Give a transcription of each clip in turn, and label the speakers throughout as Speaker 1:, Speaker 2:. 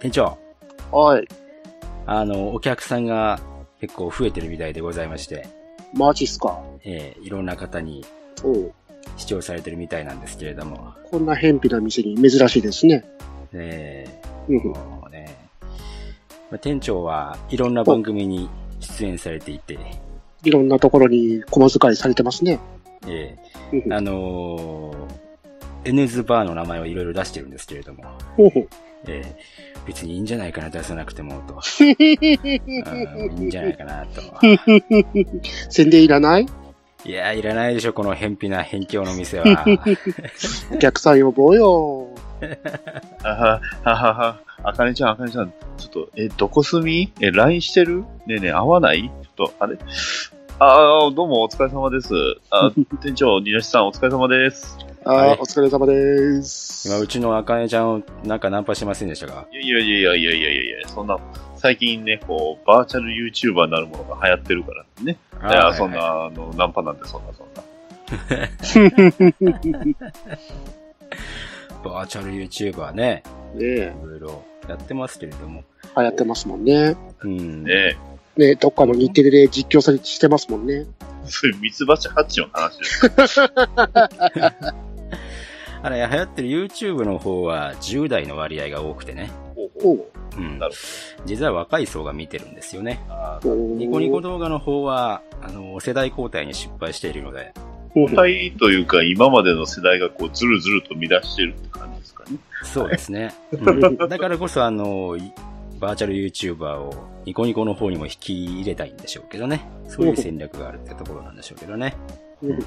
Speaker 1: 店長、
Speaker 2: はい。
Speaker 1: あの、お客さんが結構増えてるみたいでございまして、
Speaker 2: マジっすか。
Speaker 1: えーいろんな方に
Speaker 2: おう
Speaker 1: 視聴されてるみたいなんですけれども、
Speaker 2: こんな偏僻な店に珍しいですね。
Speaker 1: え
Speaker 2: う
Speaker 1: ー
Speaker 2: ん。
Speaker 1: もうね、まあ店長はいろんな番組に出演されていて、
Speaker 2: いろんなところに小遣いされてますね。
Speaker 1: えー
Speaker 2: うん。
Speaker 1: あのー、エネズバーの名前をいろいろ出してるんですけれども、
Speaker 2: うん
Speaker 1: えー別にいいんじゃないかな、出さなくても、と。うんいいんじゃないかな、と。
Speaker 2: 宣伝いらない
Speaker 1: いやー、いらないでしょ、この偏僻な偏境の店は。
Speaker 2: お客さん呼ぼうよ。
Speaker 3: あは、ははは、あかねちゃん、あかねちゃん、ちょっと、え、どこ住みえ、LINE してるねえねえ、会わないちょっと、あれああ、どうも、お疲れ様です。あ、店長、ニラシさん、お疲れ様です。
Speaker 2: あ
Speaker 1: は
Speaker 2: あ
Speaker 1: い、
Speaker 2: お疲れ様です。
Speaker 1: 今、うちのあかねちゃんをなんかナンパしてませんでしたか
Speaker 3: いやいやいやいやいやいやいや、そんな、最近ね、こう、バーチャル YouTuber になるものが流行ってるからね。
Speaker 1: あ
Speaker 3: いや、
Speaker 1: ー
Speaker 3: そん。
Speaker 1: はいはい
Speaker 3: な、あの、ナンパなんで、そんな、そんな。
Speaker 2: ね
Speaker 1: バーチャル YouTuber ね、
Speaker 2: え、
Speaker 1: いろいろやってますけれども。
Speaker 2: 流行ってますもんね。
Speaker 1: うん。
Speaker 3: ね
Speaker 2: ねえ、どっかの日テレで実況されしてますもんね。
Speaker 3: え、そういうミツバチハッチの話です。
Speaker 1: あれ、流行ってる YouTube の方は10代の割合が多くてね。
Speaker 2: おう
Speaker 1: うん
Speaker 3: なる。
Speaker 1: 実は若い層が見てるんですよね。
Speaker 3: あー
Speaker 1: ニコニコ動画の方は、あの、世代交代に失敗しているので、
Speaker 3: 交代というか、今までの世代がこう、ずるずると乱してるって感じですかね。
Speaker 1: そうです ね。うんだからこそ、あの、いバーチャル YouTuber をニコニコの方にも引き入れたいんでしょうけどね。そういう戦略があるってところなんでしょうけどね。
Speaker 2: うん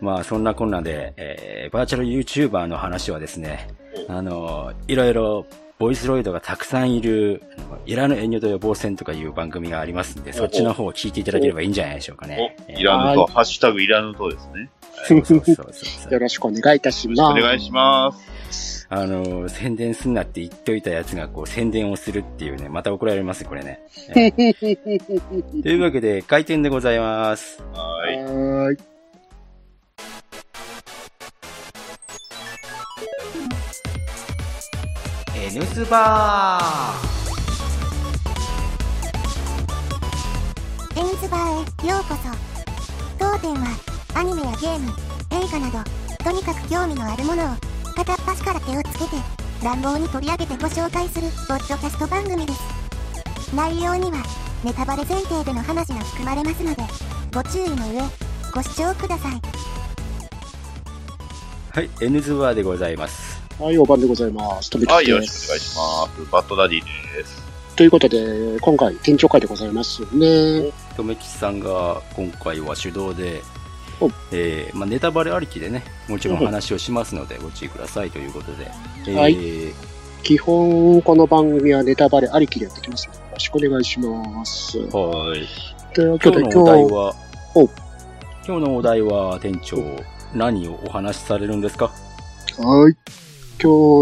Speaker 1: まあ、そんなこんなで、えーバーチャル YouTuber の話はですね、あの、いろいろ、ボイスロイドがたくさんいる、あのいらぬ遠慮と予防戦とかいう番組がありますんで、そっちの方を聞いていただければいいんじゃないでしょうかね。
Speaker 3: お、
Speaker 1: えー
Speaker 3: いらぬと、
Speaker 2: は
Speaker 3: ハッシュタグいらぬとですね。
Speaker 1: そうそうそうそう。
Speaker 2: よろしくお願いいたしま
Speaker 3: お
Speaker 2: す。
Speaker 3: 願いします。
Speaker 1: あの、宣伝すんなって言っといたやつが、こう、宣伝をするっていうね、また怒られます、これね。 というわけで、開店でございます。
Speaker 3: はーい。
Speaker 2: はーい。
Speaker 1: N スバー
Speaker 4: エンズバーへようこそ当店はアニメやゲーム映画などとにかく興味のあるものを片っ端から手をつけて乱暴に取り上げてご紹介するポッドキャスト番組です内容にはネタバレ前提での話が含まれますのでご注意の上ご視聴ください
Speaker 1: はい、N ズバーでございます。
Speaker 2: はい、お番でございます。とび
Speaker 3: はい、よろ
Speaker 2: で
Speaker 3: しくお願い
Speaker 2: す。
Speaker 3: します。バッドダディです。
Speaker 2: ということで、今回、店長会でございますよね。
Speaker 1: とめきちさんが、今回は手動で
Speaker 2: お、
Speaker 1: えー、まあネタバレありきでね、もちろん話をしますので、ご注意くださいということで。えー、
Speaker 2: は基本、この番組はネタバレありきでやってきますので、よろしくお願いします。
Speaker 1: はーい。
Speaker 2: というわけ
Speaker 1: 今
Speaker 2: で、
Speaker 1: 日
Speaker 2: 今
Speaker 1: の
Speaker 2: 日
Speaker 1: お題は
Speaker 2: お、
Speaker 1: 今日のお題は、店長、何をお話しされるんですか
Speaker 2: はい。今日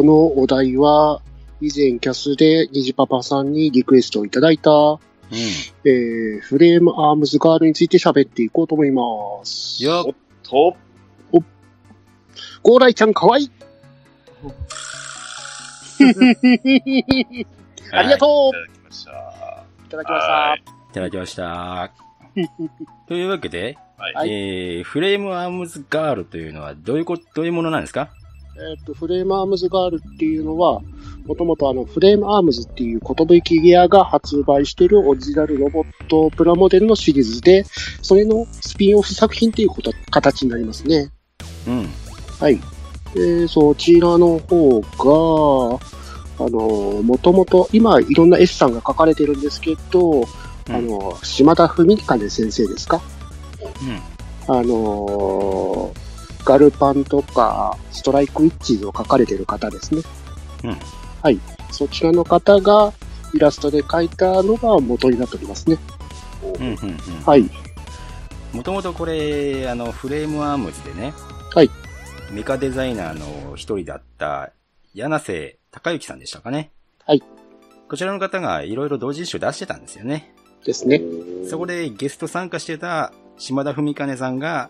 Speaker 2: のお題は、以前キャスで虹パパさんにリクエストをいただいた、
Speaker 1: うん。
Speaker 2: えー、フレームアームズガールについて喋っていこうと思います。
Speaker 1: よ
Speaker 3: おっと、
Speaker 2: ゴーライちゃんかわいいありが
Speaker 3: い
Speaker 2: と
Speaker 3: た
Speaker 2: う
Speaker 3: だきました。
Speaker 2: いただきました
Speaker 3: は。
Speaker 1: いただきました。というわけで、
Speaker 3: い。
Speaker 2: は
Speaker 3: はいい。
Speaker 1: えー、フレームアームズガールというのはどういうこ、どういうものなんですか
Speaker 2: えっと、フレームアームズガールっていうのは、もともとあの、フレームアームズっていう寿ギアが発売しているオリジナルロボットプラモデルのシリーズで、それのスピンオフ作品っていうこと、形になりますね。
Speaker 1: うん。
Speaker 2: で、そちらの方が、あの、もともと、今いろんな S さんが書かれてるんですけど、
Speaker 1: うん
Speaker 2: あの、島田文兼先生ですかあの、ガルパンとか、ストライクウィッチーズを書かれてる方ですね。
Speaker 1: うん。うん。
Speaker 2: そちらの方がイラストで描いたのが元になっておりますね。
Speaker 1: うん。うん。うん。
Speaker 2: はい。
Speaker 1: もともとこれ、あの、フレームアームズでね。
Speaker 2: はい。
Speaker 1: メカデザイナーの一人だった、柳瀬隆之さんでしたかね。
Speaker 2: はい。
Speaker 1: こちらの方がいろいろ同人誌を出してたんですよね。
Speaker 2: ですね。
Speaker 1: そこでゲスト参加してた島田文兼さんが、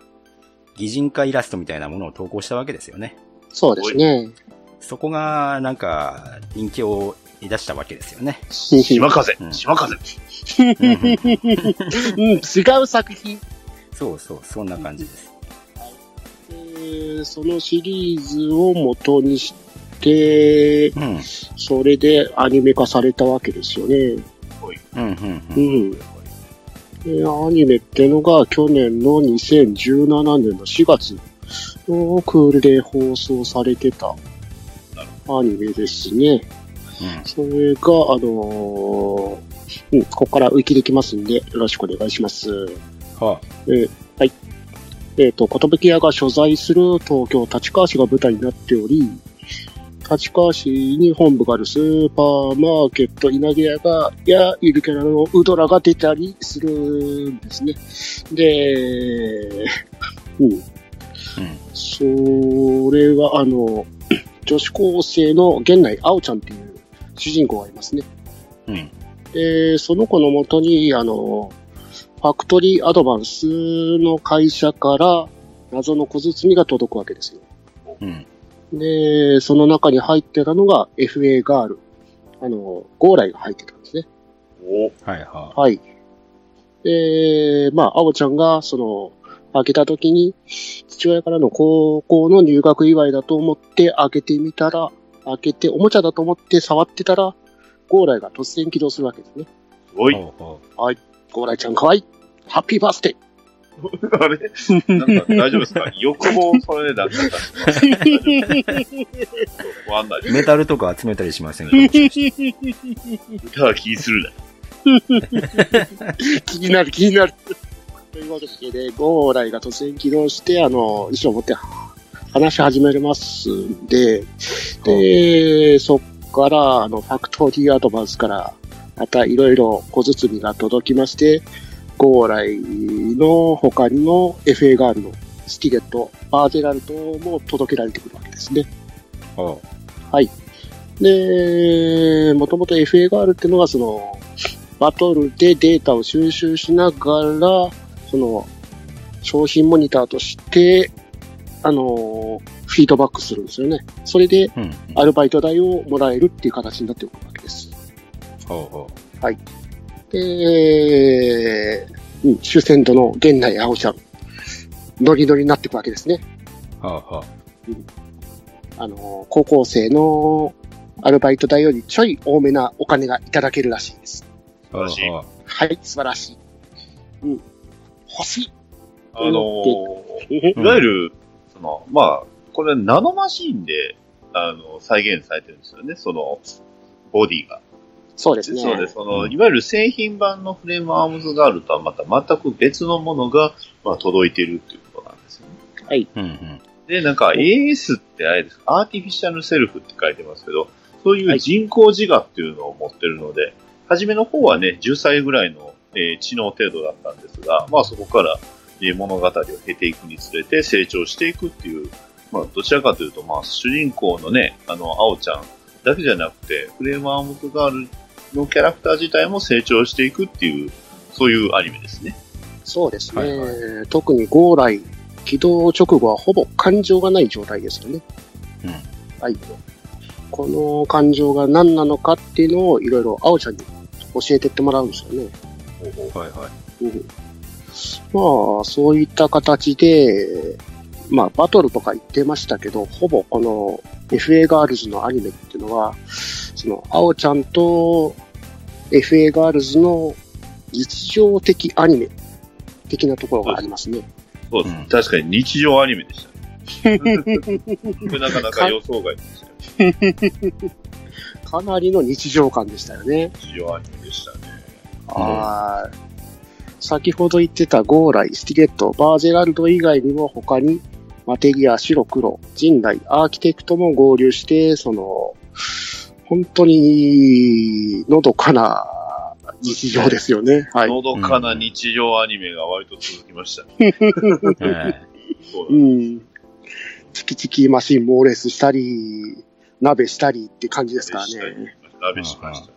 Speaker 1: 擬人化イラストみたいなものを投稿したわけですよね。
Speaker 2: そうですね。
Speaker 1: そこが、なんか、人気を出したわけですよね。
Speaker 3: 島風
Speaker 1: う、ん
Speaker 3: 島風。
Speaker 1: うんうん
Speaker 2: うん、違う作品。
Speaker 1: そうそう、そんな感じです。
Speaker 2: えーそのシリーズを元にして、
Speaker 1: うん。うん、
Speaker 2: それでアニメ化されたわけですよね。
Speaker 1: うん、
Speaker 2: う
Speaker 1: うん。
Speaker 2: ん。でアニメってのが去年の2017年の4月のクールで放送されてたアニメですね。それが、あのーうん、ここから浮きできますんで、よろしくお願いします。
Speaker 1: は
Speaker 2: えっ、と、寿屋が所在する東京立川市が舞台になっており、立川市に本部があるスーパーマーケット稲毛屋が、や、ゆるキャラのウドラが出たりするんですね。で、うん。それは、あの、女子高生の源内青ちゃんっていう主人公がいますね。
Speaker 1: あ。うん。
Speaker 2: で、その子のもとに、あの、ファクトリーアドバンスの会社から謎の小包みが届くわけですよ。
Speaker 1: うん。
Speaker 2: で、その中に入ってたのが FA ガール。あの、ゴーライが入ってたんですね。
Speaker 3: お
Speaker 1: はいは
Speaker 2: はい。で、まあ、青ちゃんが、その、開けた時に、父親からの高校の入学祝いだと思って開けてみたら、開けておもちゃだと思って触ってたら、ゴーライが突然起動するわけですね。
Speaker 3: すご
Speaker 1: い。
Speaker 3: い。
Speaker 1: ほうほ
Speaker 2: ゴーライちゃんかわいいハッピーバースデー
Speaker 3: あれなんか大丈夫で すか欲望それでなんか出します。わかんないう
Speaker 1: メタルとか集めたりしませんかう
Speaker 3: 歌は気にするな。
Speaker 2: 気になる、気になる。 というわけで、ゴーライが突然起動して、あの、衣装を持って話し始めますんで、で、そっから、あの、ファクトリーアドバンスから、またいろいろ小包みが届きまして、ゴーライの他にも FA ガールのスキレット、バーゼラルトも届けられてくるわけですね。
Speaker 1: ほ
Speaker 2: で、もともと FA ガールってのは、その、バトルでデータを収集しながら、その、商品モニターとして、あの、フィードバックするんですよね。それで、
Speaker 1: う。うん。
Speaker 2: アルバイト代をもらえるっていう形になってくるわけです。
Speaker 1: ほうほ
Speaker 2: で、うん、主戦度の源内青ちゃん、ノリノリになっていくわけですね。
Speaker 1: う。ほうほう。
Speaker 2: あの、高校生のアルバイト代よりちょい多めなお金がいただけるらしいです。
Speaker 1: ほう
Speaker 3: 素晴
Speaker 1: ほう。
Speaker 2: はい、素晴らしい。うん。欲しい。
Speaker 3: あのー
Speaker 1: うん
Speaker 3: いわゆる、その、まあ、これナノマシンで、あの、再現されてるんですよね、その、ボディが。
Speaker 2: そうですね。
Speaker 3: そうです。その、
Speaker 1: うん
Speaker 3: いわゆる製品版のフレームアームズガールとはまた全く別のものが、まあ、届いてるっていうことなんですよね。
Speaker 1: うんうん。
Speaker 3: で、なんか AS ってあれです。アーティフィシャルセルフって書いてますけど、そういう人工自我っていうのを持ってるので、初めの方はね、10歳ぐらいの、えー知能程度だったんですが、まあそこから、えー物語を経ていくにつれて成長していくっていう、まあどちらかというと、まあ主人公のね、あの、青ちゃんだけじゃなくて、フレームアームズガールのキャラクター自体も成長していくっていう、そういうアニメですね。
Speaker 2: そうですね。
Speaker 1: はい
Speaker 2: 特にゴーライ、起動直後はほぼ感情がない状態ですよね。
Speaker 1: うん
Speaker 2: はい。この感情が何なのかっていうのをいろいろ青ちゃんに教えてってもらうんですよね。
Speaker 1: はいはい。
Speaker 2: うんまあ、そういった形で、まあ、バトルとか言ってましたけど、ほぼこの FA ガールズのアニメっていうのは、その、青ちゃんと FA ガールズの日常的アニメ的なところがありますね。
Speaker 3: そうです。
Speaker 1: うん
Speaker 3: 確かに日常アニメでしたね。これなかなか予想外でしたね。
Speaker 2: かなりの日常感でしたよね。
Speaker 3: 日常アニメでしたね。
Speaker 2: はい。先ほど言ってたゴーライ、スティレット、バーゼラルド以外にも他に、マテリア、白黒、陣内、アーキテクトも合流して、その、本当に、のどかな日常ですよね。はい。
Speaker 3: のどかな日常アニメが割と続きましたね。
Speaker 1: え
Speaker 3: そう
Speaker 2: う
Speaker 3: だ
Speaker 2: ん。チキチキマシン猛レースしたり、鍋したりって感じですからね。。
Speaker 3: 鍋しました。あ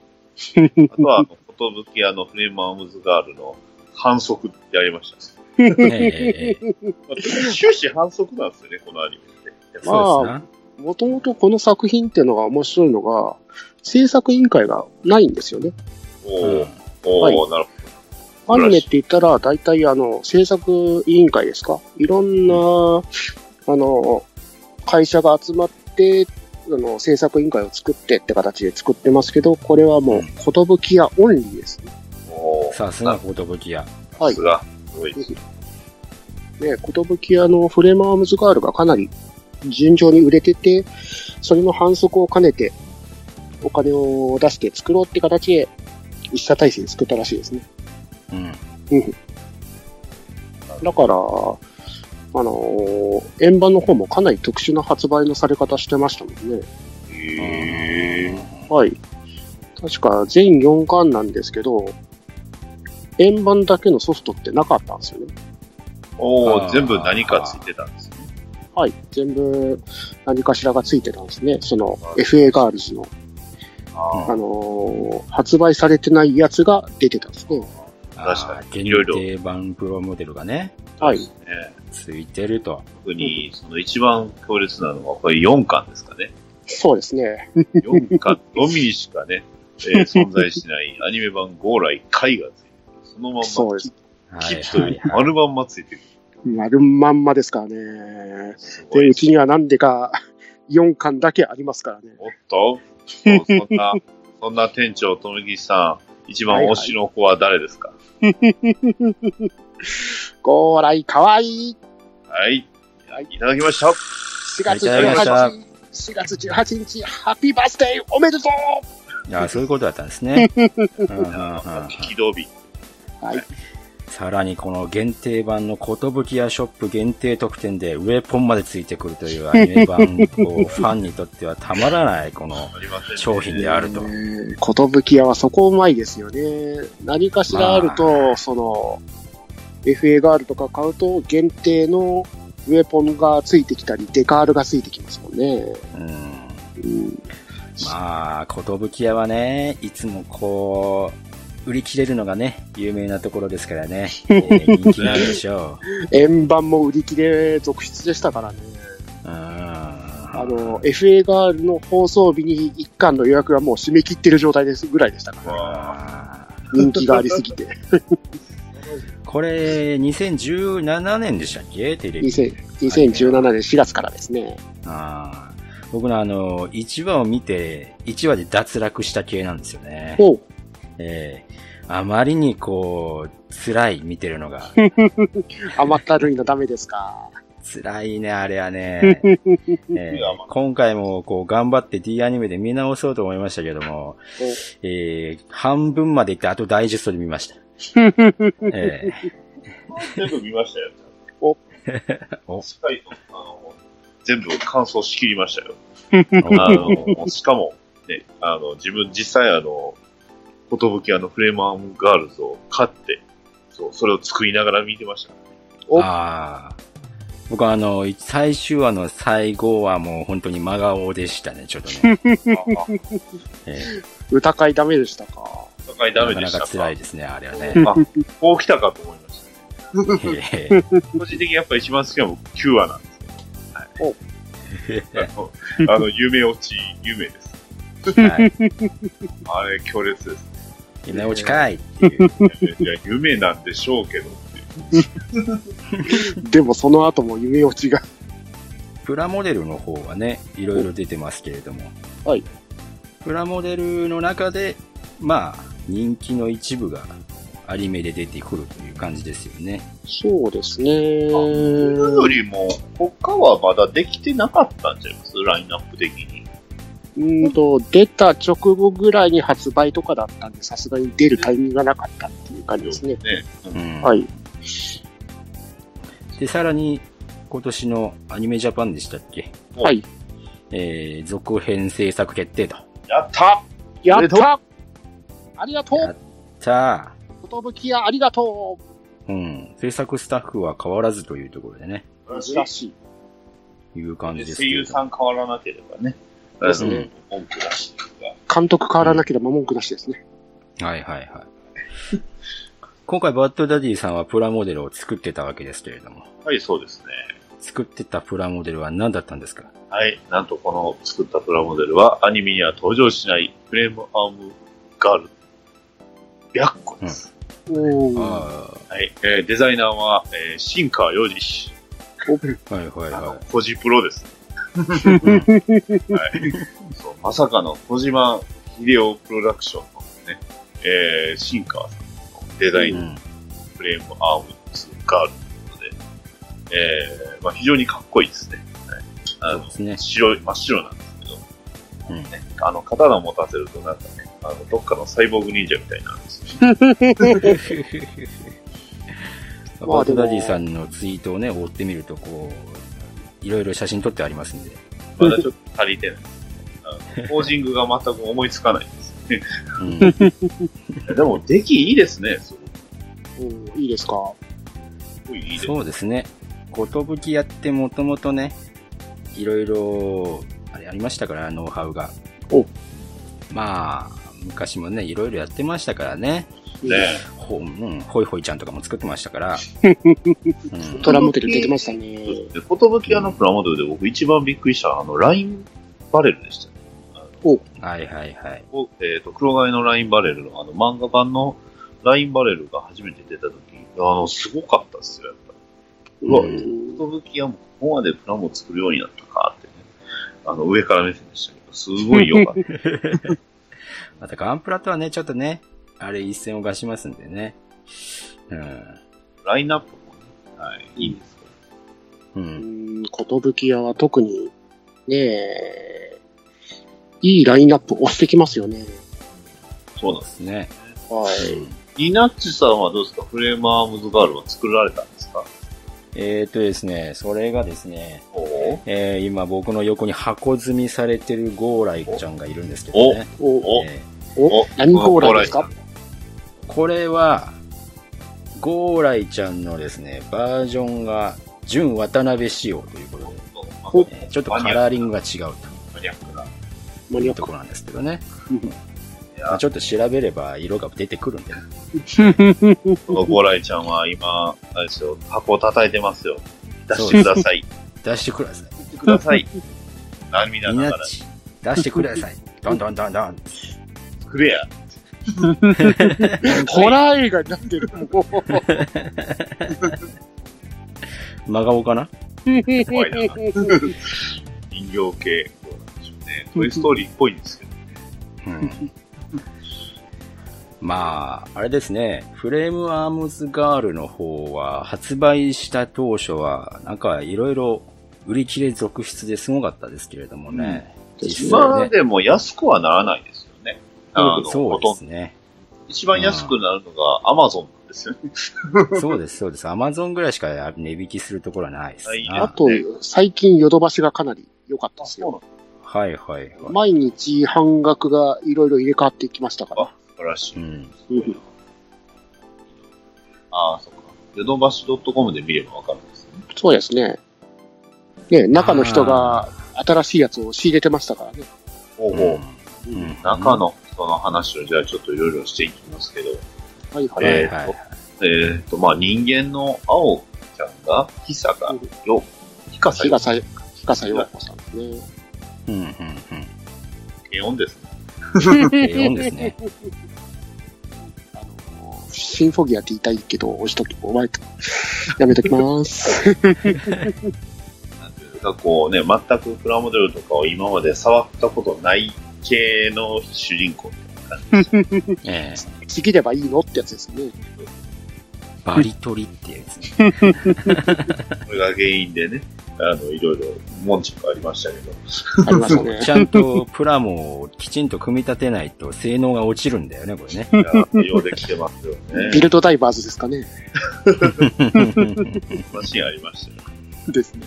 Speaker 3: とは、あの、ことぶき屋のフレームアームズガールの反則ってやりましたね。
Speaker 1: えええ。
Speaker 3: まあ終始反則なんですよね、このアニメって。
Speaker 2: まあ
Speaker 1: そうですな。
Speaker 2: もともとこの作品っていうのが面白いのが、制作委員会がないんですよね。
Speaker 3: おー、
Speaker 1: うん
Speaker 3: おー、
Speaker 2: はい
Speaker 3: なるほ
Speaker 2: アニメって言ったら、大体、あの、制作委員会ですかいろんな、あの、会社が集まって、あの、制作委員会を作ってって形で作ってますけど、これはもう、寿屋オンリーですね。
Speaker 3: ど。おー
Speaker 1: さすが、ことぶきや。
Speaker 2: は
Speaker 3: さ
Speaker 2: い
Speaker 3: す。が。すごい。
Speaker 2: ね、寿屋のフレームアームズガールがかなり順調に売れてて、それの反則を兼ねて、お金を出して作ろうって形で、一社体制で作ったらしいですね。
Speaker 1: うん。
Speaker 2: だから、あのー円盤の方もかなり特殊な発売のされ方してましたもんね。
Speaker 3: へー。
Speaker 2: はい。確か全4巻なんですけど、円盤だけのソフトってなかったんですよね。
Speaker 3: お
Speaker 1: あ
Speaker 3: ー、
Speaker 1: ー
Speaker 3: 全部何かついてたんですね。
Speaker 2: はい。全部何かしらがついてたんですね。その
Speaker 3: はい
Speaker 2: FA ガールズの、
Speaker 3: あ
Speaker 2: あのー発売されてないやつが出てたんですね。
Speaker 3: 確かに
Speaker 1: あー
Speaker 3: いろいろ
Speaker 1: 限定版プロモデルがね、
Speaker 2: はい。
Speaker 3: ーね
Speaker 1: ついてると。
Speaker 3: 特に、その一番強烈なのは、これ4巻ですかね。
Speaker 2: そうですね。
Speaker 3: 4巻のみにしかね、 えー存在してないアニメ版ゴーライ回がついてくる。そのまんま、
Speaker 2: そうです。
Speaker 1: は
Speaker 3: キ
Speaker 1: い
Speaker 3: ッと
Speaker 1: はいいう
Speaker 3: 丸まんまついてくる。
Speaker 2: 丸まんまですからね。
Speaker 3: すご
Speaker 2: で、。
Speaker 3: いう
Speaker 2: ちにはなんでか4巻だけありますからね。
Speaker 3: おっとそうそんな、 そんな店長、とめぎさん、一番推しの子は誰ですか
Speaker 2: ご来かわいい
Speaker 3: はい。いただきました。
Speaker 2: 4月
Speaker 1: はい
Speaker 3: いた
Speaker 2: 18
Speaker 1: だき
Speaker 2: 日、4月18日、ハッピーバースデーおめでとう
Speaker 1: いや、そういうことだったんですね。うんうんうんうん
Speaker 3: 引き戸日。
Speaker 1: さらにこの限定版のことぶきやショップ限定特典でウェポンまでついてくるというアニメ版をファンにとってはたまらないこの
Speaker 3: ありません、ね。
Speaker 1: 商品であると。
Speaker 2: えー寿屋はそこうまいですよね。何かしらあると、その、FA ガールとか買うと、限定のウェポンがついてきたり、デカールがついてきますもんね。
Speaker 1: うん
Speaker 2: うん、
Speaker 1: まあ、ことぶき屋はね、いつもこう、売り切れるのがね、有名なところですから ね、えー人気なんでしょう。
Speaker 2: 円盤も売り切れ続出でしたからね。
Speaker 1: うん
Speaker 2: あの、FA ガールの放送日に1巻の予約がもう締め切ってる状態ですぐらいでした から、
Speaker 3: わあ
Speaker 2: 人気がありすぎて。
Speaker 1: これ、2017年でしたっけテレビ。
Speaker 2: 2000 2017年4月からですね。
Speaker 1: あー僕のあの、1話を見て、1話で脱落した系なんですよね。
Speaker 2: おう
Speaker 1: えーあまりにこう、辛い、見てるのが。
Speaker 2: 甘ったるいのダメですか。
Speaker 1: 辛いね、あれはね。えー
Speaker 3: いやまあ
Speaker 1: 今回もこう頑張って D アニメで見直そうと思いましたけども、えー半分まで行ってあとダイジェストで見ました。え
Speaker 3: 全部見ましたよ。
Speaker 2: お
Speaker 1: お
Speaker 3: スカイトあの、全部完走しきりましたよ。
Speaker 1: ー
Speaker 3: あの、しかも、ね、あの、自分実際あの、ことぶきあのフレームアームガールズを買って、そう、それを作りながら見てました。
Speaker 2: お
Speaker 1: あー僕はあの、最終話の最後はもう本当に真顔でしたね、ちょっとね。
Speaker 3: あ
Speaker 1: えー
Speaker 2: 歌会ダメでしたか。
Speaker 3: あ、高いダメ
Speaker 1: なかな
Speaker 3: でした
Speaker 1: か
Speaker 3: か。
Speaker 1: 辛いですね、あれは ね。
Speaker 3: あ、こう来たかと思いました、ね。
Speaker 1: えー
Speaker 3: 個人的にやっぱ一番好きなのは僕9話なんですけど。はい。あの、あの夢落ち、夢です。
Speaker 1: はい
Speaker 3: あれ、強烈です。
Speaker 1: 夢落ちかいっていう。
Speaker 3: いや、夢なんでしょうけどっていう。
Speaker 2: でもその後も夢落ちが。
Speaker 1: プラモデルの方はね、いろいろ出てますけれども。
Speaker 2: はい。
Speaker 1: プラモデルの中で、まあ、人気の一部がアニメで出てくるという感じですよね。
Speaker 2: そうです
Speaker 3: それ
Speaker 2: ね。
Speaker 3: よりも、他はまだできてなかったんちゃいますラインナップ的に。
Speaker 2: うんと、出た直後ぐらいに発売とかだったんで、さすがに出るタイミングがなかったっていう感じですね。
Speaker 3: うん
Speaker 1: うん。
Speaker 2: はい。
Speaker 1: で、さらに、今年のアニメジャパンでしたっけ
Speaker 2: はい。
Speaker 1: えー、続編制作決定と。
Speaker 3: やった
Speaker 2: やったありがとう
Speaker 1: さあ、
Speaker 2: 寿屋ありがと
Speaker 1: うん。制作スタッフは変わらずというところでね、
Speaker 2: う珍しい。
Speaker 1: いう感じですけ
Speaker 3: 声
Speaker 1: れ
Speaker 3: 優
Speaker 1: ども。
Speaker 3: さん変わらなければね。
Speaker 2: です
Speaker 1: ね
Speaker 3: うん文句なしですが。
Speaker 2: 監督変わらなければ文句なしですね。
Speaker 1: はいはいはい。今回、バッドダディさんはプラモデルを作ってたわけですけれども。
Speaker 3: はい、そうですね。
Speaker 1: 作ってたプラモデルは何だったんですか
Speaker 3: はい。なんとこの作ったプラモデルはアニメには登場しないフレームアームガール100個です。
Speaker 2: うん。お
Speaker 1: あ
Speaker 3: はい。えーデザイナーは、えーシンカー洋次氏。
Speaker 1: あ、はいはい
Speaker 3: あの
Speaker 1: は、
Speaker 3: コジプロです。はい。そう、まさかの小島秀夫プロダクションのね、えー、シンカーさんのデザ
Speaker 1: い。
Speaker 3: イ
Speaker 1: う
Speaker 3: ン
Speaker 1: ん
Speaker 3: フレームアームツーガールなので、えー、まあ非常にかっこいいですね。はい。あの
Speaker 1: で、すね。
Speaker 3: 白い、真っ白なんですけど、
Speaker 1: うん
Speaker 3: ね、あの、刀を持たせるとなんかね、あの、どっかのサイボーグ忍者みたいになるんですよ。
Speaker 1: バ
Speaker 2: まあ
Speaker 1: ートダディさんのツイートをね、追ってみると、こう、いろいろ写真撮ってありますん で。
Speaker 3: まだちょっと足りてない。あのポージングが全く思いつかないです。
Speaker 1: うん。
Speaker 3: でも、出来いいですね。す
Speaker 2: いいですか。
Speaker 3: ごいいいです。
Speaker 1: そうですね。ことぶきやってもともとね、いろいろ、あれありましたから、ノウハウが。
Speaker 2: お
Speaker 1: まあ、昔もね、いろいろやってましたからね。
Speaker 3: ね。
Speaker 1: ほ、うん、ほいほいちゃんとかも作ってました から。うん
Speaker 2: トラモデル出てましたね。
Speaker 3: で、ことぶき屋のプラモデルで僕一番びっくりした、あの、ラインバレルでしたね。
Speaker 1: はいはいはい。
Speaker 3: おえっ、と、黒貝のラインバレルの、あの、漫画版のラインバレルが初めて出た時、あの、すごかったっすよ、やっぱり。うわ、
Speaker 1: う
Speaker 3: こ
Speaker 2: ん
Speaker 3: とぶき屋もここまでプラモ作るようになったかってね。あの、上から目線でしたけど、すごいよかった。
Speaker 1: またガンプラとはね、ちょっとね、あれ一線を画しますんでね。うん。
Speaker 3: ラインナップもね、はい、いいんですけど。
Speaker 1: うん。
Speaker 2: ことぶき屋は特に、ねえ、いいラインナップ押してきますよね。
Speaker 3: そうなん
Speaker 1: で
Speaker 3: です。
Speaker 1: すね。
Speaker 2: はい。
Speaker 3: ニナッチさんはどうですかフレームアームズガールは作られたんですか
Speaker 1: えー、っとですね、それがですね、
Speaker 3: お
Speaker 1: えー今僕の横に箱積みされてるゴーライちゃんがいるんですけどね。
Speaker 2: お、
Speaker 3: お
Speaker 1: え
Speaker 2: お、何コーラですか
Speaker 1: ーこれは、ゴーライちゃんのですね、バージョンが純渡辺仕様ということで、
Speaker 3: お
Speaker 1: えーちょっとカラーリングが違う
Speaker 3: マニアックな。
Speaker 1: と
Speaker 2: マニ
Speaker 1: い
Speaker 2: ア
Speaker 1: う
Speaker 2: ッ
Speaker 1: と
Speaker 2: ク
Speaker 1: ころなんですけどね。
Speaker 3: い
Speaker 1: ま
Speaker 3: や
Speaker 1: あ、ちょっと調べれば色が出てくるんでね。
Speaker 3: このゴーライちゃんは今、あれですよ、箱を叩いてますよ。出してください。
Speaker 1: 出してください。
Speaker 3: 出してください。涙
Speaker 1: み
Speaker 3: な
Speaker 1: な
Speaker 3: がら
Speaker 1: っ、ち、出してください。どんどんどんどん。
Speaker 3: 作れや。
Speaker 2: ホラー映画になってる。もう
Speaker 1: 真顔かな
Speaker 3: 怖 いな。人形系、こうなんでしょうね。トイストーリーっぽいんですけど。
Speaker 1: うん。まあ、あれですね。フレームアームズガールの方は、発売した当初は、なんかいろいろ売り切れ続出ですごかったですけれどもね。実
Speaker 3: 今
Speaker 1: 際ね。
Speaker 3: でも安くはならないですよね。あの、
Speaker 1: そ
Speaker 3: ほ
Speaker 1: うで
Speaker 3: とん
Speaker 1: す
Speaker 3: ど。
Speaker 1: ね。
Speaker 3: 一番安くなるのがアマゾンなんですよね。
Speaker 1: そうです、そうです。アマゾンぐらいしか値引きするところはないです
Speaker 3: ないね
Speaker 2: あ
Speaker 1: な。
Speaker 2: と、最近ヨドバシがかなり良かったですよ。
Speaker 1: はいはいはい。
Speaker 2: 毎日半額がいろいろ入れ替わっていきましたから。
Speaker 3: あ、素晴らし
Speaker 1: う
Speaker 3: い。
Speaker 1: ん。
Speaker 2: うん
Speaker 3: ああ、そっか。ヨドバシ .com で見ればわかるんですね。
Speaker 2: そうですね。ね、中の人が新しいやつを仕入れてましたからね。
Speaker 3: ほう
Speaker 1: うん、
Speaker 3: ほう。
Speaker 1: うん
Speaker 3: 中の人の話をじゃあちょっといろいろしていきますけど、
Speaker 2: はいは。
Speaker 1: はいい
Speaker 3: え
Speaker 1: はいはい。
Speaker 3: えっ、と、まあ人間の青ちゃんが、ひさが、よ、ひかさ
Speaker 2: 日
Speaker 3: よ、
Speaker 2: 笠、日笠陽子さんですね。
Speaker 1: うん うんうん。
Speaker 3: 軽音ですね。
Speaker 1: 4ですね。
Speaker 2: シンフォギアって言いたいけど、押しとき、お前と、やめときます。
Speaker 3: なんていうか、こうね、全くプラモデルとかを今まで触ったことない系の主人公。
Speaker 1: ええ
Speaker 2: ちぎればいいのってやつですね。
Speaker 1: バリ取りっていうですね。
Speaker 3: これが原因でね、あの、いろいろ文句がありましたけど、
Speaker 2: ありましたね。
Speaker 1: ちゃんとプラモをきちんと組み立てないと性能が落ちるんだよね、これね。
Speaker 3: いやー、ようできてますよ
Speaker 2: ビ
Speaker 3: ね。
Speaker 2: ルドダイバーズですかね。
Speaker 3: そんなシーンありましたよ。
Speaker 2: ですね。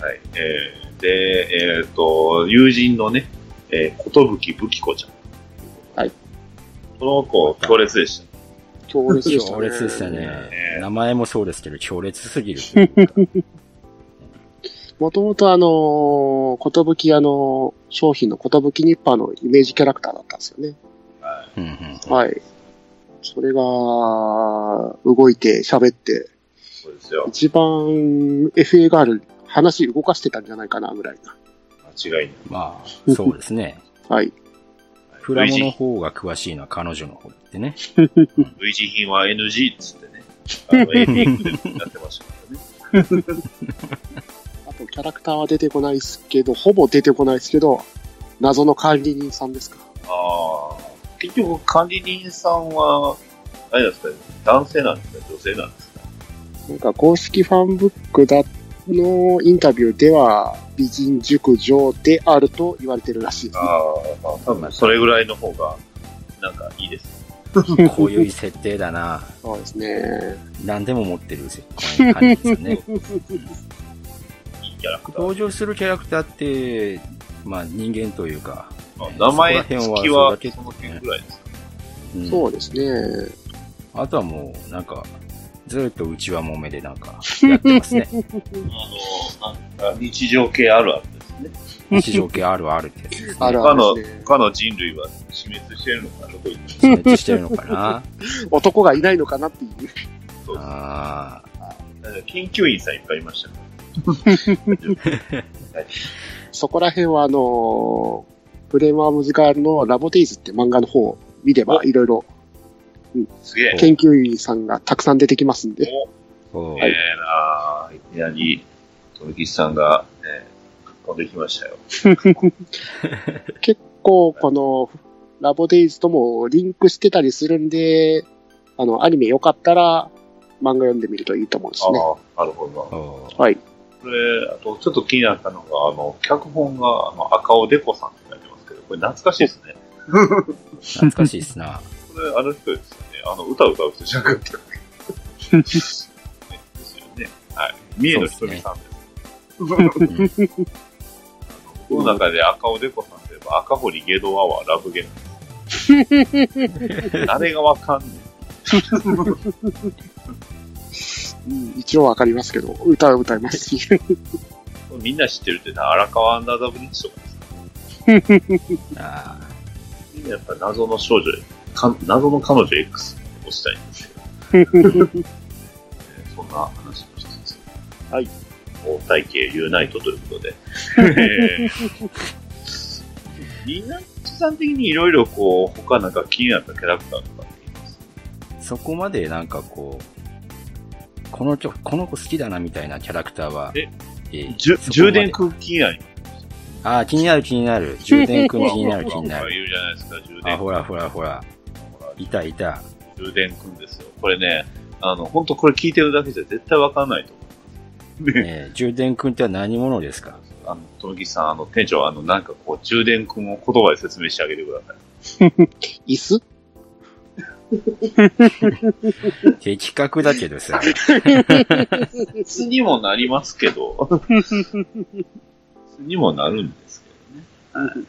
Speaker 3: はい。えー、で、えっ、と、友人のね、えー、ことぶきぶきこちゃん。
Speaker 2: はい。
Speaker 3: この子、強烈でした。
Speaker 2: 強烈でしたね。
Speaker 1: 強烈でしたね。名前もそうですけど、強烈すぎる。
Speaker 2: もともとあのことぶき屋の商品のことぶきニッパーのイメージキャラクターだったんですよね。
Speaker 1: うんうん
Speaker 2: はい。それが、動いて、喋って、
Speaker 3: そうですよ。
Speaker 2: 一番 FA ガール、話動かしてたんじゃないかな、ぐらいな。
Speaker 3: 間違いない。
Speaker 1: まあ、そうですね。
Speaker 2: はい。
Speaker 1: プラモの方が詳しいのは彼女の方でね。
Speaker 3: 類似品は NG っつってね。あの、エンディングでなってましたけどね。
Speaker 2: あと、キャラクターは出てこないですけど、ほぼ出てこないですけど、謎の管理人さんですか。
Speaker 3: ああ。結局、管理人さんは、あれなんですか、男性なんですか、女性なんですか。
Speaker 2: なんか、公式ファンブックだのインタビューでは、美人熟女であると言われてるらしいです、ね。
Speaker 3: あー、まあ、多分それぐらいの方が、なんかいいです。
Speaker 1: こういう設定だな。
Speaker 2: そうですね。
Speaker 1: 何でも持ってる感じですよね。
Speaker 3: いいキャラクター。
Speaker 1: 登場するキャラクターって、まあ人間というか、
Speaker 3: まあ名前付きは、そ
Speaker 1: そこ
Speaker 3: の
Speaker 1: ら辺は
Speaker 3: 辺ぐらいです。
Speaker 1: うん
Speaker 2: そうですね。
Speaker 1: あとはもう、なんか、ずっとうちはもめでなんか、やってますね。
Speaker 3: あの、なんか日常系あるあるですね。
Speaker 1: 日常系あるあるってやつですね。
Speaker 2: ある
Speaker 3: 他
Speaker 2: あ
Speaker 3: の
Speaker 2: るですね、
Speaker 3: 他の人類は死滅してるのかな、どこ行って
Speaker 1: 自滅してるのか な
Speaker 2: 男がいないのかなっていう。
Speaker 3: そうです
Speaker 1: ああ。
Speaker 3: なんか研究員さんいっぱいいましたね。
Speaker 2: そこら辺は、あのーフレームアームズガールのラボデイズって漫画の方を見れば、いろいろ
Speaker 3: すげえ。
Speaker 2: 研究員さんがたくさん出てきますんで。
Speaker 3: お
Speaker 1: そう。
Speaker 3: ええなぁ。いきなり、トルキスさんが、ね、飛んできましたよ。
Speaker 2: 結構、この、ラボデイズともリンクしてたりするんで、あの、アニメよかったら、漫画読んでみるといいと思うんですね。
Speaker 3: ああ、なるほど。
Speaker 1: そ
Speaker 2: はい。
Speaker 3: これ、あと、ちょっと気になったのが、あの、脚本が、あの、赤尾デコさんって書いてますけど、これ懐かしいですね。
Speaker 1: う懐かしいっすな。
Speaker 3: これ、あの人ですよね。あの、歌を歌う人じゃなかったっけねですよね。はい。三重のひとみさんです。
Speaker 1: うん
Speaker 3: この中で赤尾デコさんといえば、赤堀ゲドアはラブゲなんです。あれがわかんね
Speaker 2: うん一応わかりますけど、歌は歌いますし。
Speaker 3: え。みんな知ってるってな、荒川アンダーザブリッジとかですか
Speaker 1: あ
Speaker 3: みんなやっぱ謎の少女、か謎の彼女 X をしたいんですけど、えーそんな話もしつつ。はい。大体系ユーナイトということで。 えーみんな、さん的にいろいろこう、他なんか気になったキャラクターとかっています
Speaker 1: ーそこまでなんかこう、このちょこの子好きだなみたいなキャラクターは、
Speaker 3: え
Speaker 1: えー
Speaker 3: じゅ
Speaker 1: そこまで
Speaker 3: 充電空気になり
Speaker 1: ああ、気になる気にな る。充電くん気になる気にな
Speaker 3: ほら
Speaker 1: る。
Speaker 3: 言うじゃないですか、充
Speaker 1: あ、
Speaker 3: 電
Speaker 1: ほらほらほら。いたいた。
Speaker 3: 充電くんですよ。これね、あの、本当これ聞いてるだけじゃ絶対わかんないと思い ます。ね、
Speaker 1: えー、充電くんっては何者です か
Speaker 3: あの、とむきさん、あの、店長、あの、なんかこう、充電くんを言葉で説明してあげてください。
Speaker 2: 椅子
Speaker 1: 的確だけどさ。
Speaker 3: 別にもなります けど、別にもなるんですけどね。はい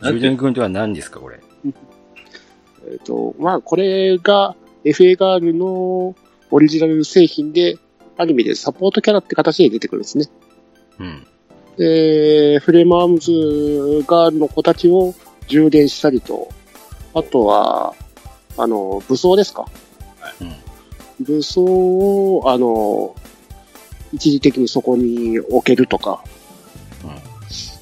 Speaker 1: 充電くんとは何ですか、これ。
Speaker 2: えっ、と、まあ、これが FA ガールのオリジナル製品で、アニメでサポートキャラって形で出てくるんですね。
Speaker 1: うん。
Speaker 2: で、フレームアームズガールの子たちを充電したりと、あとは、あの、武装ですか、
Speaker 1: い
Speaker 2: 武装を、あの、一時的にそこに置けるとか、
Speaker 1: うん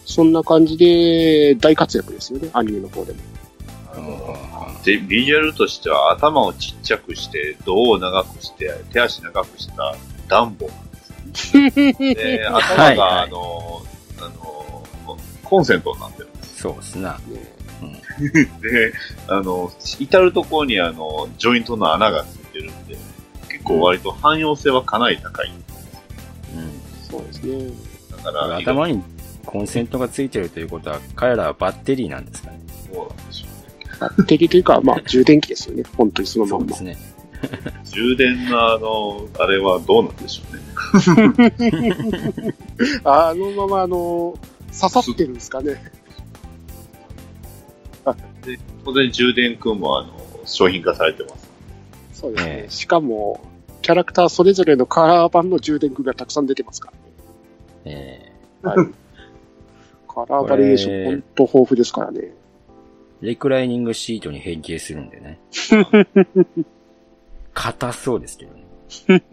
Speaker 2: そんな感じで大活躍ですよね、アニメの方でも。
Speaker 3: あので、ビジュアルとしては頭をちっちゃくして、胴を長くして、手足長くしたダンボなんです ね。で、頭が、
Speaker 1: はいはい
Speaker 3: あの、あの、コンセントになってるんです。
Speaker 1: そうっすな。
Speaker 3: で、あの、至るところにあの、ジョイントの穴がついてるんで、結構割と汎用性はかなり高い。
Speaker 1: うん。
Speaker 2: そうですね。
Speaker 3: だから、
Speaker 1: 頭にコンセントがついてるということは、彼らはバッテリーなんですかね。
Speaker 3: そうなんでしょうね。
Speaker 2: バッテリーというか、まあ、充電器ですよね、本当にそのま
Speaker 1: そうんで
Speaker 2: ま。
Speaker 1: すね。
Speaker 3: 充電のあの、あれはどうなんでしょうね。
Speaker 2: あのまま、あの、刺さってるんですかね。
Speaker 3: 当然充電くんもあの、商品化されてます。
Speaker 2: そうですね
Speaker 1: え。え
Speaker 2: しかも、キャラクターそれぞれのカラー版の充電具がたくさん出てますか
Speaker 1: え
Speaker 2: ら。はい、カラーバリエーション、
Speaker 1: これ
Speaker 2: 本当豊富ですからね。
Speaker 1: ー、レクライニングシートに変形 するんでね。硬そうですけどね。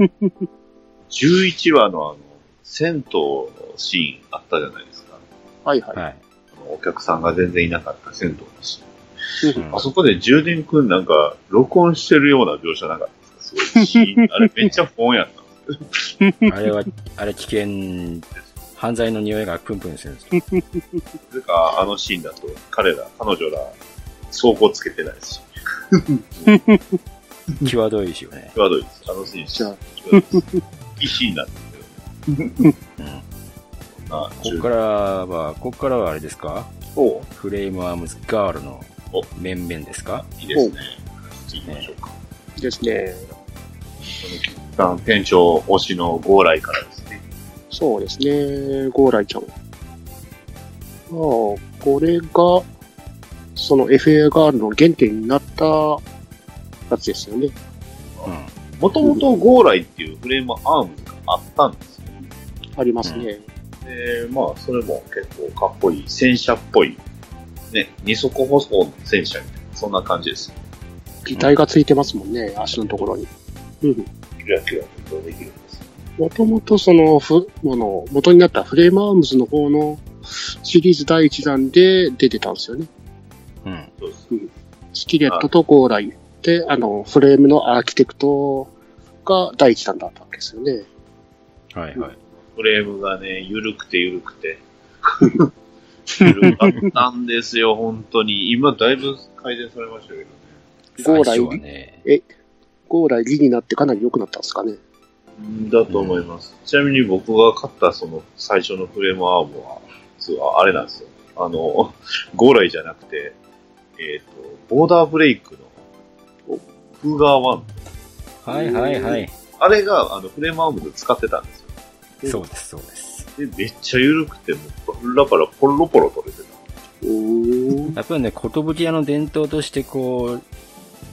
Speaker 3: 11話のあの、銭湯のシーンあったじゃないですか。
Speaker 2: はいはい。
Speaker 1: はい。
Speaker 3: あのお客さんが全然いなかった銭湯のシーン。
Speaker 1: うん
Speaker 3: あそこで充電くんなんか、録音してるような描写なかったですかすごいシーン。あれめっちゃ本やったんですけど。
Speaker 1: あれは、あれ危険、犯罪の匂いがプンプンするんで すよ。
Speaker 3: なぜか、あのシーンだと、彼ら、彼女ら、走行つけてないし、
Speaker 1: 際どいですよね。
Speaker 3: 際どいです。あのシーン、
Speaker 2: じゃあ、
Speaker 3: 際どいです。いいシーンなんですけどね。
Speaker 1: うん。
Speaker 3: まあ、
Speaker 1: ここからは、ここからはあれですか
Speaker 3: おう
Speaker 1: フレームアームズガールの
Speaker 3: お
Speaker 1: 面々ですか
Speaker 3: いいですね。次行きましょうか。
Speaker 2: ですね。
Speaker 3: 一旦店長推しのゴーライからですね。
Speaker 2: そうですね。ゴーライちゃん。ああ、これが、その FA ガールの原点になったやつですよね。
Speaker 1: うん。
Speaker 3: もともとゴーライっていうフレームアームがあったんですよ。
Speaker 2: ありますね。
Speaker 3: で、まあ、それも結構かっこいい、戦車っぽい、ね、二足歩行の戦車みたいな、そんな感じです。
Speaker 2: 擬態がついてますもんね、足のところに。うん。
Speaker 3: キラキラとできるんです。
Speaker 2: もともとその、ふ、もの、元になったフレームアームズの方のシリーズ第1弾で出てたんですよね。
Speaker 1: うん。
Speaker 3: そうです。
Speaker 2: スキレットとゴーライで、あの、フレームのアーキテクトが第1弾だったわけですよね。
Speaker 1: はいはい。
Speaker 3: フレームがね、ゆるくてゆるくて。 ゆるかったんですよ、本当に。今、だいぶ改善されましたけどね。
Speaker 2: ゴーライ
Speaker 1: 最初はね、
Speaker 2: ゴーライリになってかなり良くなったんですかね。
Speaker 3: うんだと思います。ちなみに僕が買ったその最初のフレームアームは、実はあれなんですよ。あの、ゴーライじゃなくて、えっ、と、ボーダーブレイクの、フーガーワン。
Speaker 1: はいはいはい。
Speaker 3: あれが、あの、フレームアームで使ってたんですよ。
Speaker 1: そうですそうです。
Speaker 3: で、めっちゃ緩くて、もう、だからポロポロ取れてた。
Speaker 2: おー。
Speaker 1: やっぱりね、寿屋の伝統としてこう、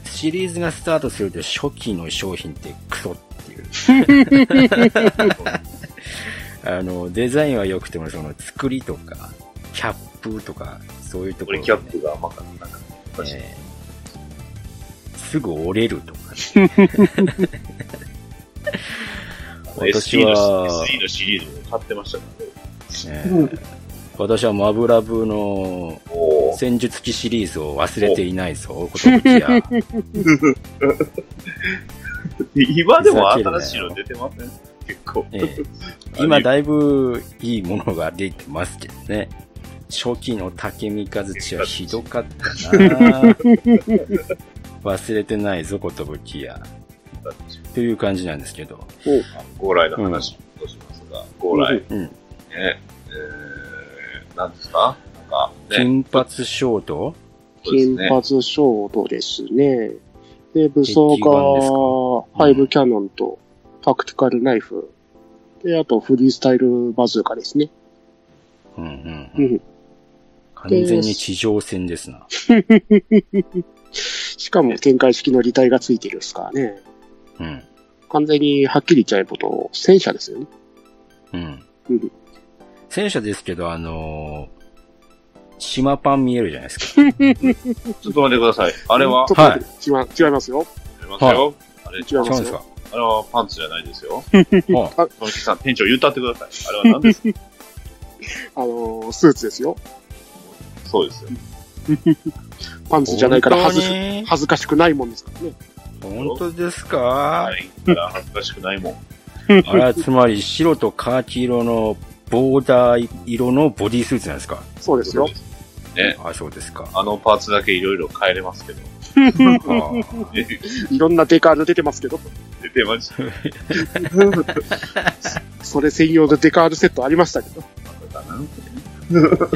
Speaker 1: シリーズがスタートすると初期の商品ってクソっていう。 あの、デザインは良くても、その作りとか、キャップとか、そういうとこ
Speaker 3: これ
Speaker 1: ろ、
Speaker 3: キャップが甘かったな。
Speaker 1: えーすぐ折れるとか、 私
Speaker 3: SD の
Speaker 1: は
Speaker 3: SD のシリーズも買ってましたからね。
Speaker 1: えー私はマブラブの
Speaker 3: おー
Speaker 1: 戦術機シリーズを忘れてい ないぞ、寿屋。
Speaker 3: 今でも新しいの出てません結構。
Speaker 1: ええ今だいぶいいものが出てますけどね。初期の竹三和地はひどかった な忘れてないぞ、ことぶきや。という感じなんですけど。
Speaker 3: ゴーライの話をしますが、ゴーライ、ね、
Speaker 1: うん。
Speaker 3: えー、なんですかなんか、ね、
Speaker 1: 金髪ショート
Speaker 3: そうです
Speaker 2: 金
Speaker 3: ね。
Speaker 2: 髪ショートですね。で、武装
Speaker 1: 敵版ですか
Speaker 2: が、ファイブキャノンと、タクティカルナイフ。で、あと、フリースタイルバズーカですね。
Speaker 1: うんうんう
Speaker 2: う
Speaker 1: ん。
Speaker 2: ん。
Speaker 1: 完全に地上戦ですな。
Speaker 2: しかも、展開式の履体がついてるですからね。
Speaker 1: うん。
Speaker 2: 完全に、はっきり言っちゃえばと、戦車ですよね。
Speaker 1: うん
Speaker 2: うん。
Speaker 1: 戦車ですけど、あのー島パン見えるじゃないですか。
Speaker 3: ちょっと待ってください。あ
Speaker 2: あ
Speaker 3: れは、
Speaker 1: んはい
Speaker 2: 違う、違いますよ。
Speaker 3: ありますよ。あれ、
Speaker 2: 違い
Speaker 1: 違う
Speaker 2: ま
Speaker 1: ん
Speaker 2: す
Speaker 1: です
Speaker 2: よ。
Speaker 1: か
Speaker 3: あれはパンツじゃないですよ。
Speaker 1: は
Speaker 3: その木さん、店長言ったってください。あれは何 ですか
Speaker 2: あのー、スーツですよ。
Speaker 3: そうですよ。
Speaker 2: パンツじゃないから
Speaker 1: 本
Speaker 2: 恥
Speaker 1: 当
Speaker 2: ず
Speaker 1: に
Speaker 2: 恥ずかしくないもんですからね。
Speaker 1: 本当ですか、
Speaker 3: はい。だから恥ずかしくないもん。
Speaker 1: あれはつまり白とカーキ色のボーダー色のボディースーツなんですか
Speaker 2: そうですよ。
Speaker 1: あ、そうですか。
Speaker 3: あのパーツだけいろいろ変えれますけど。
Speaker 1: あー
Speaker 2: いろんなデカール出てますけど、
Speaker 3: 出てました。
Speaker 2: それ専用のデカールセットありましたけど。
Speaker 3: だな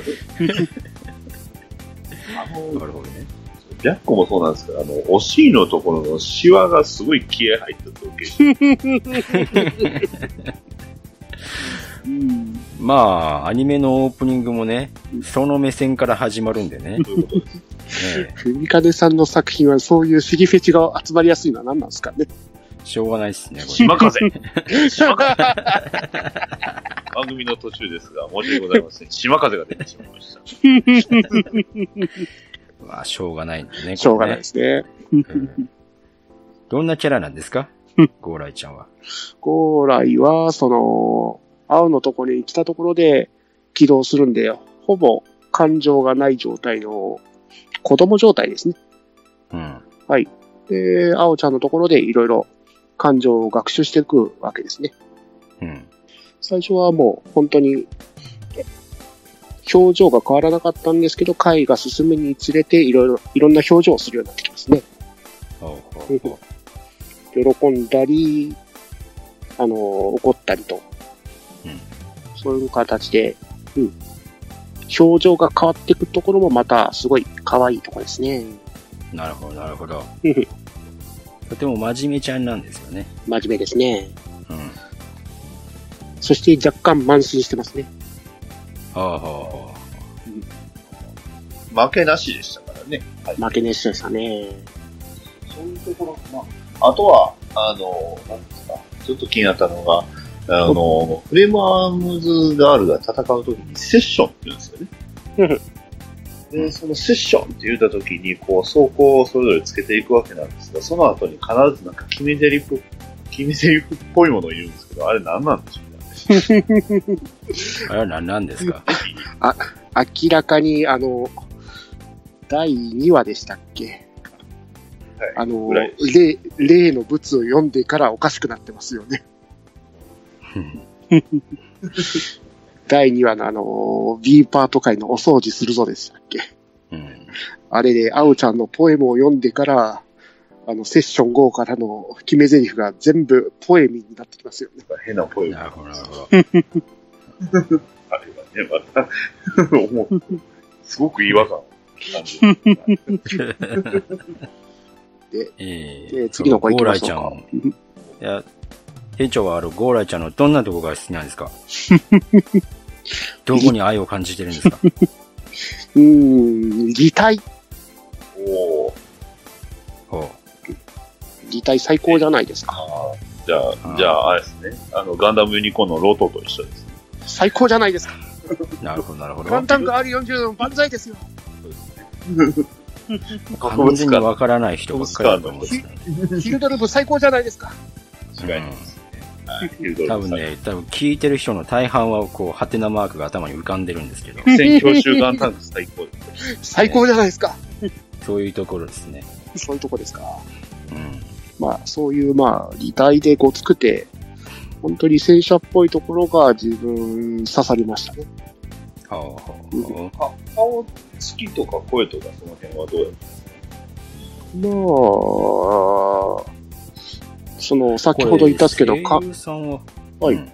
Speaker 3: あの
Speaker 1: なるほどね。
Speaker 3: ジャックもそうなんですけど、あの、お尻のところのシワがすごい気合入ってる 時計。
Speaker 2: うん。
Speaker 1: まあ、アニメのオープニングもね、その目線から始まるんで ね。
Speaker 3: ということで
Speaker 1: ね
Speaker 2: ミカネさんの作品はそういう尻フェチが集まりやすいのは何なんですか ね。
Speaker 1: しょうがないっすね、これ。
Speaker 3: 島風番組の途中ですが、申し訳ございま せん。島風が出てしまいました。
Speaker 1: まあ、しょうがないんでね。これね
Speaker 2: しょうがないですね。
Speaker 1: うんどんなキャラなんですかゴーライちゃんは。
Speaker 2: ゴーライは、その、青のとこに来たところで起動するんで、ほぼ感情がない状態の子供状態ですね。
Speaker 1: うん。
Speaker 2: で、青ちゃんのところでいろいろ感情を学習していくわけですね。
Speaker 1: うん。
Speaker 2: 最初はもう本当に、表情が変わらなかったんですけど、回が進むにつれて、いろいろ、いろんな表情をするようになってきますね。
Speaker 1: ほうほうほ
Speaker 2: 喜んだり、あの、怒ったりと。
Speaker 1: うん
Speaker 2: そういう形で、うん。表情が変わっていくところもまた、すごい可愛いところですね。
Speaker 1: う。なるほど、なるほど
Speaker 2: ふふ。
Speaker 1: とても真面目ちゃんなんですよね。
Speaker 2: 真面目ですね。
Speaker 1: うん。
Speaker 2: そして若干慢心してますね。
Speaker 1: ほうほうほう。
Speaker 3: 負けなしでしたからね。はい。
Speaker 2: 負けねえ人でしたね。
Speaker 3: そういうところ、まあ、あとは、あの、なんですか、ちょっと気になったのが、あの、フレームアームズガールが戦うときにセッションって言うんですよね。 で、そのセッションって言ったときに、こう、走行をそれぞれつけていくわけなんですが、その後に必ずなんか決め台詞、決め台詞っぽいものを言うんですけど、あれ何なんでしょうね。
Speaker 1: あれは何なんですか
Speaker 2: 明らかに、あの、第2話でしたっけ
Speaker 3: はい
Speaker 2: あの、
Speaker 3: ぐらい
Speaker 2: 例、例の物を読んでからおかしくなってますよ ね。
Speaker 1: うん
Speaker 2: 第2話のあの、B パート会のお掃除するぞでしたっけ
Speaker 1: うん。
Speaker 2: あれで、あおちゃんのポエムを読んでから、あの、セッション5からの決め台詞が全部ポエミになってきますよね。
Speaker 3: 変な声が。
Speaker 1: なるほど、なるほど。
Speaker 3: あれがね、また、もう、すごく違和感を感じる。
Speaker 1: え
Speaker 2: で次の子行きまし
Speaker 1: ゴーラ
Speaker 2: ょ
Speaker 1: イ
Speaker 2: うか。
Speaker 1: ちゃん。いや、店長はあの、ゴーライちゃんのどんなとこが好きなん ですかどこに愛を感じてるんですか
Speaker 2: うーん、擬態。
Speaker 3: おー
Speaker 1: ほ
Speaker 2: 擬態最高じゃないですか。
Speaker 3: あーじゃ
Speaker 1: あー
Speaker 3: あ、じゃあ、あれですね。あの、ガンダムユニコーンのロトと一緒です。
Speaker 2: 最高じゃないですか。
Speaker 1: う。なるほど、なるほど。
Speaker 2: ガンタンク R40 の万歳ですよ。
Speaker 1: 完全にわからない人ばっかりだと思うんですけど
Speaker 2: ヒルドルブ最高じゃないですか。
Speaker 3: 違いますね。はい
Speaker 1: 多分。ね、多分聞いてる人の大半は、こう、ハテナマークが頭に浮かんでるんですけど、
Speaker 3: 戦況集ガンタンク最高です。
Speaker 2: 最高じゃないですか。
Speaker 1: そういうところですね。
Speaker 2: そういうとこですか。
Speaker 1: うん。
Speaker 2: まあ、そういう、まあ、擬態でごつくて、本当に戦車っぽいところが自分刺さりましたね。
Speaker 1: ほうほうほ
Speaker 3: か顔つきとか声とかその辺はどうやって
Speaker 2: まあ、その、先ほど言ったんですけど、
Speaker 1: こ
Speaker 2: か
Speaker 1: れ声、優さんは、
Speaker 2: はい
Speaker 1: うん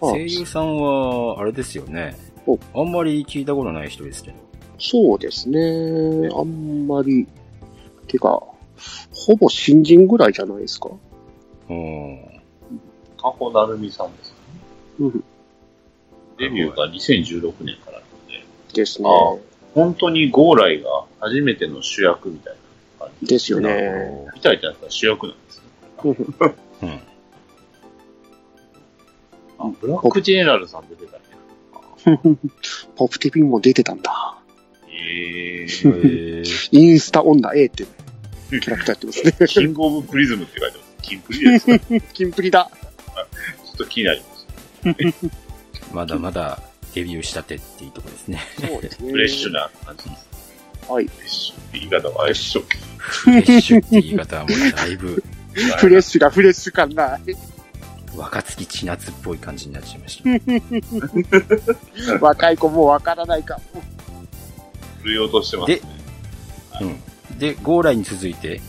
Speaker 2: あ
Speaker 1: 声優さんは、あれですよね
Speaker 2: お。
Speaker 1: あんまり聞いたことない人ですけど。
Speaker 2: そうですね。あんまり、てか、ほぼ新人ぐらいじゃないですか。
Speaker 1: うん。
Speaker 3: カホナルミさんですね。
Speaker 2: うん。
Speaker 3: デビューが2016年からなんで、
Speaker 2: ですね。
Speaker 3: あ本当にゴーライが初めての主役みたいな感じ。
Speaker 2: ですよね。
Speaker 3: みたいなやつが主役なんですね。
Speaker 1: うん。
Speaker 3: あ、ブラックジェネラルさん出てたね。
Speaker 2: ポプティピンも出てたんだ。
Speaker 3: え
Speaker 1: へ
Speaker 3: ー。
Speaker 1: ー
Speaker 2: インスタ女 A っていうキャラクターやって ますね。
Speaker 3: キングオブプリズムって書いてます。キンプリですかちょ
Speaker 2: キンプリだ。
Speaker 3: っと気になります。
Speaker 1: まだまだデビューしたてっていうところですね。
Speaker 2: そうですね。
Speaker 3: フレッシュな感じです。
Speaker 2: はい
Speaker 3: フレッシュって言い方はあれでしょうけど。
Speaker 1: フレッシュって言い方はもうだいぶ
Speaker 2: フレッシュがフレッシュ感ない。
Speaker 1: 若月千夏っぽい感じになっちゃいました。
Speaker 2: 若い子もうわからないかも。
Speaker 3: 振り落としてますね。
Speaker 1: で、ゴーライに続いて、
Speaker 3: で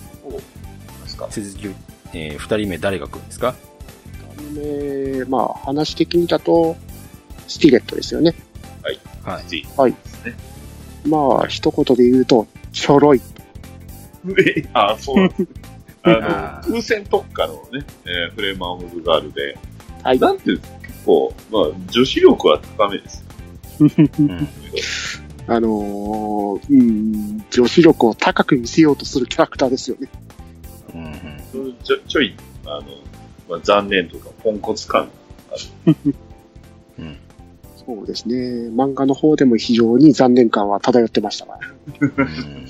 Speaker 3: すか
Speaker 1: 続き、えー、二人目誰が来るんですか
Speaker 2: えーまあ、話的にだと、スティレットですよね。
Speaker 1: はい。
Speaker 2: はい
Speaker 3: ね。
Speaker 2: まあ、一言で言うと、ちょろい。
Speaker 3: えあ、そうなんですね。あ
Speaker 1: あー
Speaker 3: の、風船特化のね、えーフレームアームズガールで、
Speaker 2: はい。
Speaker 3: なんていうんですか、結構、まあ、女子力は高めです。
Speaker 1: うん。
Speaker 2: あのー、うん、女子力を高く見せようとするキャラクターですよね。
Speaker 1: うんうん。
Speaker 3: ちょちょい、あの、まあ、残念とか、ポンコツ感。
Speaker 1: うん。
Speaker 2: そうですね。漫画の方でも非常に残念感は漂ってましたが。
Speaker 1: うん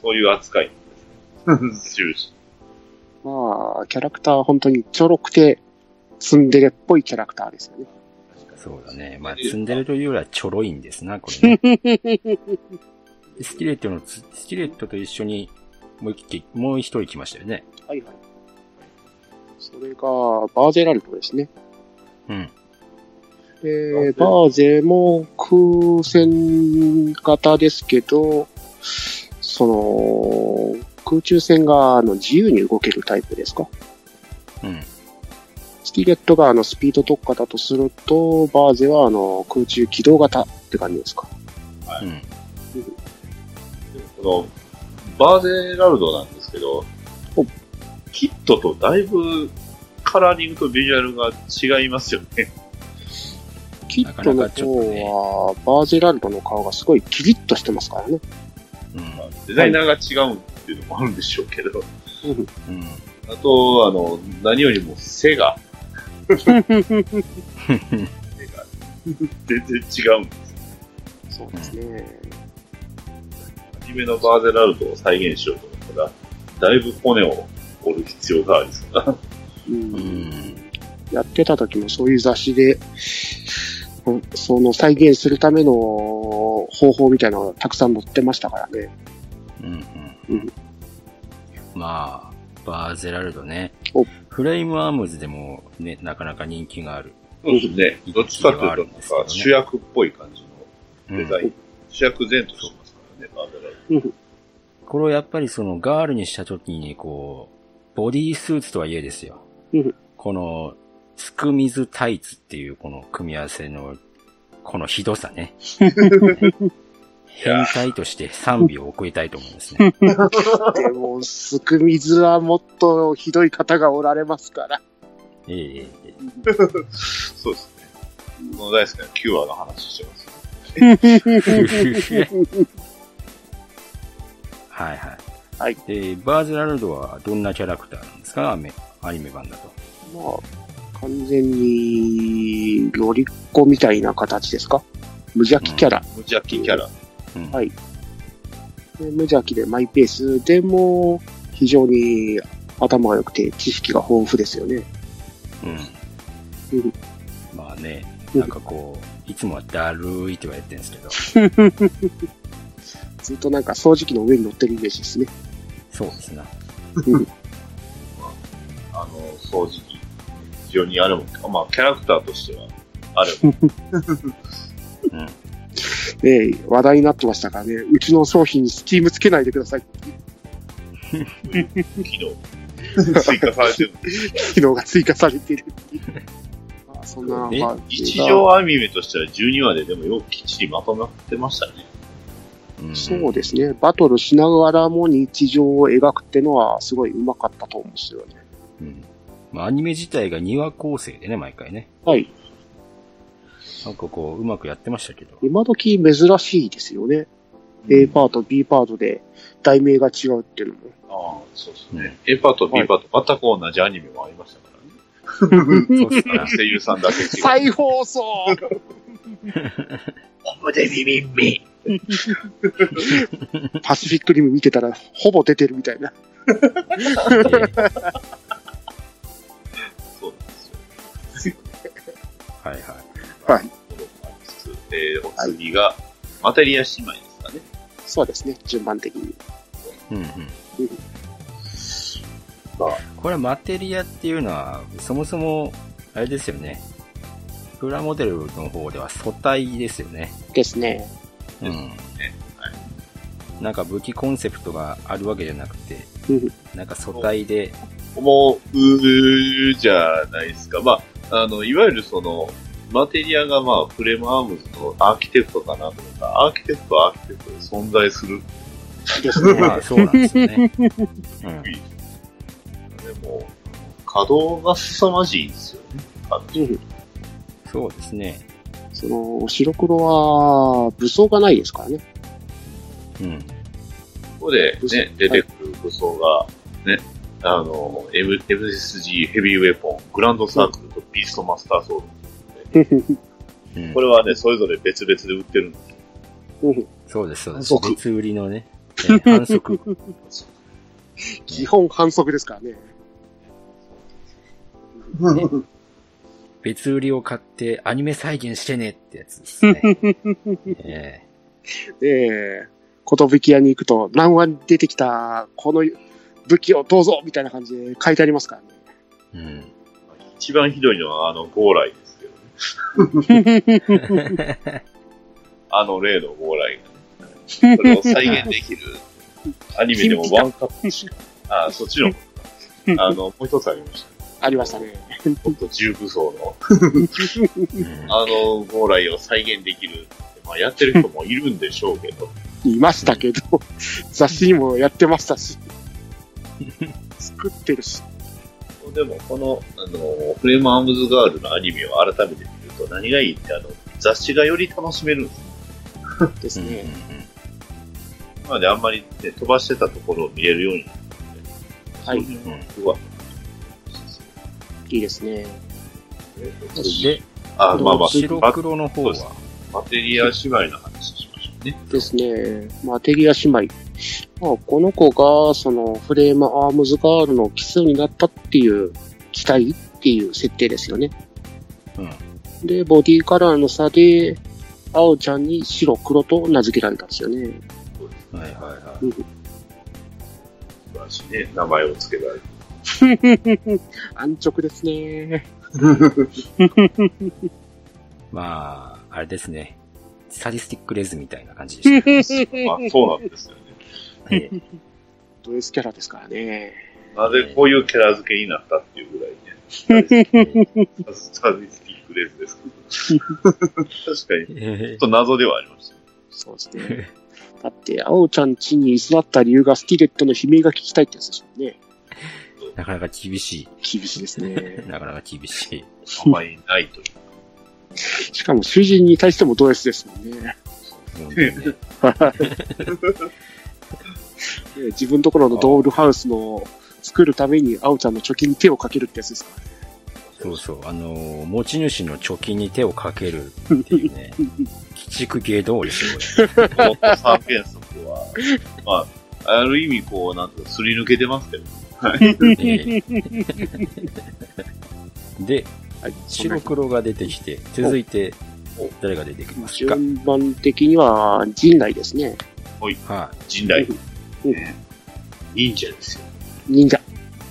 Speaker 3: そういう扱いですね。終始。
Speaker 2: まあ、キャラクターは本当にちょろくて、ツンデレっぽいキャラクターですよね。
Speaker 1: そうだね。まあ、ツンデレというよりはちょろいんですな、これね。スキレットのつ、スキレットと一緒に、もう一匹、もう一人来ましたよね。
Speaker 2: はいはい。それが、バーゼラルトですね。
Speaker 1: うん。
Speaker 2: えー、バーゼも空戦型ですけど、その、空中戦があの自由に動けるタイプですか
Speaker 1: うん。
Speaker 2: スキレットがあのスピード特化だとすると、バーゼはあの空中機動型って感じですか
Speaker 1: うん。
Speaker 3: この、バーゼラルドなんですけど、キットとだいぶカラーリングとビジュアルが違いますよね。
Speaker 2: キットの
Speaker 1: なかなかちょっとね
Speaker 2: 方は、バーゼラルトの顔がすごいキリッとしてますからね。
Speaker 1: うん。
Speaker 3: デザイナーが違うっていうのもあるんでしょうけど。
Speaker 1: うん。
Speaker 3: あと、あの、何よりも背が、背が全然違うんです。
Speaker 2: そうですね。
Speaker 3: アニメのバーゼラルドを再現しようと思ったら、だいぶ骨を折る必要がありそうな。
Speaker 2: う
Speaker 1: うんん。
Speaker 2: やってた時もそういう雑誌で、うんその再現するための方法みたいなのがたくさん載ってましたからね。
Speaker 1: うん
Speaker 2: う
Speaker 1: うんん。まあ、バーゼラルドね
Speaker 2: お。
Speaker 1: フレイムアームズでもね、なかなか人気がある。
Speaker 3: そうですね。どっちかというと、なんか主役っぽい感じ
Speaker 1: う
Speaker 3: の
Speaker 1: ん
Speaker 3: デザイン。主役前としてますからね、バーゼラル
Speaker 1: これをやっぱりそのガールにした時にこう、ボディースーツとはいえですよ
Speaker 2: うん。
Speaker 1: この、スクミズタイツっていうこの組み合わせの、このひどさ ね。変態として賛美を送りたいと思うんです ね。
Speaker 2: でも、すくみずはもっとひどい方がおられますから。
Speaker 1: えええええ
Speaker 3: ド。そうですね。この大好きなキュアの話してます。
Speaker 1: えはいはい。
Speaker 2: はい
Speaker 1: で、バーゼラルドはどんなキャラクターなんですかアメアニメ版だと。
Speaker 2: まあ、完全に、ロリッコみたいな形ですか無邪気キャラ。
Speaker 3: 無邪気キャラ。
Speaker 1: うん
Speaker 2: はいで無邪気でマイペースでも、非常に頭が良くて知識が豊富ですよね。
Speaker 1: う
Speaker 2: うん
Speaker 1: ん。まあね、なんかこう、いつもはだるいって言われてるんですけど、
Speaker 2: ずっとなんか掃除機の上に乗ってるイメージですね。
Speaker 1: そうですな。
Speaker 3: あの、掃除機。非常にあれも、まあ、キャラクターとしては、あれも。
Speaker 1: うん。
Speaker 2: ねえ、話題になってましたからね。うちの商品にスチームつけないでください。
Speaker 3: 機能、 追加されてる。
Speaker 2: 機能が追加されてる。まあ、そんな、まあ
Speaker 1: え、
Speaker 3: 日常アニメとしては12話ででもよくきっちりまとまってましたね。
Speaker 1: ん
Speaker 2: そうですね。バトルしながらも日常を描くってのはすごい上手かったと思うんですよね。
Speaker 1: うん。まあ、アニメ自体が2話構成でね、毎回ね。
Speaker 2: はい。
Speaker 1: なんかこう、うまくやってましたけど。
Speaker 2: 今時珍しいですよね。A パート、B パートで題名が違うっていうのも。
Speaker 3: ああ、そうです
Speaker 1: ね
Speaker 3: ね。A パート、
Speaker 2: はい
Speaker 3: B パート、全く同じアニメもありましたからね。
Speaker 1: そうっすな。
Speaker 3: 声優さんだけ違う。
Speaker 2: 再放送
Speaker 3: ホムデビビンビ
Speaker 2: パシフィックリム見てたらほぼ出てるみたいな。
Speaker 1: は
Speaker 3: そうなんですよ。
Speaker 1: いはい。
Speaker 3: このパーツツーえー、お次が、マテリア姉妹ですかね。
Speaker 2: そうですね、順番的に。
Speaker 1: うんうん
Speaker 2: うん。
Speaker 3: まあ
Speaker 1: これマテリアっていうのは、そもそも、あれですよね。プラモデルの方では素体ですよね。
Speaker 2: ですね。
Speaker 1: うん。なんか武器コンセプトがあるわけじゃなくて
Speaker 2: うん、
Speaker 1: なんか素体で、
Speaker 3: 思うじゃないですか。まあ、あの、いわゆるその、マテリアがまあ、フレームアームズのアーキテクトかなと思ったら、アーキテクトはアーキテクトで存在する。
Speaker 2: ですね。
Speaker 1: まあそうなんですよね。うん
Speaker 3: でも、稼働が凄まじいんですよね。
Speaker 2: うん
Speaker 1: そうですね。
Speaker 2: その、白黒は武装がないですからね。
Speaker 1: うん。
Speaker 3: ここで
Speaker 2: 武装
Speaker 3: ね、出てくる武装が、ね、あの、M- MSG ヘビーウェポン、グランドサークルとビーストマスターソー
Speaker 1: うん
Speaker 3: ド。これはね、それぞれ別々で売ってるんですよ。
Speaker 1: そうです、そうで
Speaker 2: 反
Speaker 1: す。
Speaker 2: 則
Speaker 1: 別売りのね、えー反則。
Speaker 2: 基本反則ですからね。
Speaker 1: 別売りを買ってアニメ再現してねってやつですね。ええ
Speaker 2: ええ寿屋に行くと、乱話に出てきた、この武器をどうぞみたいな感じで書いてありますからね。
Speaker 1: うん。
Speaker 3: 一番ひどいのは、あの、ゴーライですけどね。あの例のゴーライがね。それを再現できる。アニメでもワンカップしか。あそっちの。あの、もう一つありまし
Speaker 2: ありましたね。
Speaker 3: た。ほんと、重武装の、
Speaker 1: うん
Speaker 3: あの、ゴーライを再現できるって。まあ、やってる人もいるんでしょうけど。
Speaker 2: いましたけど、 雑誌にもやってましたし。作ってるし。
Speaker 3: でも、この、あの、フレームアームズガールのアニメを改めて見ると何がいいって、あの、雑誌がより楽しめるんですよ。
Speaker 2: ですね。
Speaker 3: なので、あんまり、ね、飛ばしてたところを見れるようになるので。
Speaker 2: はい
Speaker 3: そういうのはすごい
Speaker 2: いいですね。
Speaker 1: で、
Speaker 3: あ、まあまあ、
Speaker 1: 白黒の方は、
Speaker 3: バッテリア姉妹の話しましょうね。
Speaker 2: ですね。マテリア姉妹。まあ、この子が、その、フレームアームズガールの基礎になったっていう、期待っていう設定ですよね。で、ボディカラーの差で、青ちゃんに白黒と名付けられたんですよね。
Speaker 1: うん。はいはいは
Speaker 3: 素晴らしいね。名前を付けられる。
Speaker 2: 安直ですね。
Speaker 1: い。まあ、あれですね。サディスティックレズみたいな感じでしたね。
Speaker 3: まあ、そうなんですよね。
Speaker 1: ええ
Speaker 2: ド S キャラですからね。
Speaker 3: なぜこういうキャラ付けになったっていうぐらいね。サービスティックレーズですけど。確かに、ちょ
Speaker 1: え
Speaker 3: っと謎ではありましたね。
Speaker 2: そうですね。だって、青ちゃん家に居座った理由がスティレットの悲鳴が聞きたいってやつですもんね。
Speaker 1: えなかなか厳し
Speaker 2: 厳しいです
Speaker 1: い。
Speaker 2: ね。
Speaker 1: なかなか厳しい。
Speaker 3: あまりないという。
Speaker 2: しかも主人に対してもド S ですもんね。
Speaker 1: 本当にね
Speaker 2: で自分ところのドールハウスの作るために、青ちゃんの貯金に手をかけるってやつですか
Speaker 1: そうそう。あのー、持ち主の貯金に手をかけるっていうね。鬼畜芸通りですよ、こ
Speaker 3: もっと三原則は、まあ、ある意味こう、なんとかすり抜けてますけど。
Speaker 1: れええで、
Speaker 2: はい、
Speaker 1: 白黒が出てきて、続いて、誰が出てきますか
Speaker 2: 順番的には、陣内ですね。
Speaker 1: はい、
Speaker 3: 人類
Speaker 2: うん。
Speaker 3: ね忍者ですよ。
Speaker 2: 忍者。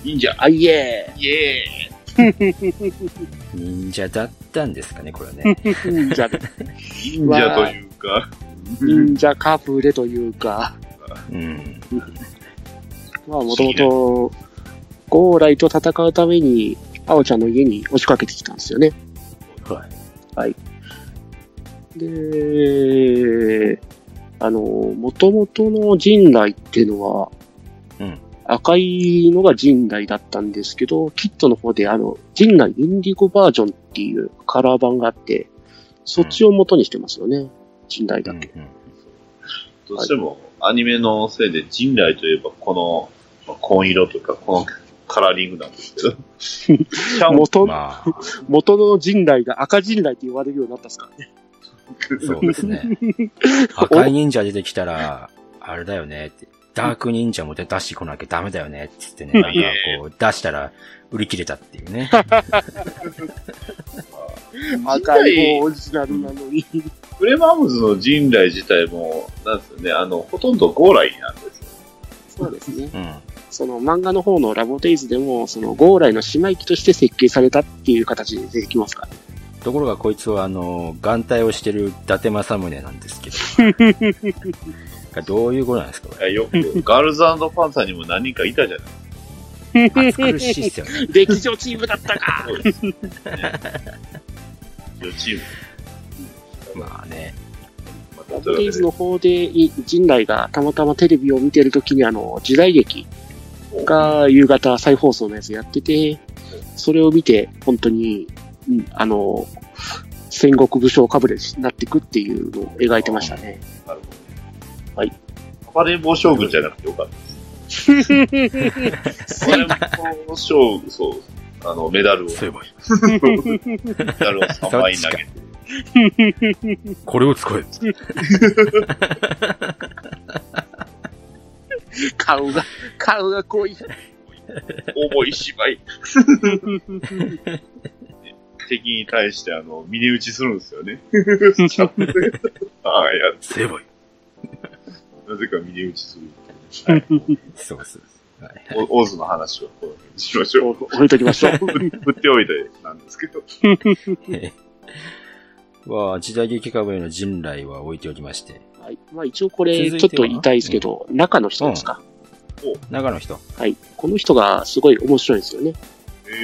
Speaker 3: 忍者
Speaker 2: あいえ
Speaker 3: イエーイ
Speaker 1: 忍者だったんですかね、これはね。
Speaker 2: 忍 者で。
Speaker 3: 忍者というか、
Speaker 2: 忍者カプレというか、
Speaker 1: うん。
Speaker 2: まあ、もともと、ゴーライと戦うために、青ちゃんの家に押しかけてきたんですよね。
Speaker 1: はい。
Speaker 2: で、あの、もともとの陣内っていうのは、
Speaker 1: うん
Speaker 2: 赤いのが陣内だったんですけど、キットの方で、あの、陣内インディゴバージョンっていうカラー版があって、そっちを元にしてますよね。陣内だけ。
Speaker 1: うんうん
Speaker 3: どうしてもアニメのせいで人類といえばこの、まあ、紺色というか、このカラーリングなんですけど、シャンも
Speaker 2: 元、
Speaker 1: まあ、
Speaker 2: 元の陣内が赤陣内って言われるようになったんですからね。
Speaker 1: そうですね。 赤い忍者出てきたら、あれだよねって。ダーク忍者も出してこなきゃダメだよねって言ってね、なんかこう出したら売り切れたっていうね。
Speaker 2: 赤い方オリジナルなのに。
Speaker 3: フレマームズの人類自体も、なんですよね、あの、ほとんどゴーライなんです
Speaker 2: そ
Speaker 3: よ。
Speaker 2: うですね。
Speaker 1: うん。
Speaker 2: その漫画の方のラボデイズでも、そのゴーライの姉妹機として設計されたっていう形で出てきますからね。
Speaker 1: ところがこいつはあの、眼帯をしてる伊達政宗なんですけど。どういうことなんですかこ
Speaker 3: いやよく、ガールズパンサーにも何人かいたじゃない
Speaker 1: れ。 暑苦しいっすよ ね。
Speaker 2: 歴上チームだったか
Speaker 3: ですか。両チーム。
Speaker 1: まあね。
Speaker 3: まあ
Speaker 2: ラ
Speaker 3: と
Speaker 2: ボデ
Speaker 3: い
Speaker 2: イ
Speaker 3: う
Speaker 2: ズ
Speaker 3: わ
Speaker 2: の方で、い陣内がたまたまテレビを見てるときに、あの、時代劇
Speaker 3: けで
Speaker 2: が夕方再放送のやつやってて、それを見て、本当に、うんあの、戦国武将かぶれになっていくっていうのを描いてましたね。
Speaker 3: なるほど
Speaker 2: はい。
Speaker 3: 暴れん坊将軍じゃなくてよかった。暴れん坊将軍、そう、あの、メダルを、メ
Speaker 1: そういえば、
Speaker 3: ダルを3枚投げて。
Speaker 1: これを使え。
Speaker 2: 顔が、顔が濃い。
Speaker 3: 重い芝 居。敵に対して、あの、峰打ちするんで すよね。ちゃんとねああ、いや、
Speaker 1: セボイ。
Speaker 3: なぜか峰打ちする。 はい、
Speaker 1: そうそうそう。はい
Speaker 3: おオーズの話はこの辺にしましょう。
Speaker 2: 置いとき ましょう。
Speaker 3: 振っておいてなんですけど。
Speaker 1: は、時代劇カバーへの陣来は置いておきまして、
Speaker 2: はい。まあ一応これ、
Speaker 1: 続い
Speaker 2: ち
Speaker 1: て
Speaker 2: ょ
Speaker 1: は
Speaker 2: っと痛いですけど、中の人ですか、
Speaker 1: 中の人。
Speaker 2: はい。この人がすごい面白いんですよね。
Speaker 3: え
Speaker 1: うん
Speaker 2: え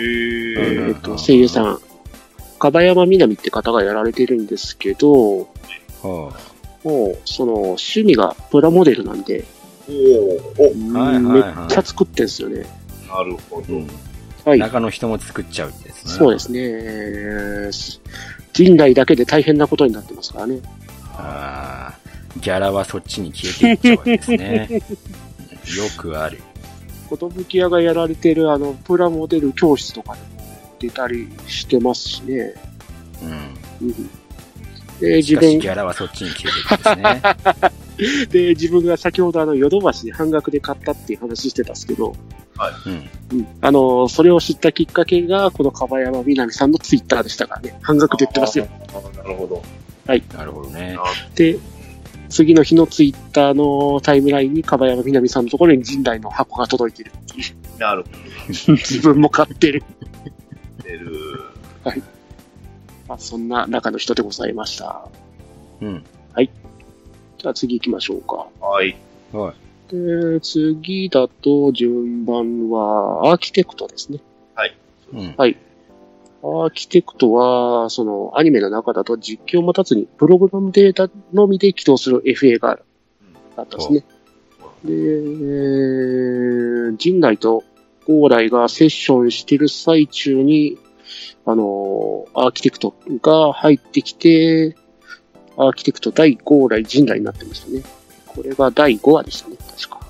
Speaker 3: ー
Speaker 2: っ、と、声優さん、かばやまみなみって方がやられてるんですけど、
Speaker 1: は
Speaker 2: もう、その、趣味がプラモデルなんで、
Speaker 3: おー
Speaker 1: はいはい
Speaker 2: めっちゃ作ってんですよね。
Speaker 3: お、なるほ
Speaker 1: あ
Speaker 3: ど。
Speaker 1: うん
Speaker 2: はい。
Speaker 1: 中の人も作っちゃうんですね。
Speaker 2: そうですね。人類だけで大変なことになってますからね。
Speaker 1: あーギャラはそっちに消えていっちゃうわけです ね。よくある。
Speaker 2: 寿屋がやられてる、あの、プラモデル教室とかでも出たりしてますしね。
Speaker 1: うん。
Speaker 2: うん、で、自
Speaker 1: しかし
Speaker 2: 分
Speaker 1: ギ、ャラはそっちに消えていくんですね。
Speaker 2: で、自分が先ほどあの、ヨドバシで半額で買ったっていう話してたんですけど、
Speaker 1: うん。
Speaker 2: うん、あの、それを知ったきっかけが、この樺山みなみさんのツイッターでしたからね。半額で言ってますよ。
Speaker 3: あー。なるほど。
Speaker 1: なるほどね。
Speaker 2: で、次の日のツイッターのタイムラインに、樺山みなみさんのところに陣内の箱が届いてるっていう。
Speaker 3: なるほ
Speaker 2: 自分も買ってる。
Speaker 3: ど。出る。
Speaker 2: まあ、そんな中の人でございました。
Speaker 1: うん。
Speaker 2: じゃあ次行きましょうか。
Speaker 3: はい。
Speaker 1: はい。
Speaker 2: で、次だと順番は、アーキテクトですね。
Speaker 1: うん。
Speaker 2: アーキテクトは、その、アニメの中だと実況も立つに、プログラムデータのみで起動する FA があるだったんですね。で、えー陣内と高麗がセッションしてる最中に、あのーアーキテクトが入ってきて、アーキテクト第高麗陣内になってましたね。これが第5話でしたね、確か。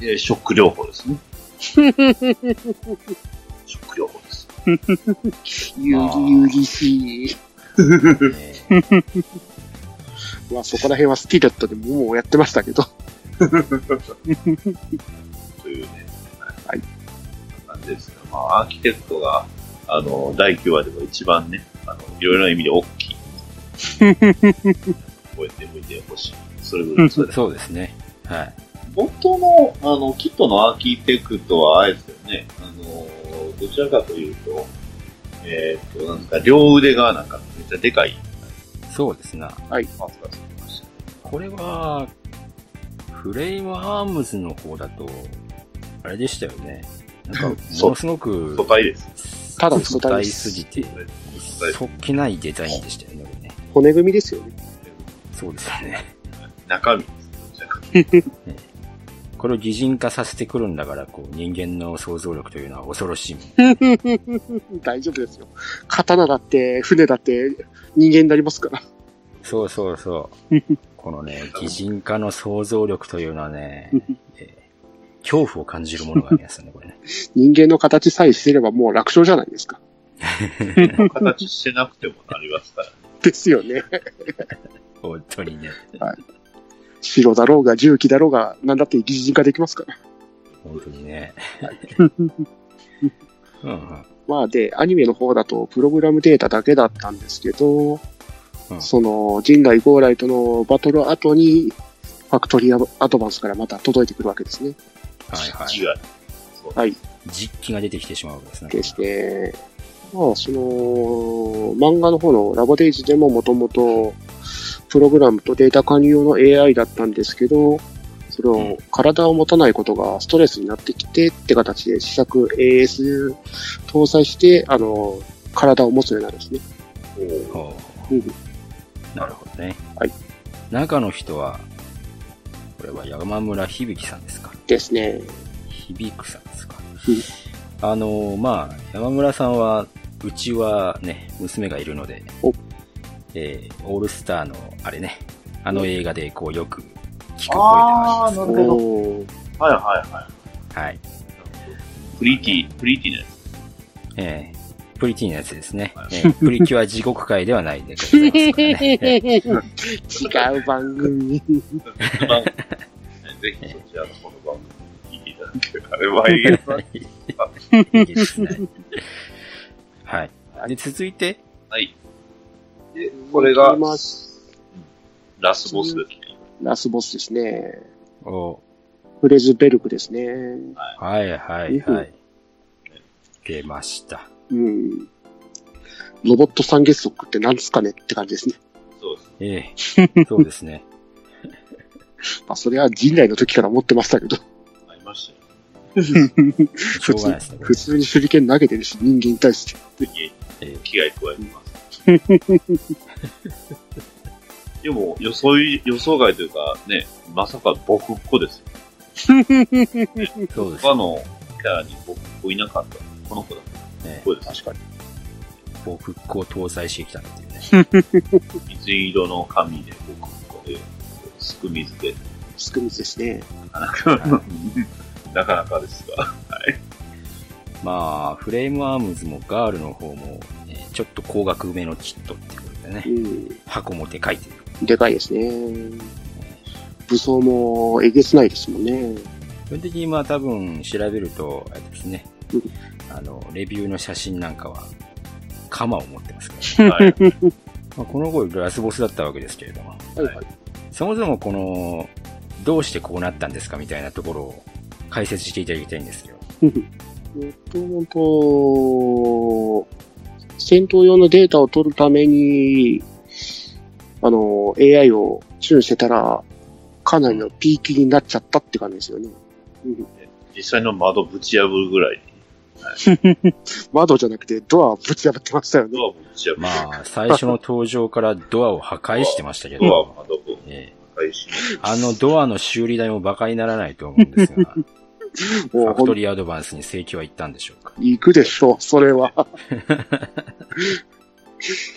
Speaker 3: えーショック療法 ですね。ショック療 法です。
Speaker 2: ゆりゆりしい。
Speaker 1: ね
Speaker 2: まあそこら辺はスティレットでももうやってましたけど。
Speaker 3: というね。
Speaker 2: はい。
Speaker 3: なんですが、まあ、アーキテクトが、あの、第9話でも一番ね、あの、いろいろな意味で大きい。 覚えておいてほしい。それぐらい、それ
Speaker 1: そうですね。はい。
Speaker 3: 元の、あの、キットのアーキテクトは、あれですよね、あの、どちらかというと、えーっ、と、なんですか、両腕がなんかめっちゃでかい
Speaker 1: そうですな。
Speaker 3: マスクがついてましたね。
Speaker 1: これは、フレイムアームズの方だと、あれでしたよね。なんか、
Speaker 3: そ
Speaker 1: も
Speaker 3: う
Speaker 1: のすごく、
Speaker 3: 素体です。
Speaker 2: ただの素体です
Speaker 1: ぎて、
Speaker 3: 体
Speaker 1: そっけないデザインでしたよね、これね。
Speaker 2: 骨組みですよね。
Speaker 1: そうですよね。
Speaker 3: 中身です。どちらかという
Speaker 1: これを擬人化させてくるんだから、こう、人間の想像力というのは恐ろしいもん。
Speaker 2: 大丈夫ですよ。刀だって、船だって、人間になりますから。
Speaker 1: そうそうそう。 このね、擬人化の想像力というのはね、えー恐怖を感じるものがありますよね、これね。
Speaker 2: 人間の形さえしてればもう楽勝じゃないですか。
Speaker 3: と形してなくてもなりますから。
Speaker 2: ですよね。
Speaker 1: 本当にね。
Speaker 2: 白だろうが、重機だろうが、なんだって擬人化できますから。
Speaker 1: 本当にね。うんうん
Speaker 2: まあで、アニメの方だと、プログラムデータだけだったんですけど、
Speaker 1: うん
Speaker 2: その、陣内ゴーライとのバトル後に、ファクトリーアドバンスからまた届いてくるわけですね。
Speaker 1: はいは
Speaker 3: 違
Speaker 1: い。
Speaker 3: う。
Speaker 1: 実機が出てきてしまうわけですね。
Speaker 2: ですね。まあ、その、漫画の方のラボデイズでももともと、プログラムとデータ管理用の AI だったんですけど、それを体を持たないことがストレスになってきてって形で試作 AS 搭載して、あの、体を持つようになるんですね。
Speaker 1: ほ
Speaker 2: うん
Speaker 1: うなるほどね。
Speaker 2: はい。
Speaker 1: 中の人は、これは山村響さんですか
Speaker 2: ですね。
Speaker 1: 響くさんですか
Speaker 2: うん。
Speaker 1: あのーまあ、山村さんは、うちはね、娘がいるので
Speaker 2: お、
Speaker 1: えーオールスターの、あれね、あの映画で、こう、よく聞く声で
Speaker 3: あ
Speaker 1: はあ
Speaker 3: あ、
Speaker 1: りま
Speaker 3: なるほど。
Speaker 2: おー
Speaker 3: はいはいは
Speaker 1: す。はい。
Speaker 3: い。プリティ、プリティなやつ。
Speaker 1: えープリティなやつですね
Speaker 3: はい。
Speaker 1: えープリキュア地獄界ではないでございますからね。えー
Speaker 2: 違う番組。
Speaker 3: まあぜひそちらのこの番組いいな。あれはえげつない。
Speaker 1: いいですねはい。で、続いて、
Speaker 3: はい。で、これが
Speaker 2: いきます
Speaker 3: ラスボスですね。
Speaker 2: ラスボスですね。
Speaker 1: お
Speaker 2: フレズベルクですね。
Speaker 1: はいはいはい。出ました。
Speaker 2: うん。ロボット三月足って何ですかねって感じですね。
Speaker 3: そうです。
Speaker 1: ええそうですね。
Speaker 2: まあ、それは陣内の時から持ってましたけど、
Speaker 3: ありましたよ。
Speaker 1: しょうがないですね。
Speaker 2: 普通に手裏剣投げてるし、人間に対して。
Speaker 3: 次
Speaker 1: ええ
Speaker 3: 危害加えてます。でも、予想い、予想外というか、ね、まさか僕っ子ですよ。
Speaker 1: そうです
Speaker 3: 他のキャラに僕っ子いなかった。この子だ。
Speaker 1: ね。
Speaker 3: これ確かに。
Speaker 1: こう復興搭載してきたっていう ね。
Speaker 3: 水色の髪で僕っ子で、すく水で、
Speaker 2: スクミスですね。
Speaker 3: なかなか、なかなかですが。
Speaker 1: まあ、フレームアームズもガールの方も、えーちょっと高額めのキットっていうことで
Speaker 2: う
Speaker 1: ね。
Speaker 2: ん。
Speaker 1: 箱もでかいという。
Speaker 2: でかいですね。武装もえげつないですもんね。
Speaker 1: 基本的にまあ多分調べると、あれですね
Speaker 2: うん。
Speaker 1: あの、レビューの写真なんかは、鎌を持ってますから、
Speaker 3: はい。
Speaker 1: まあ、この頃ラスボスだったわけですけれども、
Speaker 2: はいはい。
Speaker 1: そもそもこの、どうしてこうなったんですかみたいなところを解説していただきたいんですけど。
Speaker 2: もともと、戦闘用のデータを取るために、あの、AI をチューンしてたら、かなりのピーキになっちゃったって感じですよね。うん、
Speaker 3: 実際の窓ぶち破るぐらい。
Speaker 2: 窓じゃなくてドアをぶち破ってましたよね。
Speaker 3: ドアもぶち破る。
Speaker 1: まあ、最初の登場からドアを破壊してましたけ
Speaker 3: ドアも
Speaker 1: ど、
Speaker 3: 窓も
Speaker 1: ええ
Speaker 3: 破壊し、
Speaker 1: あのドアの修理代も馬鹿にならないと思うんです が、フ
Speaker 2: もう
Speaker 1: ァク
Speaker 2: ほ
Speaker 1: ト
Speaker 2: ん
Speaker 1: リーアドバンスに請求は行ったんでしょうか。
Speaker 2: 行くでしょう、それは。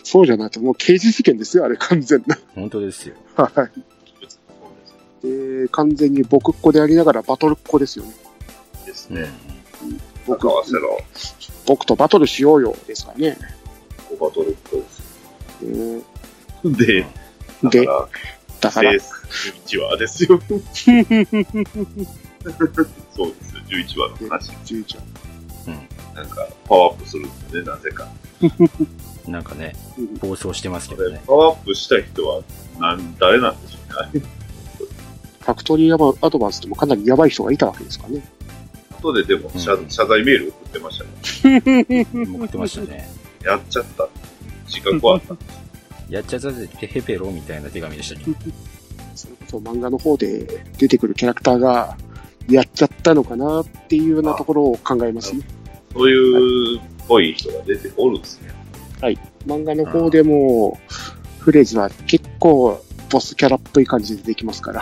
Speaker 2: そうじゃないと、もう刑事事件ですよ、あれ、完全な。
Speaker 1: 本当ですよ。
Speaker 2: はい。えー完全に僕っ子でありながらバトルっ子ですよね。
Speaker 3: です
Speaker 1: うん
Speaker 3: ね。僕
Speaker 2: 僕
Speaker 3: 合わせろ。
Speaker 2: 僕とバトルしようよ、ですからね。
Speaker 3: オバトルっ子です。
Speaker 2: えー
Speaker 3: で、
Speaker 2: で、
Speaker 3: だ
Speaker 2: だ
Speaker 3: か、
Speaker 2: からら
Speaker 3: レー、ス11話です よ。そうですよ、11話の話。
Speaker 2: 11話。
Speaker 3: なんか、パワーアップするんですよね、なぜか。
Speaker 1: なんかね、
Speaker 2: うん
Speaker 1: 暴走してますけ
Speaker 3: こ
Speaker 1: ど
Speaker 3: れ
Speaker 1: ね。
Speaker 3: パワーアップした人は、なん、誰なんでしょうね。
Speaker 2: ファクトリーアドバンスでもかなりやばい人がいたわけですからね。
Speaker 3: 後ででも謝,、
Speaker 1: うん
Speaker 3: 謝罪メール送ってましたね。
Speaker 1: 持ってましたね。
Speaker 3: やっちゃった。自覚はあった。
Speaker 1: やっちゃったぜ、てへぺろみたいな手紙でしたっけ
Speaker 2: それこそ漫画の方で出てくるキャラクターが、やっちゃったのかなっていうようなところを考えますね。
Speaker 3: そういう、っぽい人が出ておるんですね。
Speaker 2: 漫画の方でも、フレーズは結構ボスキャラっぽい感じでできますから。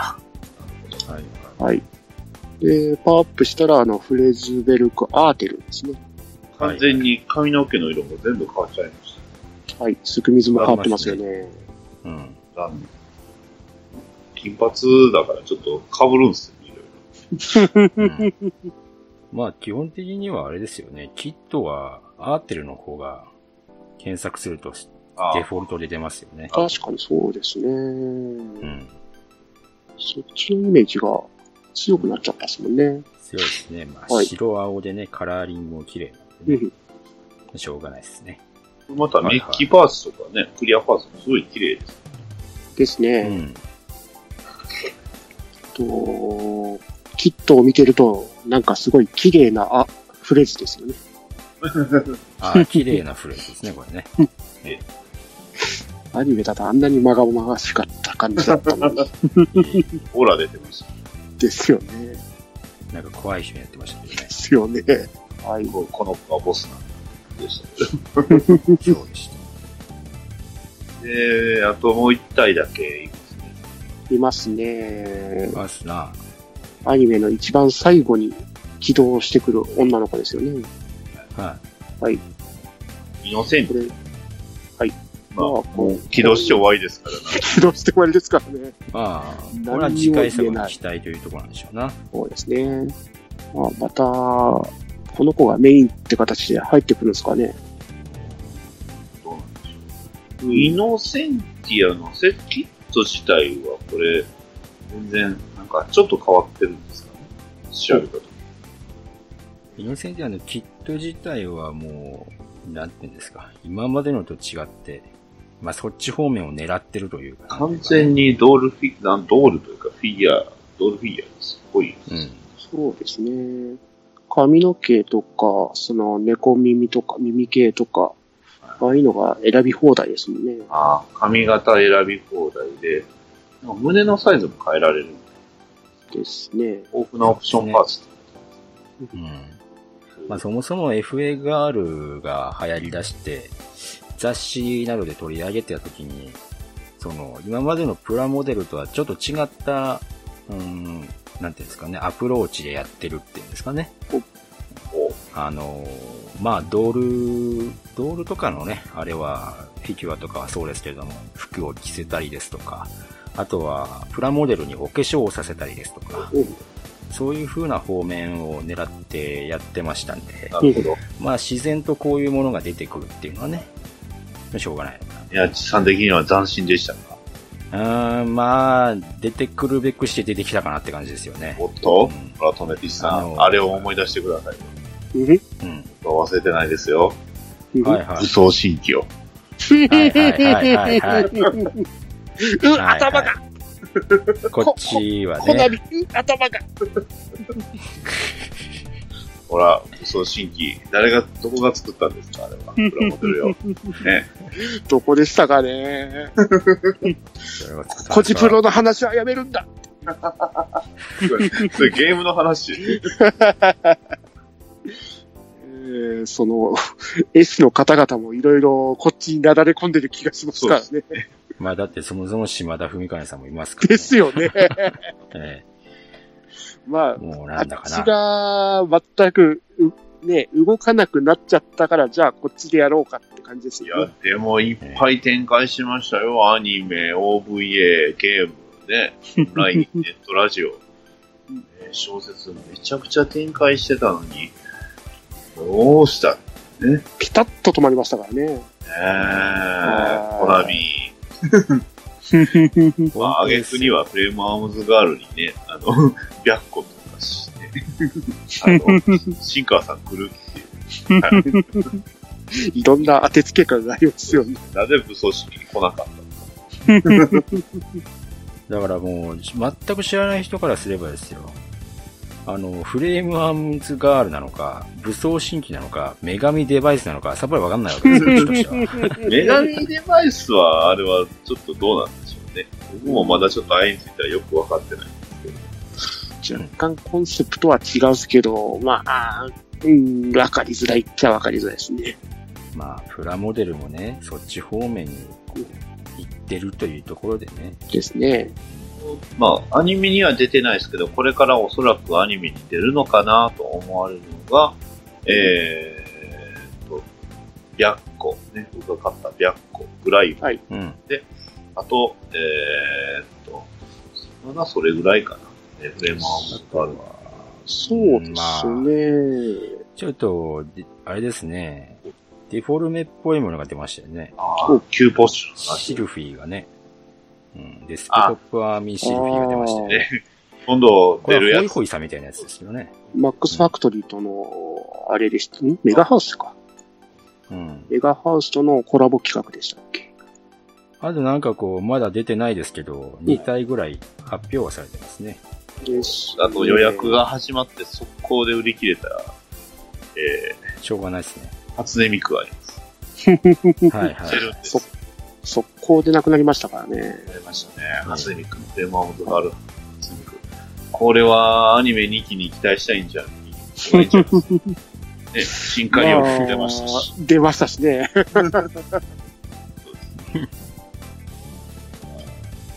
Speaker 1: はい。
Speaker 2: はい。で、パワーアップしたら、あの、フレーズベルクアーテルですね。
Speaker 3: 完全に髪の毛の色も全部変わっちゃいまし
Speaker 2: はい。すくみずも変わってますよね。
Speaker 1: うん。
Speaker 3: た。なん金髪だからちょっと被るんですよ、いろいろ。
Speaker 1: うんまあ、基本的にはあれですよね。キットは、アーテルの方が、検索すると、
Speaker 3: あ
Speaker 1: デフォルトで出ますよね。
Speaker 2: 確かにそうですね。
Speaker 1: うん。
Speaker 2: そっちのイメージが強くなっちゃったですもんね。
Speaker 1: 強いですね。まあ、
Speaker 2: はい
Speaker 1: 白青でね、カラーリングも綺麗なん
Speaker 2: う
Speaker 1: でね、
Speaker 2: ん。
Speaker 1: しょうがないですね。
Speaker 3: またメッキパーツとかね、クリアパーツもすごい綺麗です。
Speaker 2: です
Speaker 1: う
Speaker 2: ね。
Speaker 1: ん。
Speaker 2: と、キットを見てると、なんかすごい綺麗なあフレーズですよね。
Speaker 1: あ ー綺麗なフレーズですね、これね。
Speaker 2: アニメだとあんなにまがまがしかった感じだったのに。
Speaker 3: オーラ出てました。
Speaker 2: ですよね。
Speaker 1: なんか怖い人にやってましたけど ね
Speaker 2: で。すよね。はい。
Speaker 3: ここの子がボスなんだ。でした
Speaker 1: そうでした。
Speaker 3: けど。で、あともう一体だけいますね。
Speaker 2: い
Speaker 1: ま
Speaker 2: ますね。
Speaker 1: ずな、
Speaker 2: アニメの一番最後に起動してくる女の子ですよね。
Speaker 1: は
Speaker 3: イノセン
Speaker 2: こ
Speaker 3: ト。
Speaker 2: れ、
Speaker 3: まあ、
Speaker 2: まあ
Speaker 3: もう起動して終わりですからな。
Speaker 2: 起動して終わりですからね。
Speaker 1: い。まあ、
Speaker 2: 何にも
Speaker 1: これは次回作の期待というところなんでしょうな。
Speaker 2: そうですね。まあ、また、この子がメインって形で入ってくるんですかね。
Speaker 3: どうなんでしょう。イノセンティアのセキット自体はこれ、全然、なんかちょっと変わってるんですかね。調べたとこ
Speaker 1: イノセンティアのキット自体はもう、なんていうんですか、今までのと違って、まあそっち方面を狙ってるというか。
Speaker 3: 完全にドールフィ、なんドールというかフィギュア、ドールフィギュアですっごい。
Speaker 1: うん。
Speaker 2: そうですね。髪の毛とか、その猫耳とか耳系とか、ああいうのが選び放題ですもんね。
Speaker 3: ああ、髪型選び放題で、なんか胸のサイズも変えられる。
Speaker 2: ですね。
Speaker 3: 豊富なオプションパーツ。
Speaker 1: うん。まあそもそも FA ガールが流行り出して、雑誌などで取り上げてた時に、その、今までのプラモデルとはちょっと違った、うん、なんていうんですかね、アプローチでやってるっていうんですかね。
Speaker 3: こ
Speaker 1: あのーまあ、ドール、ドールとかのね、あれは、フィギュアとかはそうですけれども、服を着せたりですとか、あとは、プラモデルにお化粧をさせたりですとか、
Speaker 2: うん
Speaker 1: そういう風な方面を狙ってやってましたんで
Speaker 3: う、なるほど。
Speaker 1: まあ、自然とこういうものが出てくるっていうのはね、しょうがないのかな。
Speaker 3: いや、地産的には斬新でしたが。
Speaker 1: うーん、まあ、出てくるべくして出てきたかなって感じですよね。
Speaker 3: おっと
Speaker 1: うん
Speaker 3: 村留ピさ
Speaker 1: あ
Speaker 3: ん、
Speaker 1: の
Speaker 3: あれを思い出してください。
Speaker 2: うん
Speaker 1: うん。
Speaker 3: 忘れてないですよ。
Speaker 2: うん
Speaker 1: はいは
Speaker 3: 武
Speaker 1: い。
Speaker 3: 装神器を。
Speaker 1: はい はいはいはいは
Speaker 2: うん頭が、
Speaker 1: がこっちは
Speaker 2: コ
Speaker 1: ね
Speaker 2: ナ。ミ、うん頭が。
Speaker 3: ほら、武装神器。誰が、どこが作ったんですかあれは。プラモデルよ。ね。
Speaker 2: どこでしたかね。コジプロの話はやめるんだ。
Speaker 3: それゲームの話。
Speaker 2: えーその、S の方々もいろいろこっちになだれ込んでる気がしますからね。
Speaker 1: まあだってそもそも島田文香さんもいますから、ね。
Speaker 2: ですよね。
Speaker 1: え
Speaker 2: まあ
Speaker 1: え、もう
Speaker 2: あ
Speaker 1: な
Speaker 2: っ
Speaker 1: んだか
Speaker 2: ち
Speaker 1: な。
Speaker 2: が全く、うね、動かなくなっちゃったから、じゃあこっちでやろうかって感じです
Speaker 3: い
Speaker 2: よ
Speaker 3: や
Speaker 2: ね。、
Speaker 3: でもいっぱい展開しましたよ。アニメ、OVA、ゲーム、ね。オンライン、ネット、ラジオ。ね小説、めちゃくちゃ展開してたのに、どうしたね
Speaker 2: ピタッと止まりましたからね。
Speaker 3: え、コナミ。まあ、
Speaker 1: 本当
Speaker 3: 挙
Speaker 1: で
Speaker 3: 句
Speaker 1: す
Speaker 3: にはフレームアームズガールにね、あの、白個とかして、あの、シンカーさん来るっていう。はい
Speaker 2: いろんな当てつけからなりますよね。
Speaker 3: なぜ武装式に来なかったのか。
Speaker 1: だからもう、全く知らない人からすればですよ。あの、フレームアームズガールなのか、武装神器なのか、女神デバイスなのか、さっぱりわかんないわけですよ、うちとしては。
Speaker 3: 女神デバイスは、あれはちょっとどうなんでしょうね。僕もまだちょっとあれについてはよく分かってない。
Speaker 2: 若干コンセプトは違うですけど、まあ、うん、わかりづらいっちゃわかりづらいですね。
Speaker 1: まあ、プラモデルもね、そっち方面にこう行ってるというところでね。
Speaker 2: ですね。
Speaker 3: まあ、アニメには出てないですけど、これからおそらくアニメに出るのかなと思われるのが、えーと、白個、ね、僕が買った白個、グライブ
Speaker 1: うん。
Speaker 3: あと、えー、っと、まだそれぐらいかな。えー、フレームアームズガールは。
Speaker 2: そうですね。
Speaker 1: ちょっと、であれですね、デフォルメっぽいものが出ましたよね。
Speaker 3: ああ、急ポッシュの
Speaker 1: シ
Speaker 3: 話。
Speaker 1: ルフィーがね。うん。で、スピトップアーミーシルフィーが出ましたよね。
Speaker 3: 今度
Speaker 1: こ
Speaker 3: 出る
Speaker 1: れはホ
Speaker 3: や
Speaker 1: イ
Speaker 3: つ。
Speaker 1: ホイさんみたいなやつですよね。
Speaker 2: マックスファクトリーとの、あれでした、んメガハウスか。
Speaker 1: うん。
Speaker 2: メガハウスとのコラボ企画でしたっけ
Speaker 1: あとなんかこう、まだ出てないですけど、2体ぐらい発表はされてますね。
Speaker 2: です
Speaker 3: あと予約が始まって速攻で売り切れた、え
Speaker 1: しょうがないですね。
Speaker 3: ー、初音ミクがあります。
Speaker 1: はいは
Speaker 3: 出るんです。
Speaker 2: そ速攻でなくなりましたからね。
Speaker 3: 出ましたね。初音ミクのフレームアームズガール。初音ミク。これはアニメ2期に期待したいんじゃん。これじゃんね、新刊より出ましたし。
Speaker 2: まあ出ましたしね。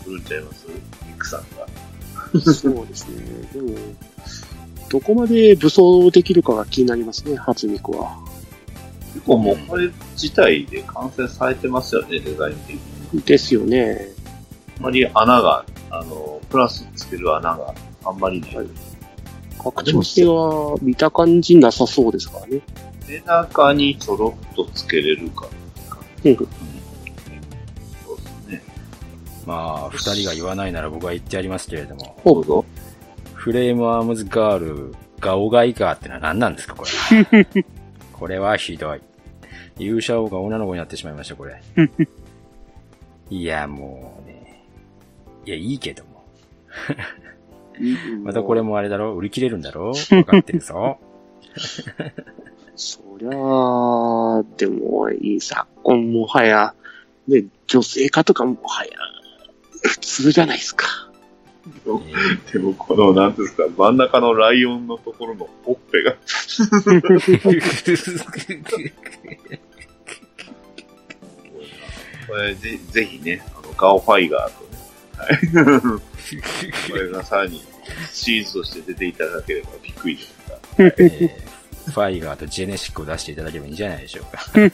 Speaker 3: 来るんちゃいますミクさんが。
Speaker 2: そうですね。でも、どこまで武装できるかが気になりますね、初ミクは。
Speaker 3: 結構もうこれ自体で完成されてますよね、デザイン的に。
Speaker 2: ですよね。
Speaker 3: あんまり穴が、あの、プラスつける穴があんまりない。
Speaker 2: 拡張性は見た感じなさそうですからね。
Speaker 3: 背中にちょろっとつけれるか。
Speaker 2: うん
Speaker 3: そうですね。
Speaker 1: まあ、2人が言わないなら僕は言ってやりますけれども、
Speaker 2: ほうぞ。
Speaker 1: フレームアームズガールガオガイガーってのは何なんですか、これ。これはひどい。勇者王が女の子になってしまいました、これ。いや、もうね。いや、いいけども。またこれもあれだろ売り切れるんだろわかってるぞ。
Speaker 2: そりゃあ、でも、いい昨今もはや、ね、女性化とかもはや、普通じゃないですか。
Speaker 1: えー
Speaker 3: でも、この、なんていうんですか、真ん中のライオンのところのほっぺが、 これぜぜひね、あのガオファイガーとね、これがさらにシリーズとして出ていただければびっくりですが、
Speaker 1: えーファイガーとジェネシックを出していただければいいんじゃないでしょうか。
Speaker 3: 光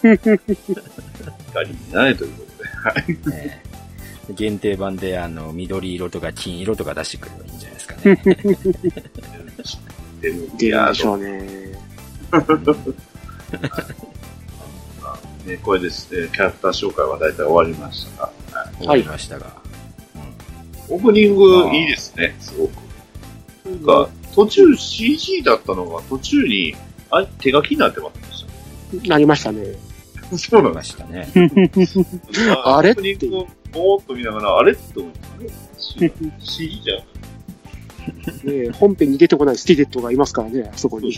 Speaker 3: になれということで、
Speaker 1: えー限定版で、あの、緑色とか金色とか出してくればいいんじゃないですかね。
Speaker 3: でも、い
Speaker 2: 出る
Speaker 3: や
Speaker 2: でしょ
Speaker 3: ー、
Speaker 2: うね。
Speaker 3: ね、これですね、キャラクター紹介は大体終わりましたが、
Speaker 1: 終わりましたが。
Speaker 3: オープニングいいですね、すごく。なんか、途中 CG だったのが、途中に、あ手書きになってませんでし
Speaker 2: なりましたね。
Speaker 3: た。そう
Speaker 1: あ
Speaker 3: な
Speaker 1: り
Speaker 3: ん
Speaker 1: ま
Speaker 3: で。
Speaker 1: すしたね。
Speaker 2: あれ
Speaker 3: オープニングをぼーっと見ながら、あれって 思って、あれ CG じゃん。
Speaker 2: ね本編に出てこないスティレットがいますからね、あそこに。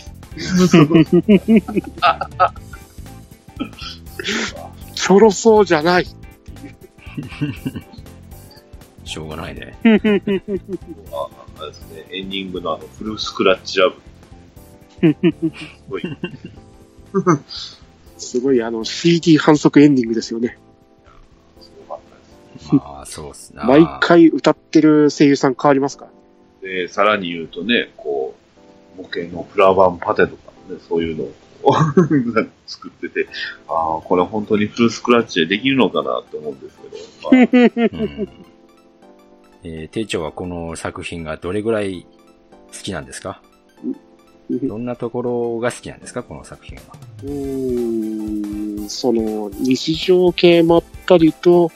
Speaker 2: ちょろそうじゃない。
Speaker 1: しょうがないね。
Speaker 3: ああれですね、エンディングのあの、フルスクラッチラブ。すごい。
Speaker 2: すごい、あの、CD 反則エンディングですよね。
Speaker 3: すごかった
Speaker 1: まあ、そうっすな。
Speaker 2: 毎回歌ってる声優さん変わりますから。
Speaker 3: です。で、さらに言うとね、こう、模型のフラワーパテとかね、そういうのをこう 作ってて、ああ、これ本当にフルスクラッチでできるのかなって思うんです けど、まあ
Speaker 1: うんえー、店長はこの作品がどれぐらい好きなんですかどんなところが好きなんですかこの作品は。
Speaker 2: うーんその、日常系まったりと、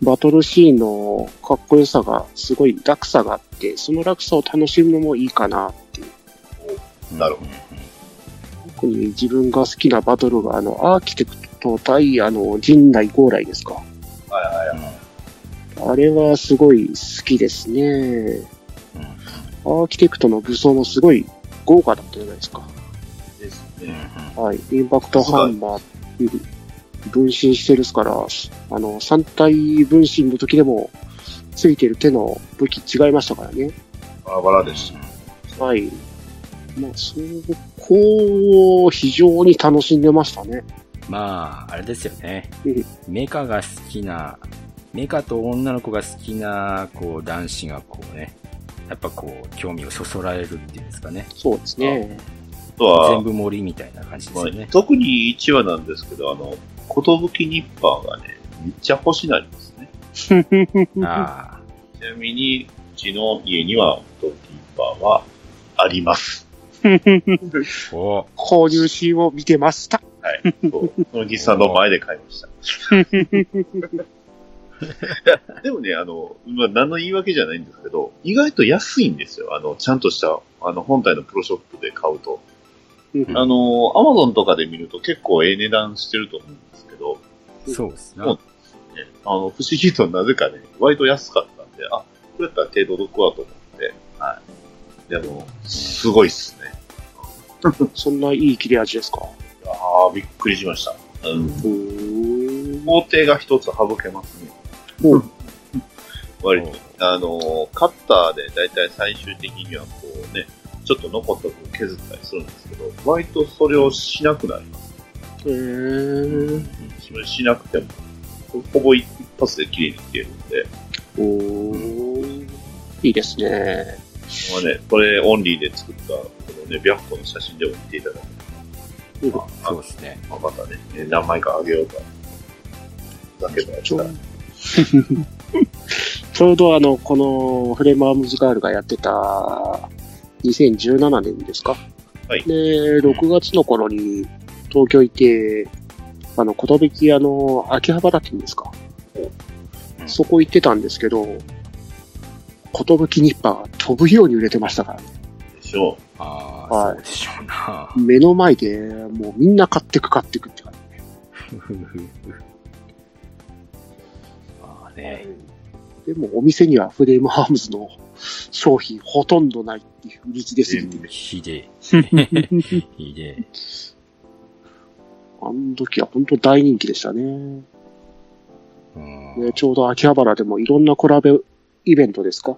Speaker 2: バトルシーンのかっこよさが、すごい落差があって、その落差を楽しむのもいいかなっていう。
Speaker 3: なるほ
Speaker 1: ど。
Speaker 2: 特に自分が好きなバトルが、あの、アーキテクト対、あの、陣内号来ですか。
Speaker 3: はいはいはい。
Speaker 2: あれはすごい好きですね。
Speaker 1: うんうん
Speaker 2: アーキテクトの武装もすごい豪華だったじゃないですか。
Speaker 3: です
Speaker 1: うん
Speaker 3: ね。
Speaker 2: はい。インパクトハンマー、うん分身してるっすから、あの、三体分身の時でも、ついてる手の武器違いましたからね。
Speaker 3: バラバラでした。
Speaker 2: はい。まあ、そこを非常に楽しんでましたね。
Speaker 1: まあ、あれですよね
Speaker 2: うん。
Speaker 1: メカが好きな、メカと女の子が好きな、こう、男子がこうね、やっぱこう、興味をそそられるっていうんですかね。
Speaker 2: そうです ね。
Speaker 3: あとは、
Speaker 1: 全部森みたいな感じです
Speaker 3: ま
Speaker 1: よ
Speaker 3: あ
Speaker 1: ね。
Speaker 3: 特に1話なんですけど、あの、寿ニッパーがね、めっちゃ欲しなりますね。
Speaker 1: ああ、
Speaker 3: ちなみに、うちの家には寿ニッパーはあります。
Speaker 1: お
Speaker 2: 購入シーンを見てました。
Speaker 3: そう。その喫茶の前で買いました。 いやでもね、あの、まあ、何の言い訳じゃないんですけど、意外と安いんですよ。あの、ちゃんとした、あの、本体のプロショップで買うと。
Speaker 2: うん
Speaker 3: あの、アマゾンとかで見ると結構ええ値段してると思うんですけど、
Speaker 1: そうっすな。
Speaker 3: そうねあの、不思議となぜかね、割と安かったんで、あ、これやったら程度どこだと思って、はい。でも、すごいっすね。
Speaker 2: そんないい切れ味ですか。
Speaker 3: ああ、びっくりしました。うん。
Speaker 2: うーん。
Speaker 3: 工程が一つ省けますね。
Speaker 2: おう
Speaker 3: 割と。あの、カッターでだいたい最終的にはこうね、ちょっと残った分削ったりするんですけど、割とそれをしなくなります。
Speaker 2: へー
Speaker 3: それしなくても、ほぼ一発で綺麗に切れるんで、
Speaker 2: おーいいですね。
Speaker 3: まあね、これオンリーで作った、このね、白子の写真でも見ていただく
Speaker 2: うん
Speaker 3: と、あ
Speaker 1: そうっすね。
Speaker 3: まあ、またね、えー何枚かあげようか。だけど、やっ
Speaker 2: ち
Speaker 3: た
Speaker 2: ょ
Speaker 3: ら
Speaker 2: ちょうどあの、このフレームアームズガールがやってた2017年ですか。
Speaker 3: はい
Speaker 2: で、6月の頃に東京行って、あの、ことべきあの、秋葉原店ですか。そこ行ってたんですけど、ことぶきニッパーが飛ぶように売れてましたからね。
Speaker 3: でしょ
Speaker 1: あま
Speaker 2: は
Speaker 1: あ、
Speaker 2: い
Speaker 1: そうでしょうな。
Speaker 2: 目の前で、もうみんな買ってく買ってくって感じ。
Speaker 1: まあね、
Speaker 2: でもお店にはフレームハームズの商品ほとんどないっていう売り切れすぎて。
Speaker 1: ひでえ。ひでえ。
Speaker 2: あの時は本当大人気でしたね。
Speaker 1: うん
Speaker 2: ねちょうど秋葉原でもいろんなコラボイベントですか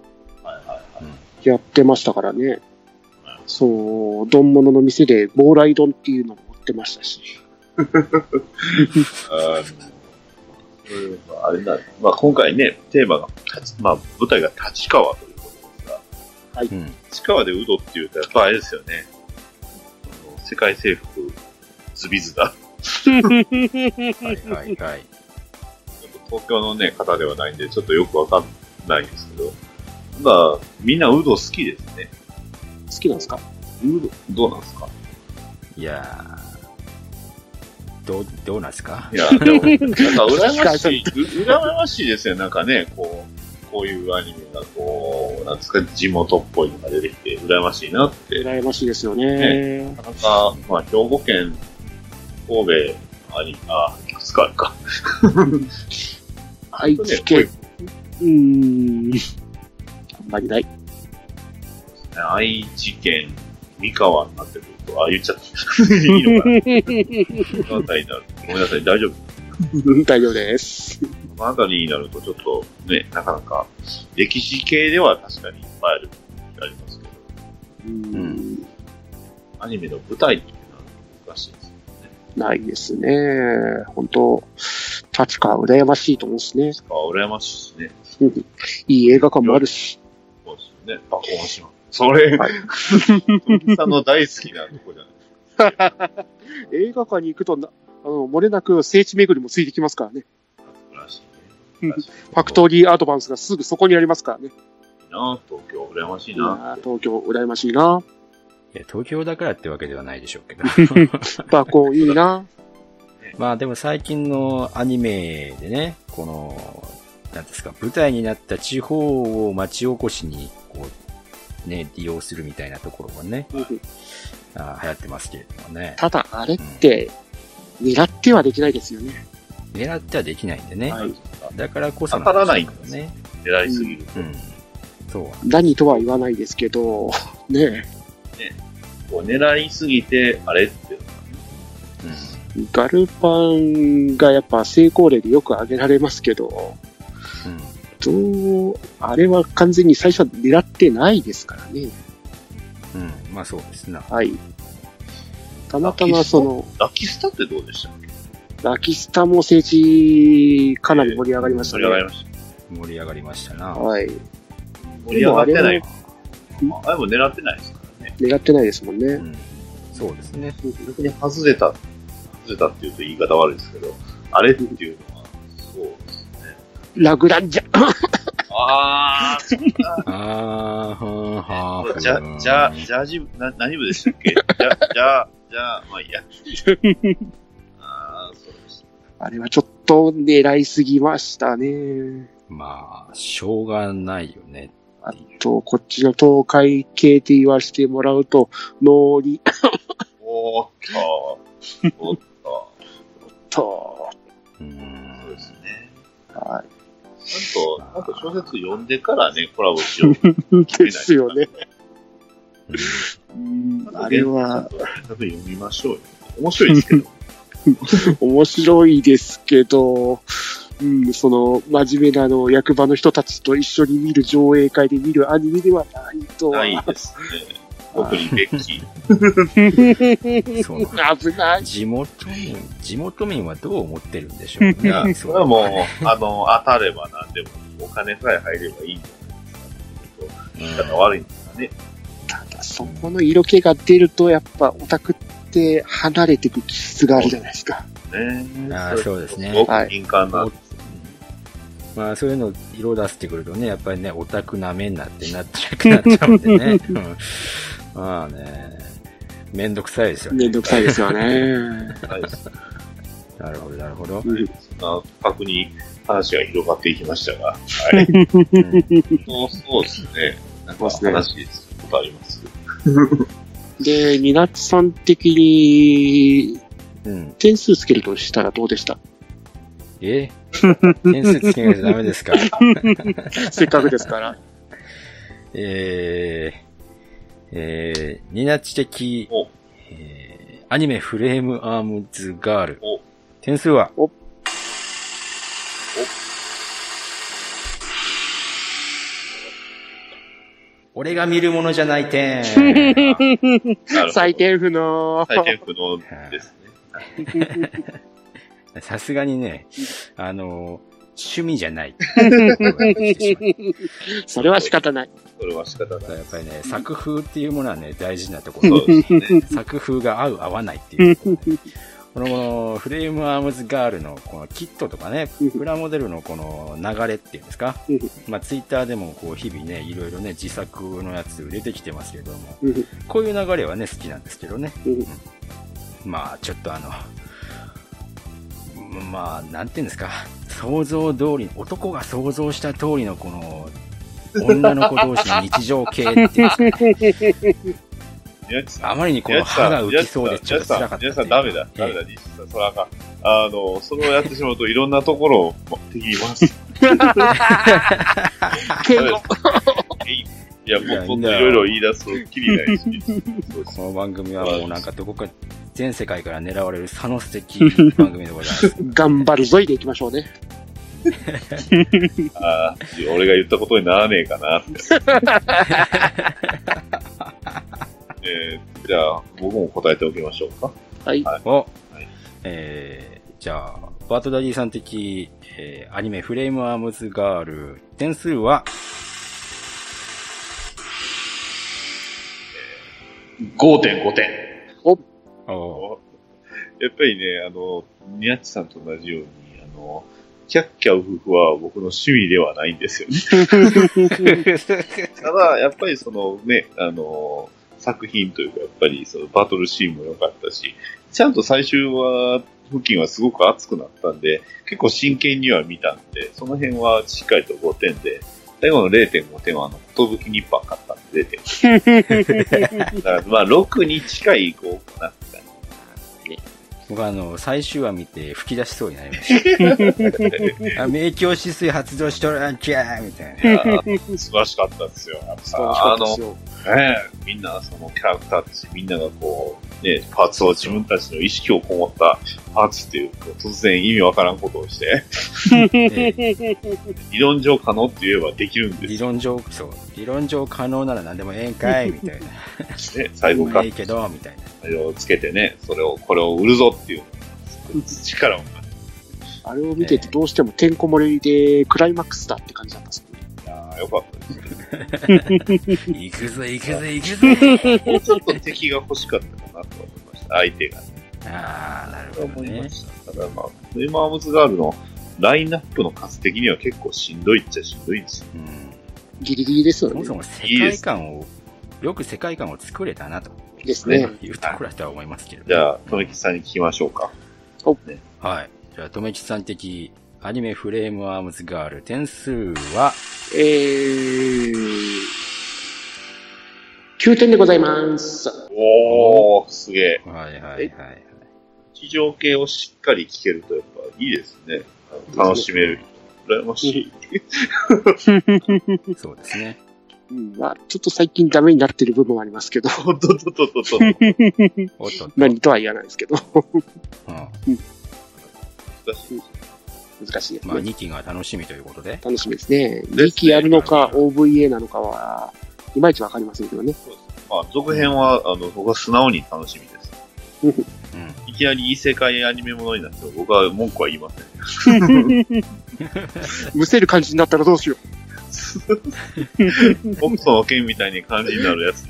Speaker 2: やってましたからね。そう、丼物の店で蓬莱丼っていうのも売ってましたし。
Speaker 3: あーうんまああれな、まあ、今回ね、テーマが立ち、まあ、舞台が立川ということですが、
Speaker 1: うん。
Speaker 3: 立川でウドっていうと、やっぱあれですよね。あの世界征服、ズビズだ。
Speaker 1: はいはいはい。
Speaker 3: 東京のね、方ではないんで、ちょっとよくわかんないんですけど、まあ、みんなウド好きですね。
Speaker 2: 好きなんですか
Speaker 3: ウド、どうなんですか
Speaker 1: いやーどう、どうなんですか
Speaker 3: いや、でも、なんか 羨ましい、う羨ましいですよ。なんかね、こう、こういうアニメが、こう、なんですか、地元っぽいのが出てきて、羨ましいなって。
Speaker 2: 羨ましいですよね。
Speaker 3: なかなか、まあ、兵庫県、神戸、あり、あ、いくつかあるか。
Speaker 2: 愛知県。うーん。あんまりない。
Speaker 3: 愛知県、三河になってくると、あ、言っち ゃった。いいのかな。この辺りになる。ごめんなさい、大丈夫。
Speaker 2: 大丈夫です。
Speaker 3: この辺りになると、ちょっと、ね、なかなか、歴史系では確かにいっぱいある、ありますけど、
Speaker 2: うん、
Speaker 3: アニメの舞台っていうのは難しいです。
Speaker 2: ないですね。本当立川羨ましいと思うんですね。
Speaker 3: あ、羨ましいですね。
Speaker 2: うんいい映画館もあるし。
Speaker 3: そうですよね。爆音します。それ、
Speaker 2: はい
Speaker 3: 富木さんの大好きなとこじゃない
Speaker 2: 映画館に行くとな、あの、漏れなく聖地巡りもついてきますからね。
Speaker 3: 素晴らしい
Speaker 2: うん
Speaker 3: ね。
Speaker 2: ファクトリーアドバンスがすぐそこにありますからね。
Speaker 3: ー。な東京、羨ましい
Speaker 2: いや
Speaker 3: な。
Speaker 2: ー東京羨ましいな。
Speaker 1: いや東京だからってわけではないでしょうけど。
Speaker 2: バコいいな。
Speaker 1: まあでも最近のアニメでね、この、なんですか、舞台になった地方を町おこしに、こう、ね、利用するみたいなところがね、
Speaker 2: うん
Speaker 1: あー流行ってますけれどもね。
Speaker 2: ただ、あれって、狙ってはできないですよね。
Speaker 1: 狙ってはできないんでね。
Speaker 3: はい
Speaker 1: だからこそ
Speaker 3: 当たらないん
Speaker 1: ん
Speaker 3: で
Speaker 1: ですす
Speaker 3: よ
Speaker 1: ね。
Speaker 3: 狙いすぎる。
Speaker 1: うん。そうは。
Speaker 2: 何とは言わないですけど、ね
Speaker 3: こう狙いすぎて、あれって。
Speaker 2: えガルパンがやっぱ成功例でよく挙げられますけど、
Speaker 1: うん。うん。
Speaker 2: どう、あれは完全に最初は狙ってないですからね。
Speaker 1: うん。まあそうですな。
Speaker 2: はい。たまたまその、
Speaker 3: ラッキースターってどうでした
Speaker 2: ラキスタも政治、かなり盛り上がりました
Speaker 3: 盛
Speaker 2: ね。
Speaker 3: り上がりまし
Speaker 1: 盛り上がりましたな。
Speaker 2: はい。
Speaker 3: た。盛り上がってない。
Speaker 2: で
Speaker 3: まああれも狙ってないですからね。
Speaker 2: 狙ってないですもん
Speaker 1: う
Speaker 2: ね。
Speaker 1: ん。そうですね。
Speaker 3: 逆に外れた、外れたっていうと言い方悪いですけど、あれっていうのは、そうですね。
Speaker 2: ラグランジャ、
Speaker 3: あー、
Speaker 1: あー、はー、はー。
Speaker 3: じゃ、じゃ、ジャージ、な、何部でしたっけじゃ、じゃ、じゃ、まあ いいや。ああ、そうです。
Speaker 2: あれはちょっと狙いすぎましたね。
Speaker 1: まあ、しょうがないよね。
Speaker 2: あと、こっちの東海系って言わせてもらうと、ノーリ
Speaker 3: おーっと、おっと、
Speaker 2: と、
Speaker 1: う
Speaker 3: そうで
Speaker 1: ん。
Speaker 3: すね。
Speaker 2: は
Speaker 3: ちゃんと、なんか小説読んでからね、コラボしよう。
Speaker 2: い。ですよね。うん
Speaker 3: ちゃんとね
Speaker 2: あれは、
Speaker 3: ちゃんと読みましょうよ。面白いですけど。
Speaker 2: 面白いですけど、うん、その、真面目なあの、役場の人たちと一緒に見る上映会で見るアニメではないとは。
Speaker 3: ないですね。特にベッキー。
Speaker 1: そ の
Speaker 2: 危ない。
Speaker 1: 地元民、地元民はどう思ってるんでしょう
Speaker 3: い
Speaker 1: ね。
Speaker 3: や、 それはもう、あの、当たれば何でも、お金さえ入ればいいんじ
Speaker 1: うん、
Speaker 3: ゃないか。悪いんですかね。
Speaker 2: ただ、そこの色気が出ると、やっぱオタクって離れてく気質があるじゃないですか。
Speaker 3: ね
Speaker 1: あーそうですね
Speaker 3: すごく敏感な
Speaker 1: はいまあそういうの色出してくるとね、やっぱりね、オタクなめんなってなっちゃくなっちゃうんで ね。うんまあね、めんどくさいですよね。
Speaker 2: めんどくさいですよね。
Speaker 3: はい
Speaker 1: なるほど、なるほど。
Speaker 2: うん
Speaker 3: そんな確に話が広がっていきましたが、はい。
Speaker 1: うん
Speaker 3: そうそうですね。なん
Speaker 2: そう
Speaker 3: か
Speaker 2: ですね
Speaker 3: 話することあります。
Speaker 2: で、ニナツさん的に、
Speaker 1: うん。
Speaker 2: 点数つけるとしたらどうでした
Speaker 1: え点数つけないとダメです か
Speaker 2: せっかくです から。
Speaker 1: えー、えー、ニナチ的
Speaker 3: お、
Speaker 1: えー、アニメフレームアームズガール
Speaker 3: お。
Speaker 1: 点数は
Speaker 2: おお
Speaker 1: 俺が見るものじゃない点。
Speaker 3: なるほど
Speaker 2: 採点不能。
Speaker 3: 採点不能ですね。
Speaker 1: さすがにね、あのー趣味じゃない。や
Speaker 2: それは仕方ない。
Speaker 3: それは仕方ない。
Speaker 1: っぱりね、作風っていうものはね、大事なとこ
Speaker 3: そ
Speaker 1: ろ
Speaker 3: う。ですね。
Speaker 1: 作風が合う合わないって いうところね、このフレームアームズガールのこのキットとかね
Speaker 2: うん
Speaker 1: プラモデルのこの流れっていうんですか
Speaker 2: うん、
Speaker 1: まあ、ツイッターでもこう日々ねいろいろね自作のやつ出てきてますけども
Speaker 2: うん
Speaker 1: こういう流れはね好きなんですけどね
Speaker 2: うん
Speaker 1: まあちょっとあのまあなんていうんですか想像通り男が想像した通りのこの女の子同士の日常系っていうんですか
Speaker 3: 宮地さん
Speaker 1: あまりにこ
Speaker 3: や
Speaker 1: の
Speaker 3: つ
Speaker 1: 歯
Speaker 3: さ
Speaker 1: が
Speaker 3: ん、
Speaker 1: 浮きそうでちょっと辛かったってい
Speaker 3: 皆
Speaker 1: う
Speaker 3: さん、ダメだ。ダメだ、西さん。それはあかん。あの、それをやってしまうといろんなところを敵に 回す。い
Speaker 2: 敬語。
Speaker 3: や、もうそんないろいろ言い出すときりないし。そうです
Speaker 1: この番組はもうなんかどこか全世界から狙われるサノス 的番組でございます。
Speaker 2: 頑張るぞいでいきましょうね。
Speaker 3: あー俺が言ったことにならねえかなって。 えーじゃあ、僕も答えておきましょうか。
Speaker 2: はい。
Speaker 1: お、
Speaker 3: はい
Speaker 1: えー、じゃあ、バートダディさん的、えー、アニメフレームアームズガール、点数は
Speaker 3: 5.5点。
Speaker 1: お
Speaker 3: やっぱりね、あの、ニャッチさんと同じように、あの、キャッキャウフフは僕の趣味ではないんですよね。 ただ、やっぱりそのね、あの、作品というか、やっぱりそのバトルシーンも良かったし、ちゃんと最終は、付近はすごく熱くなったんで、結構真剣には見たんで、その辺はしっかりと5点で、最後の0.5点は、あの、ことぶきニッパー買ったんで、0.5点。だから、まあ、6に近いこうかなって感じ。
Speaker 1: 僕はあの、最終話見て吹き出しそうになりま した。あ明鏡止水発動しとらんきゃーみたいな。
Speaker 3: いやー素晴らしかったですよ。あのさ、あの、
Speaker 2: そう
Speaker 3: ねえ、みんなそのキャラクターたち、みんながこう、ね、パーツを自分たちの意識をこもったパーツっていう、こう突然意味わからんことをして、
Speaker 1: えー
Speaker 3: 理論上可能って言えばできるんで
Speaker 1: 理論上、そう、理論上可能なら何でもええんかいみたいな。
Speaker 3: すね。最後
Speaker 1: まあ
Speaker 3: か
Speaker 1: ええ、けど、みたいな。
Speaker 3: それをつけてね、それを、これを売るぞっていう、力を感じ
Speaker 2: あれを見ててどうしてもてんこ盛りでクライマックスだって感じだったんですけどね
Speaker 3: た。よかったですね。
Speaker 1: 行くぞ、行くぞ、行くぞ。
Speaker 3: もうちょっと敵が欲しかったかなと思いました。相手がね。
Speaker 1: ああ、なるほど
Speaker 3: 思い
Speaker 1: ね
Speaker 3: ま。した。ただまあ、フレームアームズガールのラインナップの数的には結構しんどいっちゃしんどいんですよ。
Speaker 1: うん
Speaker 2: ギリギリですよ
Speaker 1: そも
Speaker 2: ね
Speaker 1: そ。も世界観を、よく世界観を作れたなと
Speaker 2: ですね。
Speaker 1: いうところだとは思いますけれど。
Speaker 3: じゃあ、とめきさんに聞きましょうか。
Speaker 1: はい。じゃあ、とめきさん的アニメフレームアームズガール点数は、
Speaker 2: えー、9点でございます。
Speaker 3: おー、すげえ。
Speaker 1: はいはいはい。
Speaker 3: 地上系をしっかり聞けるとやっぱいいですね。楽しめる。羨ましい。
Speaker 1: そうですね。
Speaker 2: うんまあ、ちょっと最近ダメになってる部分はありますけど、
Speaker 3: とととととと。
Speaker 1: おっとっと。
Speaker 2: 何とは言わないですけど、
Speaker 1: うん
Speaker 3: 難 しい。
Speaker 2: 難しいですね。
Speaker 1: まあ、2期が楽しみということで。
Speaker 2: 楽しみですね。2期やるのか OVA なのかは、いまいちわかりませんけどね。
Speaker 3: まあ、続編は、あの、僕は素直に楽しみです。
Speaker 1: うん。
Speaker 3: いきなり異世界アニメものになっても僕は文句は言 いません。
Speaker 2: むせる感じになったらどうしよ
Speaker 3: 北斗の剣みたいに感じになる やつ。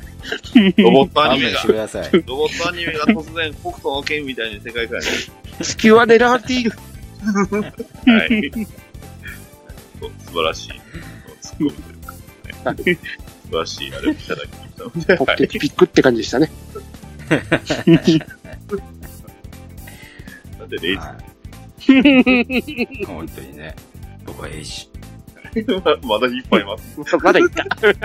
Speaker 3: ロボットア
Speaker 1: 勘
Speaker 3: ニメ
Speaker 1: 弁
Speaker 3: が
Speaker 1: して、ください。
Speaker 3: ロボットアニメが突然北斗の剣みたいに世界観に
Speaker 2: う。地球は狙われている。
Speaker 3: はい。そう素晴らしい。ツッコミというか、
Speaker 2: は
Speaker 3: ね、素晴らしいあれをいただきましたので。
Speaker 2: ポッテピックって感じで したね。
Speaker 3: なんでレイジ
Speaker 1: はい本当にね。僕はええし。
Speaker 3: まだ引っ張ります。
Speaker 2: まだいった。
Speaker 3: というこ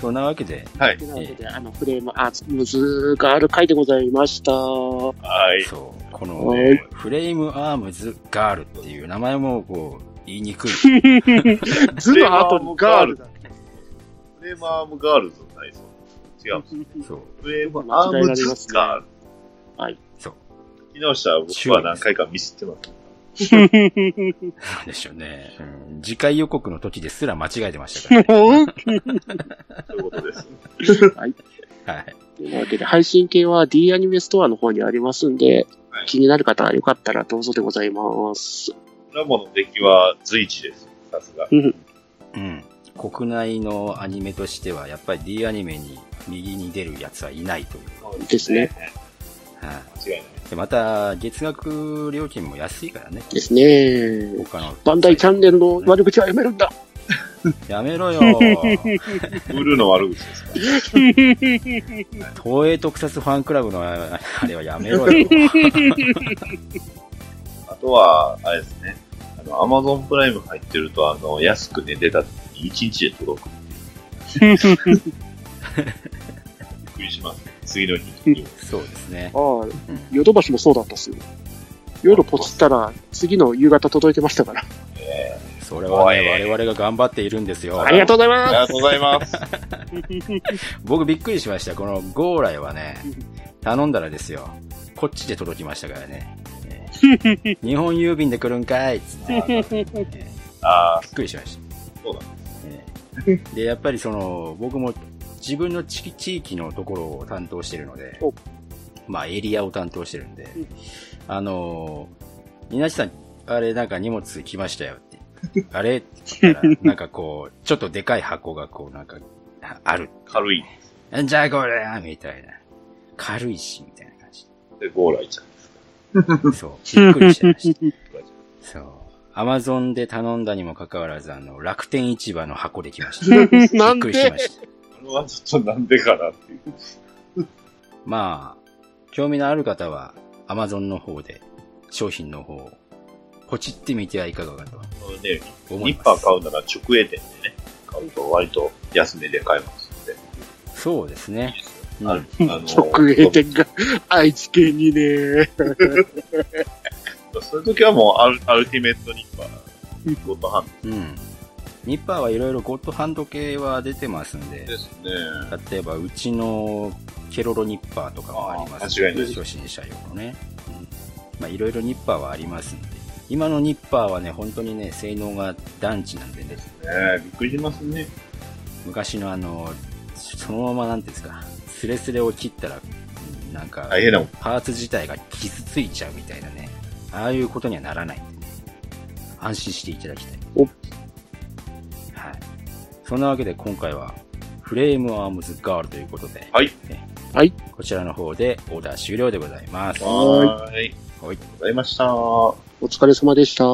Speaker 1: そんなわけで、
Speaker 3: はい
Speaker 2: と。いうわけで、あの、フレームアームズがある回でございました。は
Speaker 3: はい。
Speaker 1: そう、この
Speaker 2: は、い。
Speaker 1: フレームアームズガールっていう名前もこう、言いに くい。
Speaker 2: ズの後にガールだ。
Speaker 3: フレームアームガールズないそうです。違う。
Speaker 1: そう。
Speaker 3: フレームアームズガール。
Speaker 2: はい。
Speaker 1: そう。
Speaker 3: 木下は僕は何回かミスってます。
Speaker 1: なんでしょうね。うん。次回予告の時ですら間違えてましたから ね。
Speaker 3: そういうことです。
Speaker 2: はい。
Speaker 1: はい。
Speaker 2: というわけで、配信系は D アニメストアの方にありますんで、
Speaker 3: はい
Speaker 2: 気になる方はよかったらどうぞでございます。
Speaker 3: ラボの出来は随一です。さすが。
Speaker 1: うん。国内のアニメとしては、やっぱり D アニメに右に出るやつはいないという。
Speaker 2: ですね。
Speaker 1: は
Speaker 3: 間違いない。
Speaker 1: い。で、また、月額料金も安いからね。
Speaker 2: ですね。
Speaker 1: 他の。
Speaker 2: バンダイチャンネルの悪口はやめるんだ。
Speaker 1: やめ ろよ。
Speaker 3: ブルーの悪口ですか
Speaker 1: 東映特撮ファンクラブのああれはやめろよ。
Speaker 3: あとは、あれですね。あの、アマゾンプライム入ってると、あの、安くね、出た時に1日で届く。びっくりします。次の日に。
Speaker 1: そうですね。
Speaker 2: ああ、
Speaker 1: うん
Speaker 2: ヨドバシもそうだったっすよ。夜ポチったら、次の夕方届いてましたから。
Speaker 1: それは
Speaker 3: お
Speaker 1: ね、
Speaker 3: い
Speaker 1: 我々が頑張っているんですよ
Speaker 2: あ。りがとうござい
Speaker 3: あり
Speaker 2: ま
Speaker 3: がとうございます。
Speaker 1: 僕びっくりしました。このゴーライはね、頼んだらですよ。こっちで届きましたから ね。えー日本郵便で来るんかいっつって、えーびっ
Speaker 3: ああ、
Speaker 1: くりしました。
Speaker 3: そうだ。
Speaker 1: えーで、やっぱりその、僕も自分の地地域のところを担当してるので
Speaker 2: お、
Speaker 1: まあエリアを担当してるんで
Speaker 2: うん、
Speaker 1: あのー、稲地さん、あれなんか荷物来ましたよって。 あれって言ったら、なんかこう、ちょっとでかい箱がこう、なんか、あある。
Speaker 3: 軽い。
Speaker 1: じゃあこれやみたいな。軽いし、みたいな感じ。
Speaker 3: で、ゴーライちゃん。
Speaker 1: そう。びっくりしてました。
Speaker 3: ゴーライち
Speaker 1: そう。アマゾンで頼んだにもかかわらず、あの、楽天市場の箱できました。びっ
Speaker 2: す。 なん
Speaker 1: くりしま
Speaker 2: で
Speaker 1: した。
Speaker 3: ゃんあれはちょっとなんでかなっていう。
Speaker 1: まあ、興味のある方は、アマゾンの方で、商品の方を、ポチってみてはいかがかと
Speaker 3: あのね、
Speaker 1: 思い
Speaker 3: ニ
Speaker 1: ます。
Speaker 3: ッパー買うなら直営店でね、買うと割と安値で買えますので。
Speaker 1: そうですね。うん
Speaker 3: あるあの
Speaker 2: 直営店が愛知県にね。
Speaker 3: そういう時はもうアル、アルティメットニッパー、ゴッドハン
Speaker 1: うん。ニッパーはいろいろゴッドハンド系は出てますん
Speaker 3: ド
Speaker 1: で
Speaker 3: で、すね。
Speaker 1: 例えばうちのケロロニッパーとかもあります
Speaker 3: あー間違いない
Speaker 1: 初心者用のね、うんまあいろいろニッパーはありますんで今のニッパーはね本当にね性能が団地なんでね
Speaker 3: ねえびっくりしますね。
Speaker 1: 昔のあのそのままなんていうんですかスレスレを切ったらうんなんか
Speaker 3: 大変なもん。
Speaker 1: パーツ自体が傷ついちゃうみたいなねああいうことにはならないんでね安心していただきたい
Speaker 2: お
Speaker 1: はいそんなわけで今回はフレームアームズガールということで
Speaker 3: はい。
Speaker 1: こちらの方でオーダー終了でございます。は
Speaker 3: はーい。
Speaker 1: い。
Speaker 3: ございました。は。
Speaker 2: お疲れ様でした。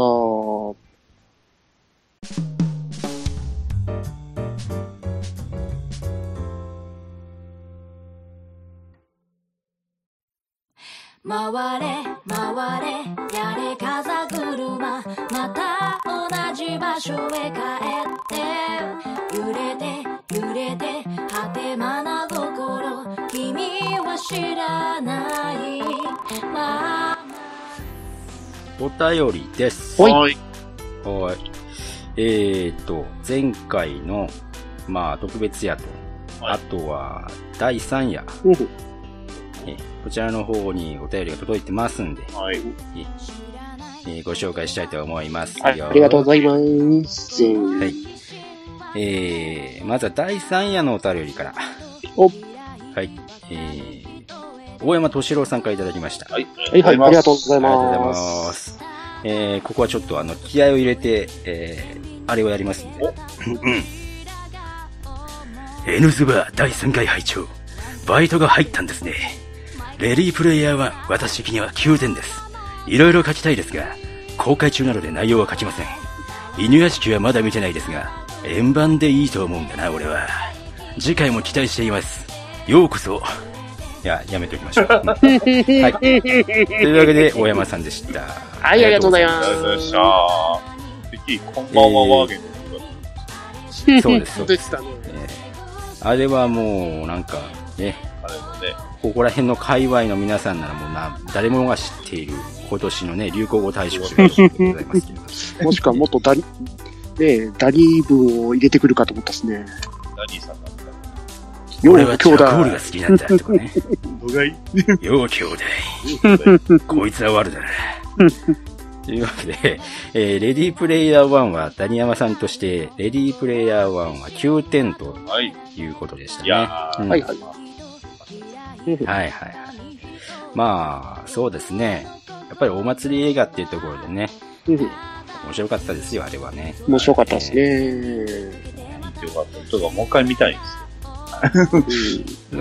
Speaker 5: 回れ回れやれ風車また同じ場所へ帰って揺れて揺れて果て間な心君は知らないまあ
Speaker 1: お便りです。
Speaker 2: はい
Speaker 1: はい。えーと、前回の、まあ、特別夜と、
Speaker 3: はい
Speaker 1: あとは、第3夜、
Speaker 2: うん
Speaker 1: えこちらの方にお便りが届いてますんで、
Speaker 3: はい。
Speaker 5: 知らな
Speaker 1: えーご紹介したいと思いますよ。
Speaker 3: はい
Speaker 2: ありがとうございます。
Speaker 1: はい。えー、まずは第3夜のお便りから。
Speaker 2: お
Speaker 1: はい。えー、大山敏郎さんからいただきました。
Speaker 3: はい。
Speaker 2: はいはい、ありがとうご
Speaker 3: い
Speaker 2: ざい
Speaker 1: ありがとうご
Speaker 2: ま。
Speaker 1: ざいますす。えー、ここはちょっとあの、気合を入れて、えー、あれをやりますんで。N ズバー第3回拝聴バイトが入ったんですね。レディープレイヤーは私的には9点です。いろいろ書きたいですが、公開中なので内容は書きません。犬屋敷はまだ見てないですが、円盤でいいと思うんだな、俺は。次回も期待しています。ようこそ。いや、やめておきましょう。 はい。というわけで、大山さんでした。はい
Speaker 2: ありがとうございます
Speaker 3: ありがとうございました。てっきりこんばんはワーゲンの人だと
Speaker 1: そうですそうで
Speaker 2: でしたね。
Speaker 1: えーあれはもう、なんか、ね、
Speaker 3: あれもね。
Speaker 1: ここら辺の界隈の皆さんならもうな、誰もが知っている、今年のね、流行語大賞ということでございますけれど。
Speaker 2: もしくはもっとダ ニ、ねダニーブを入れてくるかと思ったですね。
Speaker 3: 何さんだった
Speaker 2: よう
Speaker 1: 俺は
Speaker 2: 兄
Speaker 1: キャ
Speaker 2: 弟
Speaker 1: コ。ールが好きなんだとか ね。
Speaker 3: のがい
Speaker 1: よう兄弟、こいつは悪だな。 というわけで、えーレディープレイヤー1は、ダニヤマさんとして、レディープレイヤー1は9点と
Speaker 3: はい。
Speaker 1: いうことでした
Speaker 3: い
Speaker 1: ね。
Speaker 3: やー、
Speaker 1: うん
Speaker 2: はいはい。
Speaker 1: はいはいはい。まあ、そうですね。やっぱりお祭り映画っていうところでね、
Speaker 2: うん
Speaker 1: 面白かったですよ、あれはね。
Speaker 2: 面白かったですね。
Speaker 3: よかった。とか、もう一回見たいんですよ。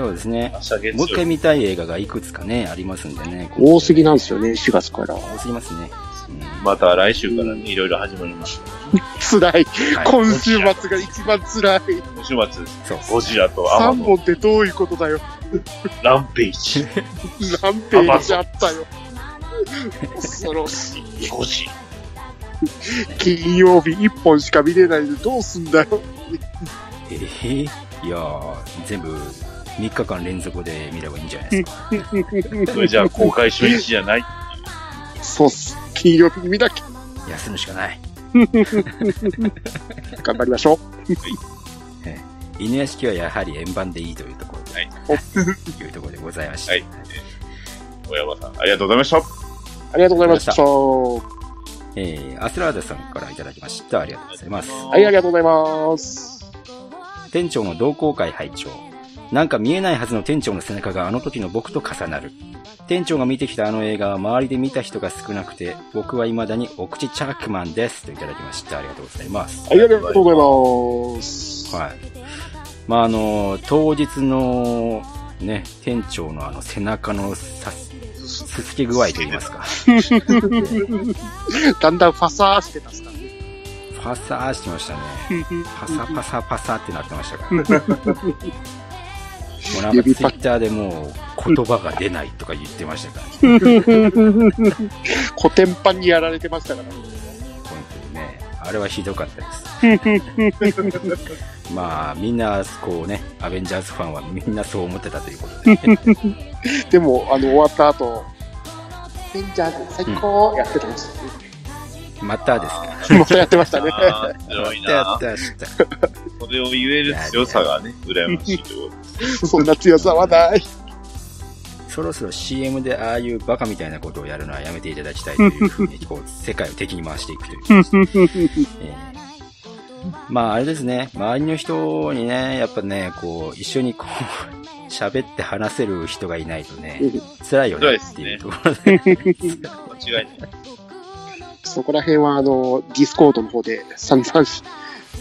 Speaker 1: そうですね
Speaker 3: 明。日月曜日。
Speaker 1: もう一回見たい映画がいくつかね、ありますんでね。
Speaker 2: 多すぎなんですよね、4月から。
Speaker 1: 多すぎますね。うん
Speaker 3: また来週からね、いろいろ始まります。
Speaker 2: 辛い。
Speaker 1: はい
Speaker 2: 今週末が一番辛い。
Speaker 3: 今週末、
Speaker 1: そう。
Speaker 3: ゴジラとア
Speaker 2: 3
Speaker 3: マゾン、
Speaker 2: 本ってどういうことだよ。
Speaker 3: ランページ。
Speaker 2: 何ページあったよ。恐ろしい。
Speaker 3: ゴジラ。
Speaker 2: 金曜日1本しか見れないでどうすんだよ。
Speaker 1: えー、いやー、全部3日間連続で見ればいいんじゃないですか。
Speaker 3: それじゃあ、公開初日じゃない。
Speaker 2: そうっす。金曜日に見なきゃ
Speaker 1: 休むしかない。
Speaker 2: 頑張りましょう。
Speaker 1: 犬屋敷はやはり円盤でいいというところで、
Speaker 3: はい
Speaker 1: い、 うところでございました。
Speaker 3: はい小山さん、ありがとうございました。
Speaker 2: ありがとうございました。は
Speaker 1: えー、アスラーダさんからいただきました。ありがとうございます。
Speaker 2: い、ありがとうございます。
Speaker 1: 店長の同好会拝聴なんか見えないはずの店長の背中があの時の僕と重なる。店長が見てきたあの映画は周りで見た人が少なくて、僕は未だにお口チャックマンですといただきました。ありがとうございます。
Speaker 2: はい、ありがとうございます。
Speaker 1: はい。まあ、あの、当日の、ね、店長のあの背中のさす、すすけ具合といいますか。
Speaker 2: だんだんファサーしてたっすからね。
Speaker 1: パサーしてましたね。パサパサパサってなってましたから。もうなんかツイ
Speaker 2: 指パ ッ
Speaker 1: ッターでもう言葉が出ないとか言ってましたからね。
Speaker 2: コテンパンにやられてましたからね。
Speaker 1: 本当にね。あれはひどかったです。まあ、みんな、こうね、アベンジャーズファンはみんなそう思ってたということで、
Speaker 2: でも、あの、終わった後、レンジャーズ最高やってたんですよね。
Speaker 1: またですか。
Speaker 2: またやってました ね。
Speaker 3: あー強い
Speaker 1: や
Speaker 3: な
Speaker 1: っ。た、やった。
Speaker 3: それを言える強さがね、羨ましいってこと
Speaker 2: そんな強さはない。
Speaker 1: そろそろ CM でああいうバカみたいなことをやるのはやめていただきたいというふうに、こう、世界を敵に回していくという。えーまあ、あれですね。周りの人にね、やっぱね、こう、一緒にこう、 喋って話せる人がいないとね、辛いよねっていうところ で。
Speaker 3: 間違いない。
Speaker 2: そこら辺は、あの、ディスコードの方で散々し、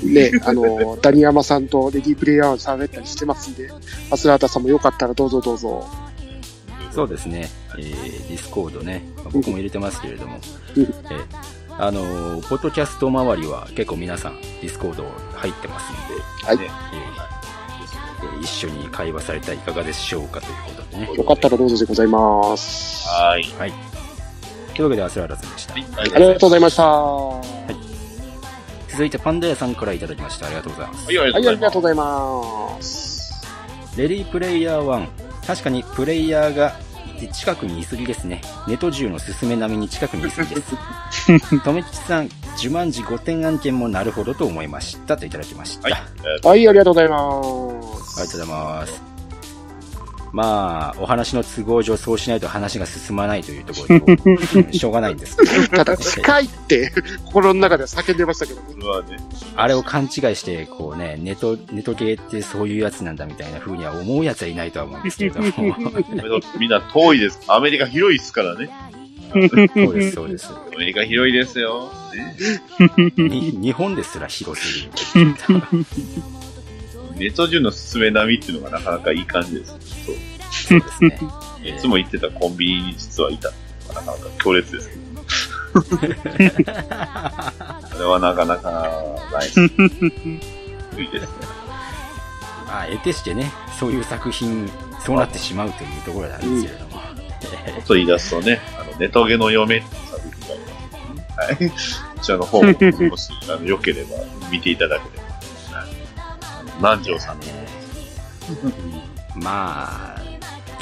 Speaker 2: ね、あの、ダニヤマさんとレディープレイヤーを喋ったりしてますんで、アスラータさんもよかったらどうぞどうぞ。
Speaker 1: そうですね。えー、ディスコードね。まあ僕も入れてますけれども。
Speaker 2: うん
Speaker 1: えーあのーポッドキャスト周りは結構皆さん、ディスコード入ってますんで、
Speaker 2: はい
Speaker 1: えーえー一緒に会話されたらいかがでしょうかということでね。
Speaker 2: よかったらどうぞでございます。あ
Speaker 3: はーい。
Speaker 1: はい。というわけで、アスラーラさんでした
Speaker 3: はい。
Speaker 2: りがとうございました。は
Speaker 1: 続いて、パンダ屋さんからいただきました。ありがとうございます。
Speaker 3: はい、あ
Speaker 2: い、
Speaker 3: り
Speaker 2: あ
Speaker 3: が
Speaker 2: り
Speaker 3: とう
Speaker 2: がと
Speaker 3: ございます
Speaker 2: うございます。
Speaker 1: レディープレイヤー1。確かにプレイヤーが近くにいすぎですね。ネト銃のすすめ並みに近くにいすぎです。 とめきちさん、呪文字5点案件もなるほどと思いましたといただきました。
Speaker 3: はい
Speaker 1: あり
Speaker 2: はい、ありがとうございます。
Speaker 1: がとうございます。まあ、お話の都合上そうしないと話が進まないというところと、 うんしょうがないんですけど、
Speaker 2: ただ、近いって、心の中では叫んでましたけど、
Speaker 3: これはね、
Speaker 1: あれを勘違いして、こうね、ネト、ネト系ってそういうやつなんだみたいな風には思うやつはいないとは思うんですけれど も、
Speaker 3: みんな遠いです。アメリカ広いですからね。
Speaker 1: そうです、そうです。
Speaker 3: アメリカ広いですよ。ね
Speaker 1: に日本ですら広すぎる。
Speaker 3: ネット中のすすめ並みっていうのがなかなかいい感じです。そう
Speaker 1: そうですね。
Speaker 3: いつも行ってたコンビニに実はいた。なかなか強烈ですけど。 あれはなかなかないです。 いいです。
Speaker 1: まあ、得てしてね、そういう作品、そうなってしまうというところなんですけれども。え
Speaker 3: と言い出すとね、あの、ネトゲの嫁って作品があります、ね。はい。こちらの方も、もし、あの、良ければ見ていただければ。はいあの南條さんの
Speaker 1: えまあ、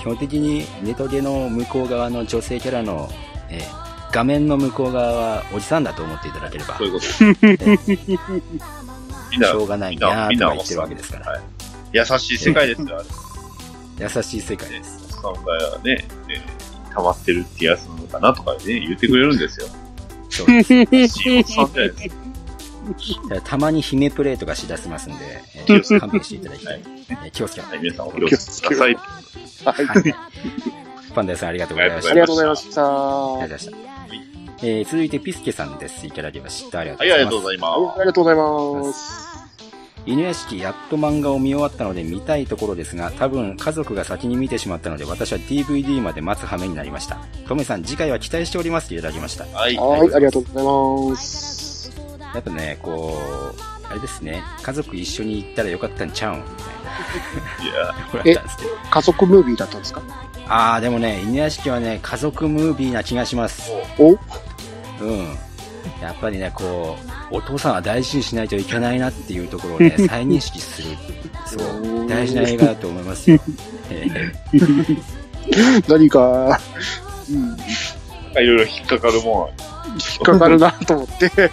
Speaker 1: 基本的にネトゲの向こう側の女性キャラの、えー画面の向こう側はおじさんだと思っていただければ
Speaker 3: そう、いうこと。みんな
Speaker 1: しょ、うがない
Speaker 3: みんな、
Speaker 1: な
Speaker 3: みん
Speaker 1: ーと
Speaker 3: な
Speaker 1: か言
Speaker 3: おっ
Speaker 1: ってるわけですから。
Speaker 3: はい優しい世界ですよ、あれ。
Speaker 1: 優しい世界です。
Speaker 3: おっさんがね、ね溜まってるってやつなのかなとかね、言ってくれるんですよ。
Speaker 1: そうです
Speaker 3: しおっさんじゃないですか。
Speaker 1: だからたまに姫プレイとかしだせますんで、えー勘弁していただきたい。えー気をつけて。
Speaker 3: はい、皆さんお気をつけください。
Speaker 1: パンダさんありがとうございました。
Speaker 2: ありがとうございました。
Speaker 1: ありがとうござい
Speaker 2: あ
Speaker 1: ました。えー続いてピスケさんです。いただきました。ありがと
Speaker 3: は
Speaker 1: う
Speaker 3: い、
Speaker 1: ご
Speaker 3: あ
Speaker 1: ざ
Speaker 3: り
Speaker 1: い
Speaker 3: が
Speaker 1: ま
Speaker 3: とう
Speaker 1: す
Speaker 3: ご。ざいます。
Speaker 2: りがとうございます。
Speaker 1: 犬屋敷やっと漫画を見終わったので見たいところですが、多分家族が先に見てしまったので私は DVD まで待つ羽目になりました。トメさん次回は期待しておりますといただきました。
Speaker 3: はい。
Speaker 2: はい、ありがとうございます。
Speaker 1: やっぱね、こう、あれですね、家族一緒に行ったらよかったんちゃうんみ たい
Speaker 3: いや、
Speaker 1: な。これあったんですけど。
Speaker 2: 家族ムービーだったんですか
Speaker 1: あー、でもね、犬屋敷はね、家族ムービーな気がします。う
Speaker 2: お
Speaker 1: ん。やっぱりね、こう、お父さんは大事にしないといけないなっていうところ をね、再認識する。そう、大事な映画だと思いますよ。えー
Speaker 2: 何か、うん、
Speaker 3: なんかいろいろ引っかかるもんは。
Speaker 2: 引っかかるなと思 って。
Speaker 1: やっ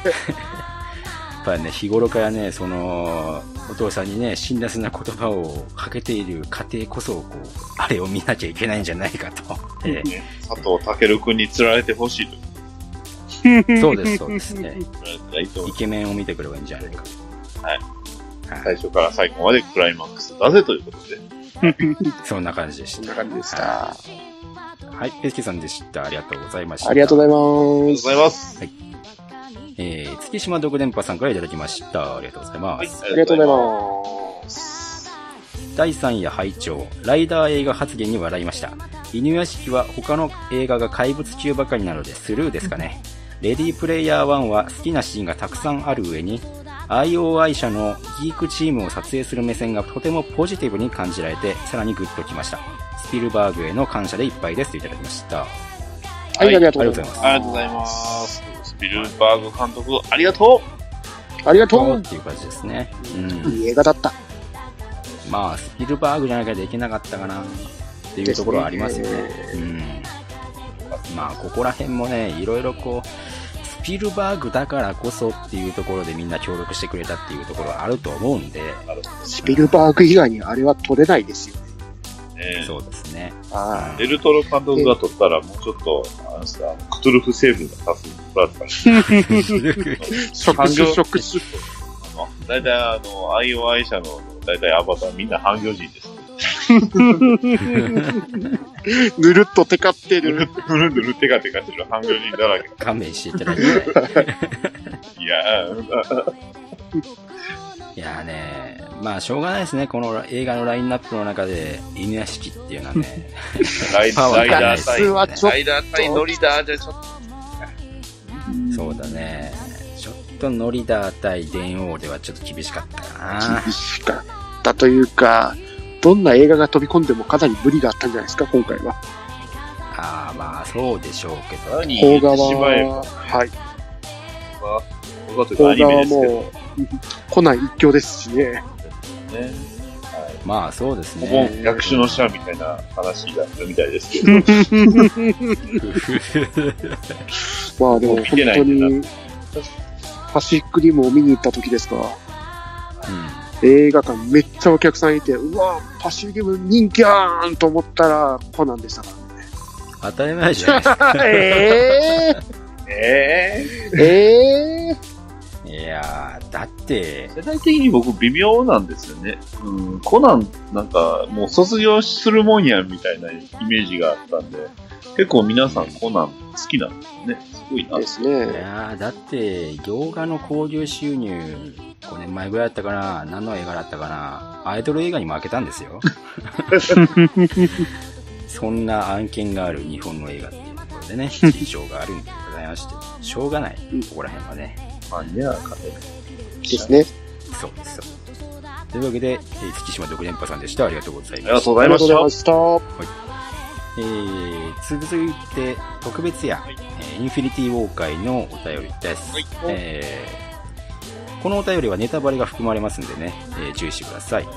Speaker 1: ぱりね、日頃からね、その、お父さんにね、辛辣な言葉をかけている家庭こそ、こう、あれを見なきゃいけないんじゃないかと。え
Speaker 3: ね佐藤健君に釣られてほしいと。
Speaker 1: えそうです、そうですね。
Speaker 3: 釣られたらいいと思
Speaker 1: イ
Speaker 3: う。
Speaker 1: ケメンを見てくればいいんじゃないか。
Speaker 3: はい。
Speaker 1: は
Speaker 3: 最
Speaker 1: い。
Speaker 3: 初から最後までクライマックスだぜということで。
Speaker 1: そんな感じでし
Speaker 2: こん
Speaker 1: た。
Speaker 2: な感じでした。
Speaker 1: はい。ペスケさんでした。ありがとうございました。
Speaker 2: ありがとうござい
Speaker 3: あり
Speaker 2: ま
Speaker 3: が
Speaker 2: す
Speaker 3: とうご。ざいます。
Speaker 1: えー、月島独電波さんからいただきました。ありがとうございます。
Speaker 2: ありがとうございま
Speaker 3: す。
Speaker 2: す。
Speaker 1: 第3夜拝聴ライダー映画発言に笑いました犬屋敷は他の映画が怪物級ばかりなのでスルーですかねレディープレイヤー1は好きなシーンがたくさんある上に IOI 社のギークチームを撮影する目線がとてもポジティブに感じられてさらにグッときましたスピルバーグへの感謝でいっぱいですといただきました
Speaker 2: はい、ありがとうござい
Speaker 1: あ
Speaker 2: ま
Speaker 1: り
Speaker 2: す。
Speaker 3: ありがとうございます。スピルバーグ監督、ありがと
Speaker 2: ありがと
Speaker 1: と
Speaker 2: う
Speaker 1: っ。ていう感じですねう
Speaker 2: い
Speaker 1: ん
Speaker 2: い映画だった。
Speaker 1: まあスピルバーグじゃなきゃできなかったかなっていうところはありますよねうんまあここら辺もねいろいろこうスピルバーグだからこそっていうところでみんな協力してくれたっていうところはあると思うんで、
Speaker 2: スピルバーグ以外にあれは撮れないですよ。
Speaker 3: う。ね
Speaker 1: そうですね
Speaker 2: あ
Speaker 3: デルトロ監督が撮ったら、もうちょっと、あのさ、クトゥルフ成分が足すプラスから、
Speaker 2: 職種、職種。
Speaker 3: あの、大体あの、IOI 社の、大体アバターみんな半魚人です。
Speaker 2: ぬるっとテカって
Speaker 3: ぬ
Speaker 2: る
Speaker 3: る。ぬるぬるテカテカしてる半魚人だらけ。
Speaker 1: 勘弁していただきた い
Speaker 3: いやー、
Speaker 1: いやーねまあしょうがないですねこの映画のラインナップの中で犬屋敷っていうのはね
Speaker 3: ライ
Speaker 1: パワ
Speaker 3: ラ
Speaker 1: ー
Speaker 3: イ
Speaker 1: がな
Speaker 3: ダ
Speaker 1: い
Speaker 3: ー
Speaker 1: で
Speaker 3: 対
Speaker 1: す、
Speaker 2: 夏はちょっ
Speaker 3: ライダー対ノリダーでちょっ
Speaker 1: そうだねちょっとノリダー対電王ではちょっと厳しかったかな
Speaker 2: と 厳しかったというか、どんな映画が飛び込んでもかなり無理があったんじゃないですか、今回は。
Speaker 1: ああまあそうでしょうけ
Speaker 3: と
Speaker 1: ど
Speaker 3: 何言
Speaker 2: 邦
Speaker 3: っ
Speaker 2: 画
Speaker 3: てしまえば
Speaker 2: は、はい。
Speaker 3: 邦画というかア
Speaker 2: 邦
Speaker 3: ニ
Speaker 2: 画
Speaker 3: メ
Speaker 2: は
Speaker 3: ですけど
Speaker 2: もう、コナン一強ですし ね。
Speaker 3: ね。
Speaker 1: まあそうです
Speaker 3: ほぼ
Speaker 1: ね
Speaker 3: 逆手の者みたいな話だったみたいですけど、
Speaker 2: まあでも本当に、パシフィックリムを見に行った時ですから、
Speaker 1: うん
Speaker 2: 映画館めっちゃお客さんいて、うわ、パシフィックリム人気やーんと思ったらコナンでしたか
Speaker 1: 当たり前じゃないですか。
Speaker 2: ら。え
Speaker 3: ええ
Speaker 2: ー、えー、
Speaker 1: いやー、だって、
Speaker 3: 世代的に僕微妙なんですよね。うん、コナンなんかもう卒業するもんやみたいなイメージがあったんで、結構皆さんコナン好きなんですね。すごいな。
Speaker 2: です
Speaker 1: い
Speaker 2: ね。
Speaker 1: やー、だって、洋画の興行収入、5年前ぐらいだったかな、何の映画だったかな、アイドル映画に負けたんですよ。そんな案件がある日本の映画っていうところでね、事情があるんでございまして、しょうがない、ここら辺はね。
Speaker 3: マニアかね。
Speaker 2: ですね。
Speaker 1: そうですよ。というわけで、えー月島独連覇さんでした。ありがとうござい
Speaker 3: あ
Speaker 1: ま
Speaker 3: り
Speaker 1: した
Speaker 3: がとうご
Speaker 2: あ
Speaker 3: ざい
Speaker 2: りが
Speaker 3: ま
Speaker 2: とうご
Speaker 3: し
Speaker 2: ざい
Speaker 3: た
Speaker 2: ま。した。
Speaker 1: えー続いて特別夜、
Speaker 3: い
Speaker 1: えーインフィニティウォーカイのお便りです、
Speaker 3: はい
Speaker 1: えーこのお便りはネタバレが含まれますんでね、えー注意してください、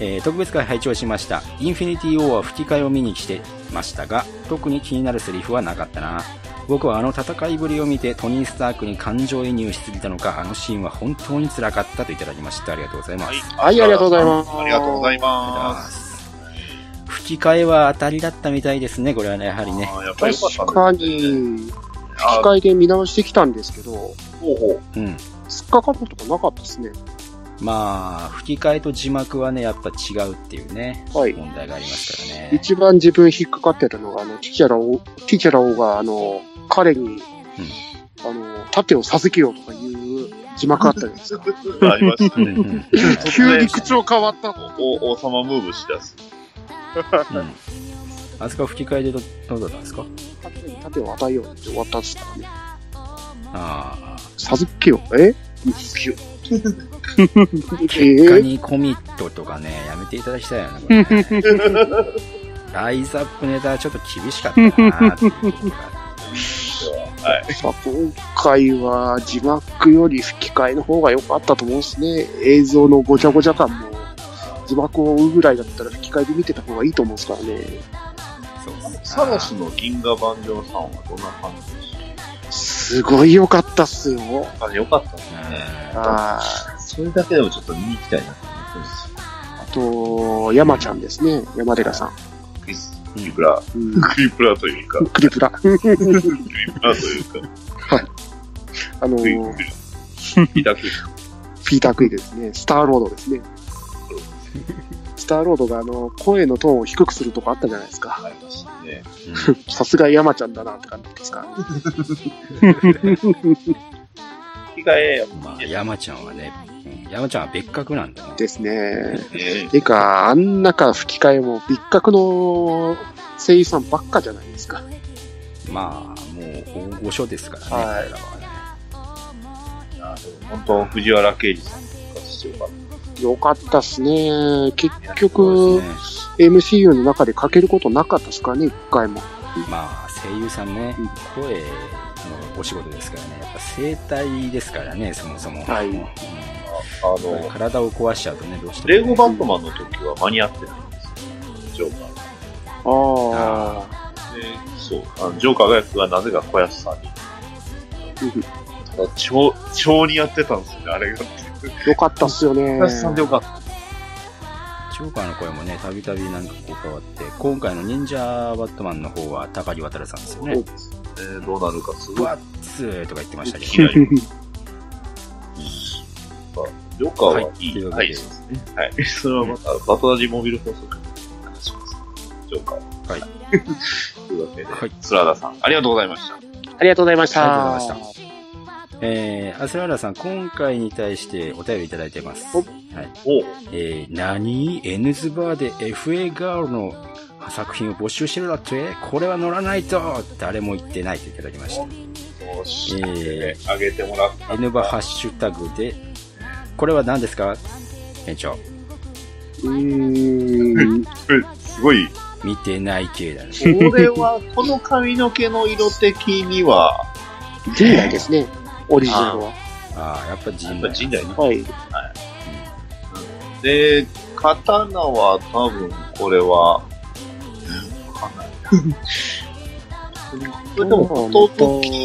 Speaker 1: えー特別会拝聴しました。インフィニティ・オーは吹き替えを見に来てましたが、特に気になるセリフはなかったな。僕はあの戦いぶりを見てトニー・スタークに感情移入しすぎたのか、あのシーンは本当に辛かったといただきました。ありがとうございます。
Speaker 2: はい、ありがとうございます。
Speaker 3: ありがとうござい
Speaker 1: あ
Speaker 3: ます。
Speaker 1: ー吹き替えは当たりだったみたいですね、これはね、やはりね。
Speaker 3: あーやっぱりよかった
Speaker 2: 確か
Speaker 3: んですね
Speaker 2: に、
Speaker 3: あ
Speaker 2: 吹き替えで見直してきたんですけど、
Speaker 3: ほうほ う。
Speaker 1: うん。
Speaker 2: 突っかかることがなかったですね。
Speaker 1: まあ、吹き替えと字幕はね、やっぱ違うっていうね、
Speaker 2: はい。
Speaker 1: 問題がありますからね。
Speaker 2: 一番自分引っかかってたのが、あの、ティチャラオ、ティチャラオが、あの、彼に、あの、盾を授けようとかいう字幕あったじゃない ですか。
Speaker 3: ありました
Speaker 1: うんう
Speaker 3: ね。
Speaker 1: んうん
Speaker 2: 急に口調変わったの。
Speaker 3: お王様ムーブしだす。
Speaker 1: うんあそこは吹き替えでどどうだったんですか
Speaker 2: 盾に盾を与えようって終わったんですからね。
Speaker 1: ああ。
Speaker 2: 授けよう。え授けよう。
Speaker 1: いか
Speaker 2: ええ
Speaker 1: にコミットとかね、やめていただきたいよね、これね。ライズアップネタはちょっと厳しかったなーっていうところが
Speaker 2: まあ、今回は字幕より吹き替えの方が良かったと思うんですね。映像のごちゃごちゃ感も、字幕を追うぐらいだったら吹き替えで見てた方がいいと思うんですからね。
Speaker 1: そう っすな
Speaker 3: サロスの銀河万丈さんはどんな感じでし
Speaker 2: すごい良かったっすよ。
Speaker 3: たかよかったですね。
Speaker 2: あ
Speaker 3: それだけでもちょっと見に行きたいなと思ってます。
Speaker 2: あと、山ちゃんですね。山寺さん。
Speaker 3: クリス、クリプラ、
Speaker 2: うん、
Speaker 3: クリプラというか、ク
Speaker 2: クリプラ。
Speaker 3: リプラというか、
Speaker 2: あの
Speaker 3: クリ
Speaker 2: ー、
Speaker 3: プラ、クリ
Speaker 2: ピーター・クイルですね。スターロードですね。スターロードがあの声のトーンを低くするとこあったじゃないですか。
Speaker 3: ありましたね。
Speaker 2: さすが山ちゃんだなって感じですからね。
Speaker 3: 吹き替え、やっ
Speaker 1: うんまあ、山ちゃんはね、うん山ちゃんは別格なんだね。
Speaker 2: ですね。
Speaker 3: ぱね、
Speaker 2: てか、あん中吹き替えも別格の声優さんばっかじゃないですか。
Speaker 1: まあ、もう大御所ですからね、彼
Speaker 2: は
Speaker 1: らはね。
Speaker 3: あの本当、藤原啓治さんが必要かった。
Speaker 2: よかったっすね。結
Speaker 1: そう
Speaker 2: 局、
Speaker 1: です
Speaker 2: MCU の中でかけることなかったっすからね、一回も。
Speaker 1: ね。まあ、声優さんね、声のお仕事ですからね、やっぱ声帯ですからね、そもそも。
Speaker 2: はい
Speaker 1: うん
Speaker 3: あ
Speaker 1: これ
Speaker 3: の、
Speaker 1: 体を壊しちゃうとね、どうしてもね、
Speaker 3: レゴバットマンの時は間に合ってないんですよ、ジョーカーが。
Speaker 2: あ
Speaker 3: で、そう、あのジョーカーが役がなぜか小安さんに。ただ、超、超にやってたんですよね、あれが。
Speaker 2: あ、よかったっすよね
Speaker 3: 小。安さんでよかった。
Speaker 1: ジョーカーの声もね、たびたびなんかこう変わって、今回の忍者バットマンの方は高木渡さんですよね。
Speaker 3: えーどうなるかす
Speaker 1: ブ
Speaker 3: ごい
Speaker 1: ワッツーとか言ってましたけ
Speaker 3: 気に
Speaker 1: ど、
Speaker 3: な ります。まあジョーカー
Speaker 1: はい
Speaker 3: はい
Speaker 1: とい
Speaker 3: いう
Speaker 1: わけ
Speaker 3: は
Speaker 1: で
Speaker 3: い、そうですね。はい。それはまた、バトラジモビル放送局の話します。ジョーカー
Speaker 1: はい。
Speaker 3: というわけで、
Speaker 1: はい
Speaker 3: スラダさん、ありがとうございました。
Speaker 2: ありがとうございました。
Speaker 1: ありがとうございまえー、アスラーラさん、今回に対してお便りいただいてます。
Speaker 2: お
Speaker 1: はい。
Speaker 3: おう
Speaker 1: えー、何 ?N ズバーで FA ガールの作品を募集してるだってこれは乗らないと誰も言ってないといただきました。
Speaker 3: そうし
Speaker 1: え
Speaker 3: て、あげてもらった。
Speaker 1: ー、N バハッシュタグで、これは何ですか店長。
Speaker 2: うーん。
Speaker 3: えすごい。
Speaker 1: 見てない系だね。
Speaker 3: これは、この髪の毛の色的には、
Speaker 2: 陣内です ね。オリジナルは。
Speaker 1: ああ、やっぱ陣
Speaker 3: やっ
Speaker 1: 内
Speaker 3: ぱ。陣内ね。
Speaker 2: はい。
Speaker 3: で、刀は多分、これは、うんわかんない。それでも、寿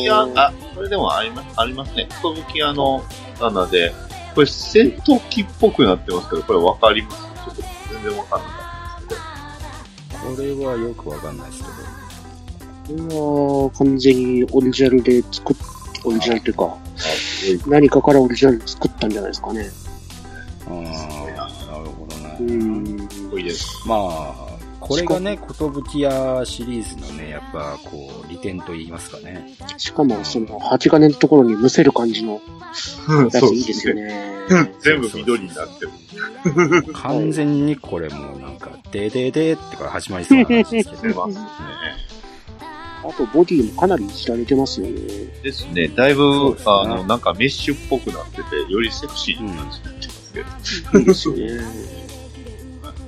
Speaker 3: 屋、あ、これでもあります、ありますね。寿屋の刀で、これ戦闘機っぽくなってますけど、これわかりますちょっと全然わかんなかったんです
Speaker 1: これはよくわかんないですけど。
Speaker 2: これは完全にオリジナルで作っ、オリジナルというか、
Speaker 3: けど。
Speaker 2: 何かからオリジナル作ったんじゃないですかね。
Speaker 1: ああ、なるほど
Speaker 2: う
Speaker 1: ね。
Speaker 2: ん。
Speaker 3: すごいです。
Speaker 1: まあ、これがね、寿屋シリーズのね、やっぱこう、利点と言いますかね。
Speaker 2: しかも、その、針金のところにむせる感じの
Speaker 3: そう
Speaker 2: やついいですよね。
Speaker 3: 全部緑になってる。
Speaker 1: 完全にこれもうなんか、でででってから始まりそうな話ですけ
Speaker 3: 出
Speaker 1: ど。
Speaker 3: ますね。
Speaker 2: あと、ボディもかなりいじられてますよね。
Speaker 3: ですね。だい
Speaker 1: そう
Speaker 3: ぶ、
Speaker 1: ですね
Speaker 3: あの、なんかメッシュっぽくなってて、よりセクシーな感じになってますけど。
Speaker 2: いいですよね。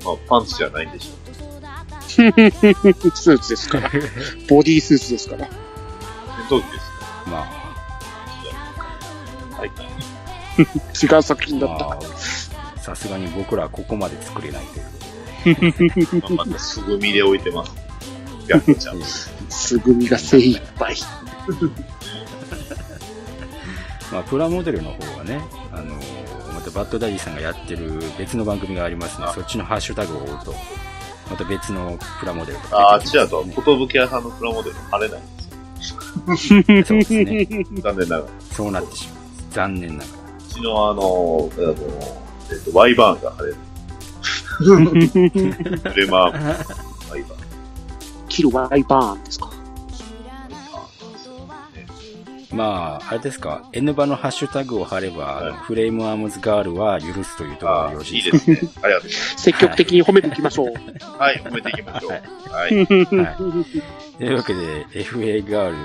Speaker 3: まあ、パンツじゃないんでしょう。
Speaker 2: スーツで すから。ボディースーツですから。
Speaker 3: 戦闘機ですか
Speaker 1: まあ、
Speaker 3: ら。はい。
Speaker 2: 違う作品だ
Speaker 1: ま
Speaker 2: った。
Speaker 1: あ、さすがに僕らはここまで作れないという。
Speaker 3: まあまたすぐ見で置いてます。逆ちゃん。
Speaker 2: すぐみが精一杯。
Speaker 1: まあ、プラモデルの方はね、あのーまたバッドダディさんがやってる別の番組がありますので、そっちのハッシュタグを追うと、また別のプラモデルと
Speaker 3: あ
Speaker 1: か
Speaker 3: あ
Speaker 1: 出
Speaker 3: っ
Speaker 1: き
Speaker 3: てち
Speaker 1: ま
Speaker 3: や
Speaker 1: すね
Speaker 3: と、寿屋さんのプラモデルあれなんで
Speaker 1: そうですね。
Speaker 3: す。残念ながら。う
Speaker 1: そうなってしまう。残念ながら。
Speaker 3: ちのあの、あの、えっと、ワイバーンがあれフレマームワイバーン。
Speaker 2: キルワイバーンですか。
Speaker 1: まあ、あれですか、N バのハッシュタグを貼れば、あの
Speaker 3: はい
Speaker 1: フレームアームズガールは許すというところでよ
Speaker 3: あ
Speaker 1: ろ
Speaker 3: あ、
Speaker 1: しい
Speaker 3: いい
Speaker 1: です
Speaker 3: で
Speaker 1: か
Speaker 3: すね。ありがとうござい
Speaker 2: 積極的に褒めていきましょう。
Speaker 3: ます。はい、褒めていきましょう。はい。
Speaker 1: というわけで、FA ガールを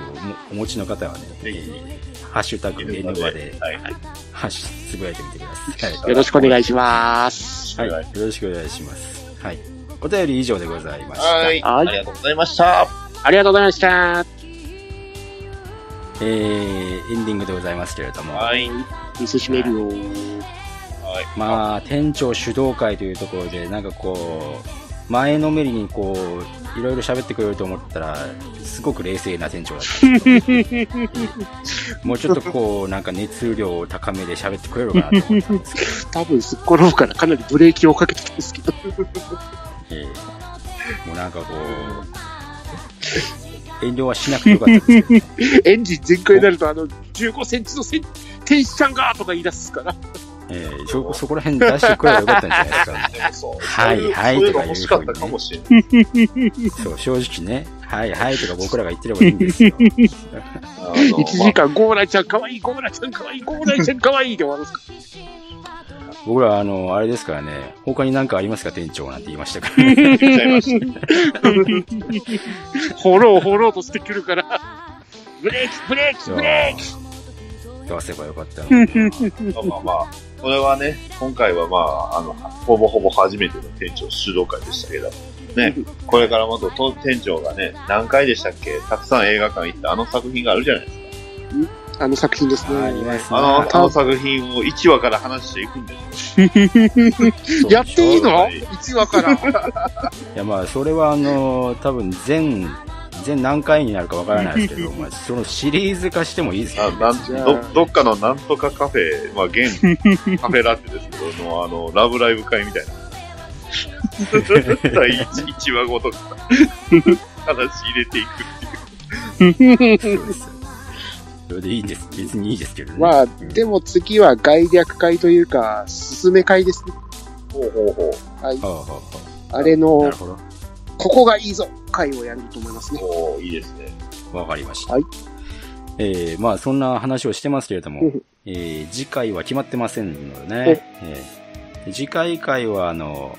Speaker 1: お持ちの方はね、え
Speaker 3: ぜひ
Speaker 1: ーハッシュタグ N バで、
Speaker 3: はい。
Speaker 1: ハッシュつぶやいてみてください。
Speaker 2: よろしくお願いします。
Speaker 1: はい、よろしくお願いします。はい。お便り以上でございました。
Speaker 3: はい。ありがとうございました。
Speaker 2: ありがとうございました。
Speaker 1: えー、エンディングでございますけれども、
Speaker 3: はい。
Speaker 2: 見せしめるよ。
Speaker 3: はい。
Speaker 1: まあ、店長主導会というところで、なんかこう、前のめりにこう、いろいろ喋ってくれると思ったら、すごく冷静な店長だ ったんですけど、もうちょっとこう、なんか熱量を高めで喋ってくれるかなと思ったんですけど、
Speaker 2: 多分すっ転ぶからかなりブレーキをかけてたんですけど。
Speaker 1: えーもうなんかこう、遠慮はしなくてよかったんですけど、
Speaker 2: エンジン全開になると、あの、15センチのせん天使ちゃんがとか言い出す から。
Speaker 1: えーそそこら辺出してくればよかったんじゃないですかね。
Speaker 3: でもそう。
Speaker 1: はいはい
Speaker 3: そういう
Speaker 1: と
Speaker 3: の
Speaker 1: かいうふうにね
Speaker 3: 欲しかったかもしれない。
Speaker 1: そう、正直ね、はいはいとか僕らが言ってればいいんですよ。
Speaker 3: あの
Speaker 2: 1時間、ゴーライちゃんかわいい、ゴーライちゃんかわいい、ゴーライちゃんかわいいで終わるん ですか。
Speaker 1: 僕ら、あの、あれですからね、他に何かありますか、店長なんて言いましたから、ね、
Speaker 3: 言っちゃいました。
Speaker 2: 掘ろう掘ろうとしてくるから。ブレーキ、ブレーキ、ブレーキ。
Speaker 1: 出せばよかったのに。
Speaker 3: まあまあまあ、これはね、今回はまあ、あの、ほぼほぼ初めての店長主導会でしたけど、ね、これからまたと店長がね、何回でしたっけたくさん映画館行ったあの作品があるじゃないです
Speaker 2: あの作品です
Speaker 1: あり
Speaker 2: ね。
Speaker 1: ます
Speaker 3: か。
Speaker 1: ね
Speaker 3: あの、
Speaker 1: は
Speaker 3: あの作品を1話から話していくんです
Speaker 1: い
Speaker 2: やっていいの
Speaker 3: はい
Speaker 2: ?1 話 から。
Speaker 1: いや、まあ、それは、あの、多分全、全何回になるかわからないですけど、まあ、そのシリーズ化してもいいです
Speaker 3: あ
Speaker 1: よ、ね。
Speaker 3: なん
Speaker 2: じゃあ
Speaker 3: どどっかのなんとかカフェ、まあ、現 カフェラテですけど、のあの、ラブライブ会み たいな。1, 話ごとか話入れていくっていう。
Speaker 1: そうですよそれでいいんです。別にいいですけどね。
Speaker 2: まあ、
Speaker 1: うん
Speaker 2: でも次は概略会というか、進め会ですね。
Speaker 3: ほうほうほう。
Speaker 2: はい。
Speaker 1: ほうほうほ
Speaker 2: あれ
Speaker 1: うな
Speaker 2: の
Speaker 1: る、ほど。
Speaker 2: ここがいいぞ会をやると思いますね。
Speaker 3: おーいいですね。
Speaker 1: わかりました。
Speaker 2: はい
Speaker 1: えー、まあ、そんな話をしてますけれども
Speaker 2: う、ん
Speaker 1: えー次回は決まってませんので
Speaker 2: お
Speaker 1: ね、えー次回会は、あの、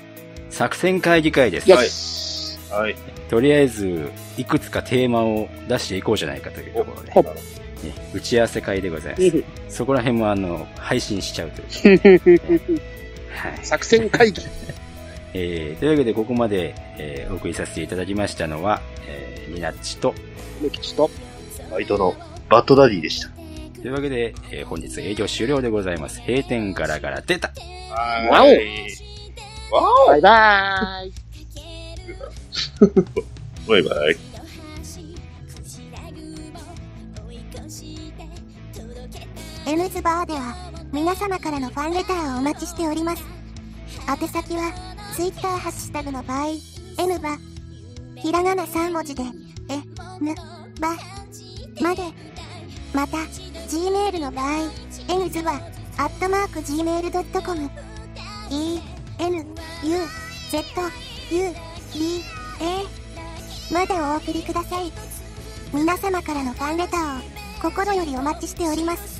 Speaker 1: 作戦会議会です。
Speaker 2: よ
Speaker 3: はい
Speaker 2: し。
Speaker 3: はい。
Speaker 1: とりあえず、いくつかテーマを出していこうじゃないかというところで、
Speaker 2: お
Speaker 1: ね打ち合わせ会でございます。そこら辺も、あの、配信しちゃうという。 はい。
Speaker 2: 作戦会議。
Speaker 1: えーというわけで、ここまで、えーお送りさせていただきましたのは、えー、ニナッチと、
Speaker 2: 梅吉と。
Speaker 3: バイトのバッドダディでした。
Speaker 1: というわけで、えー本日営業終了でございます。閉店ガラガラ出た
Speaker 2: わ
Speaker 3: は
Speaker 2: お
Speaker 3: い。わ
Speaker 2: バイバーイ。
Speaker 3: おバイバイ。
Speaker 4: N ズバーでは皆様からのファンレターをお待ちしております宛先は Twitter ハッシュタグの場合 N バひらがな3文字でえぬばまでまた Gmail の場合 N ズバアットマーク Gmail.com E N U Z U B A までお送りください皆様からのファンレターを心よりお待ちしております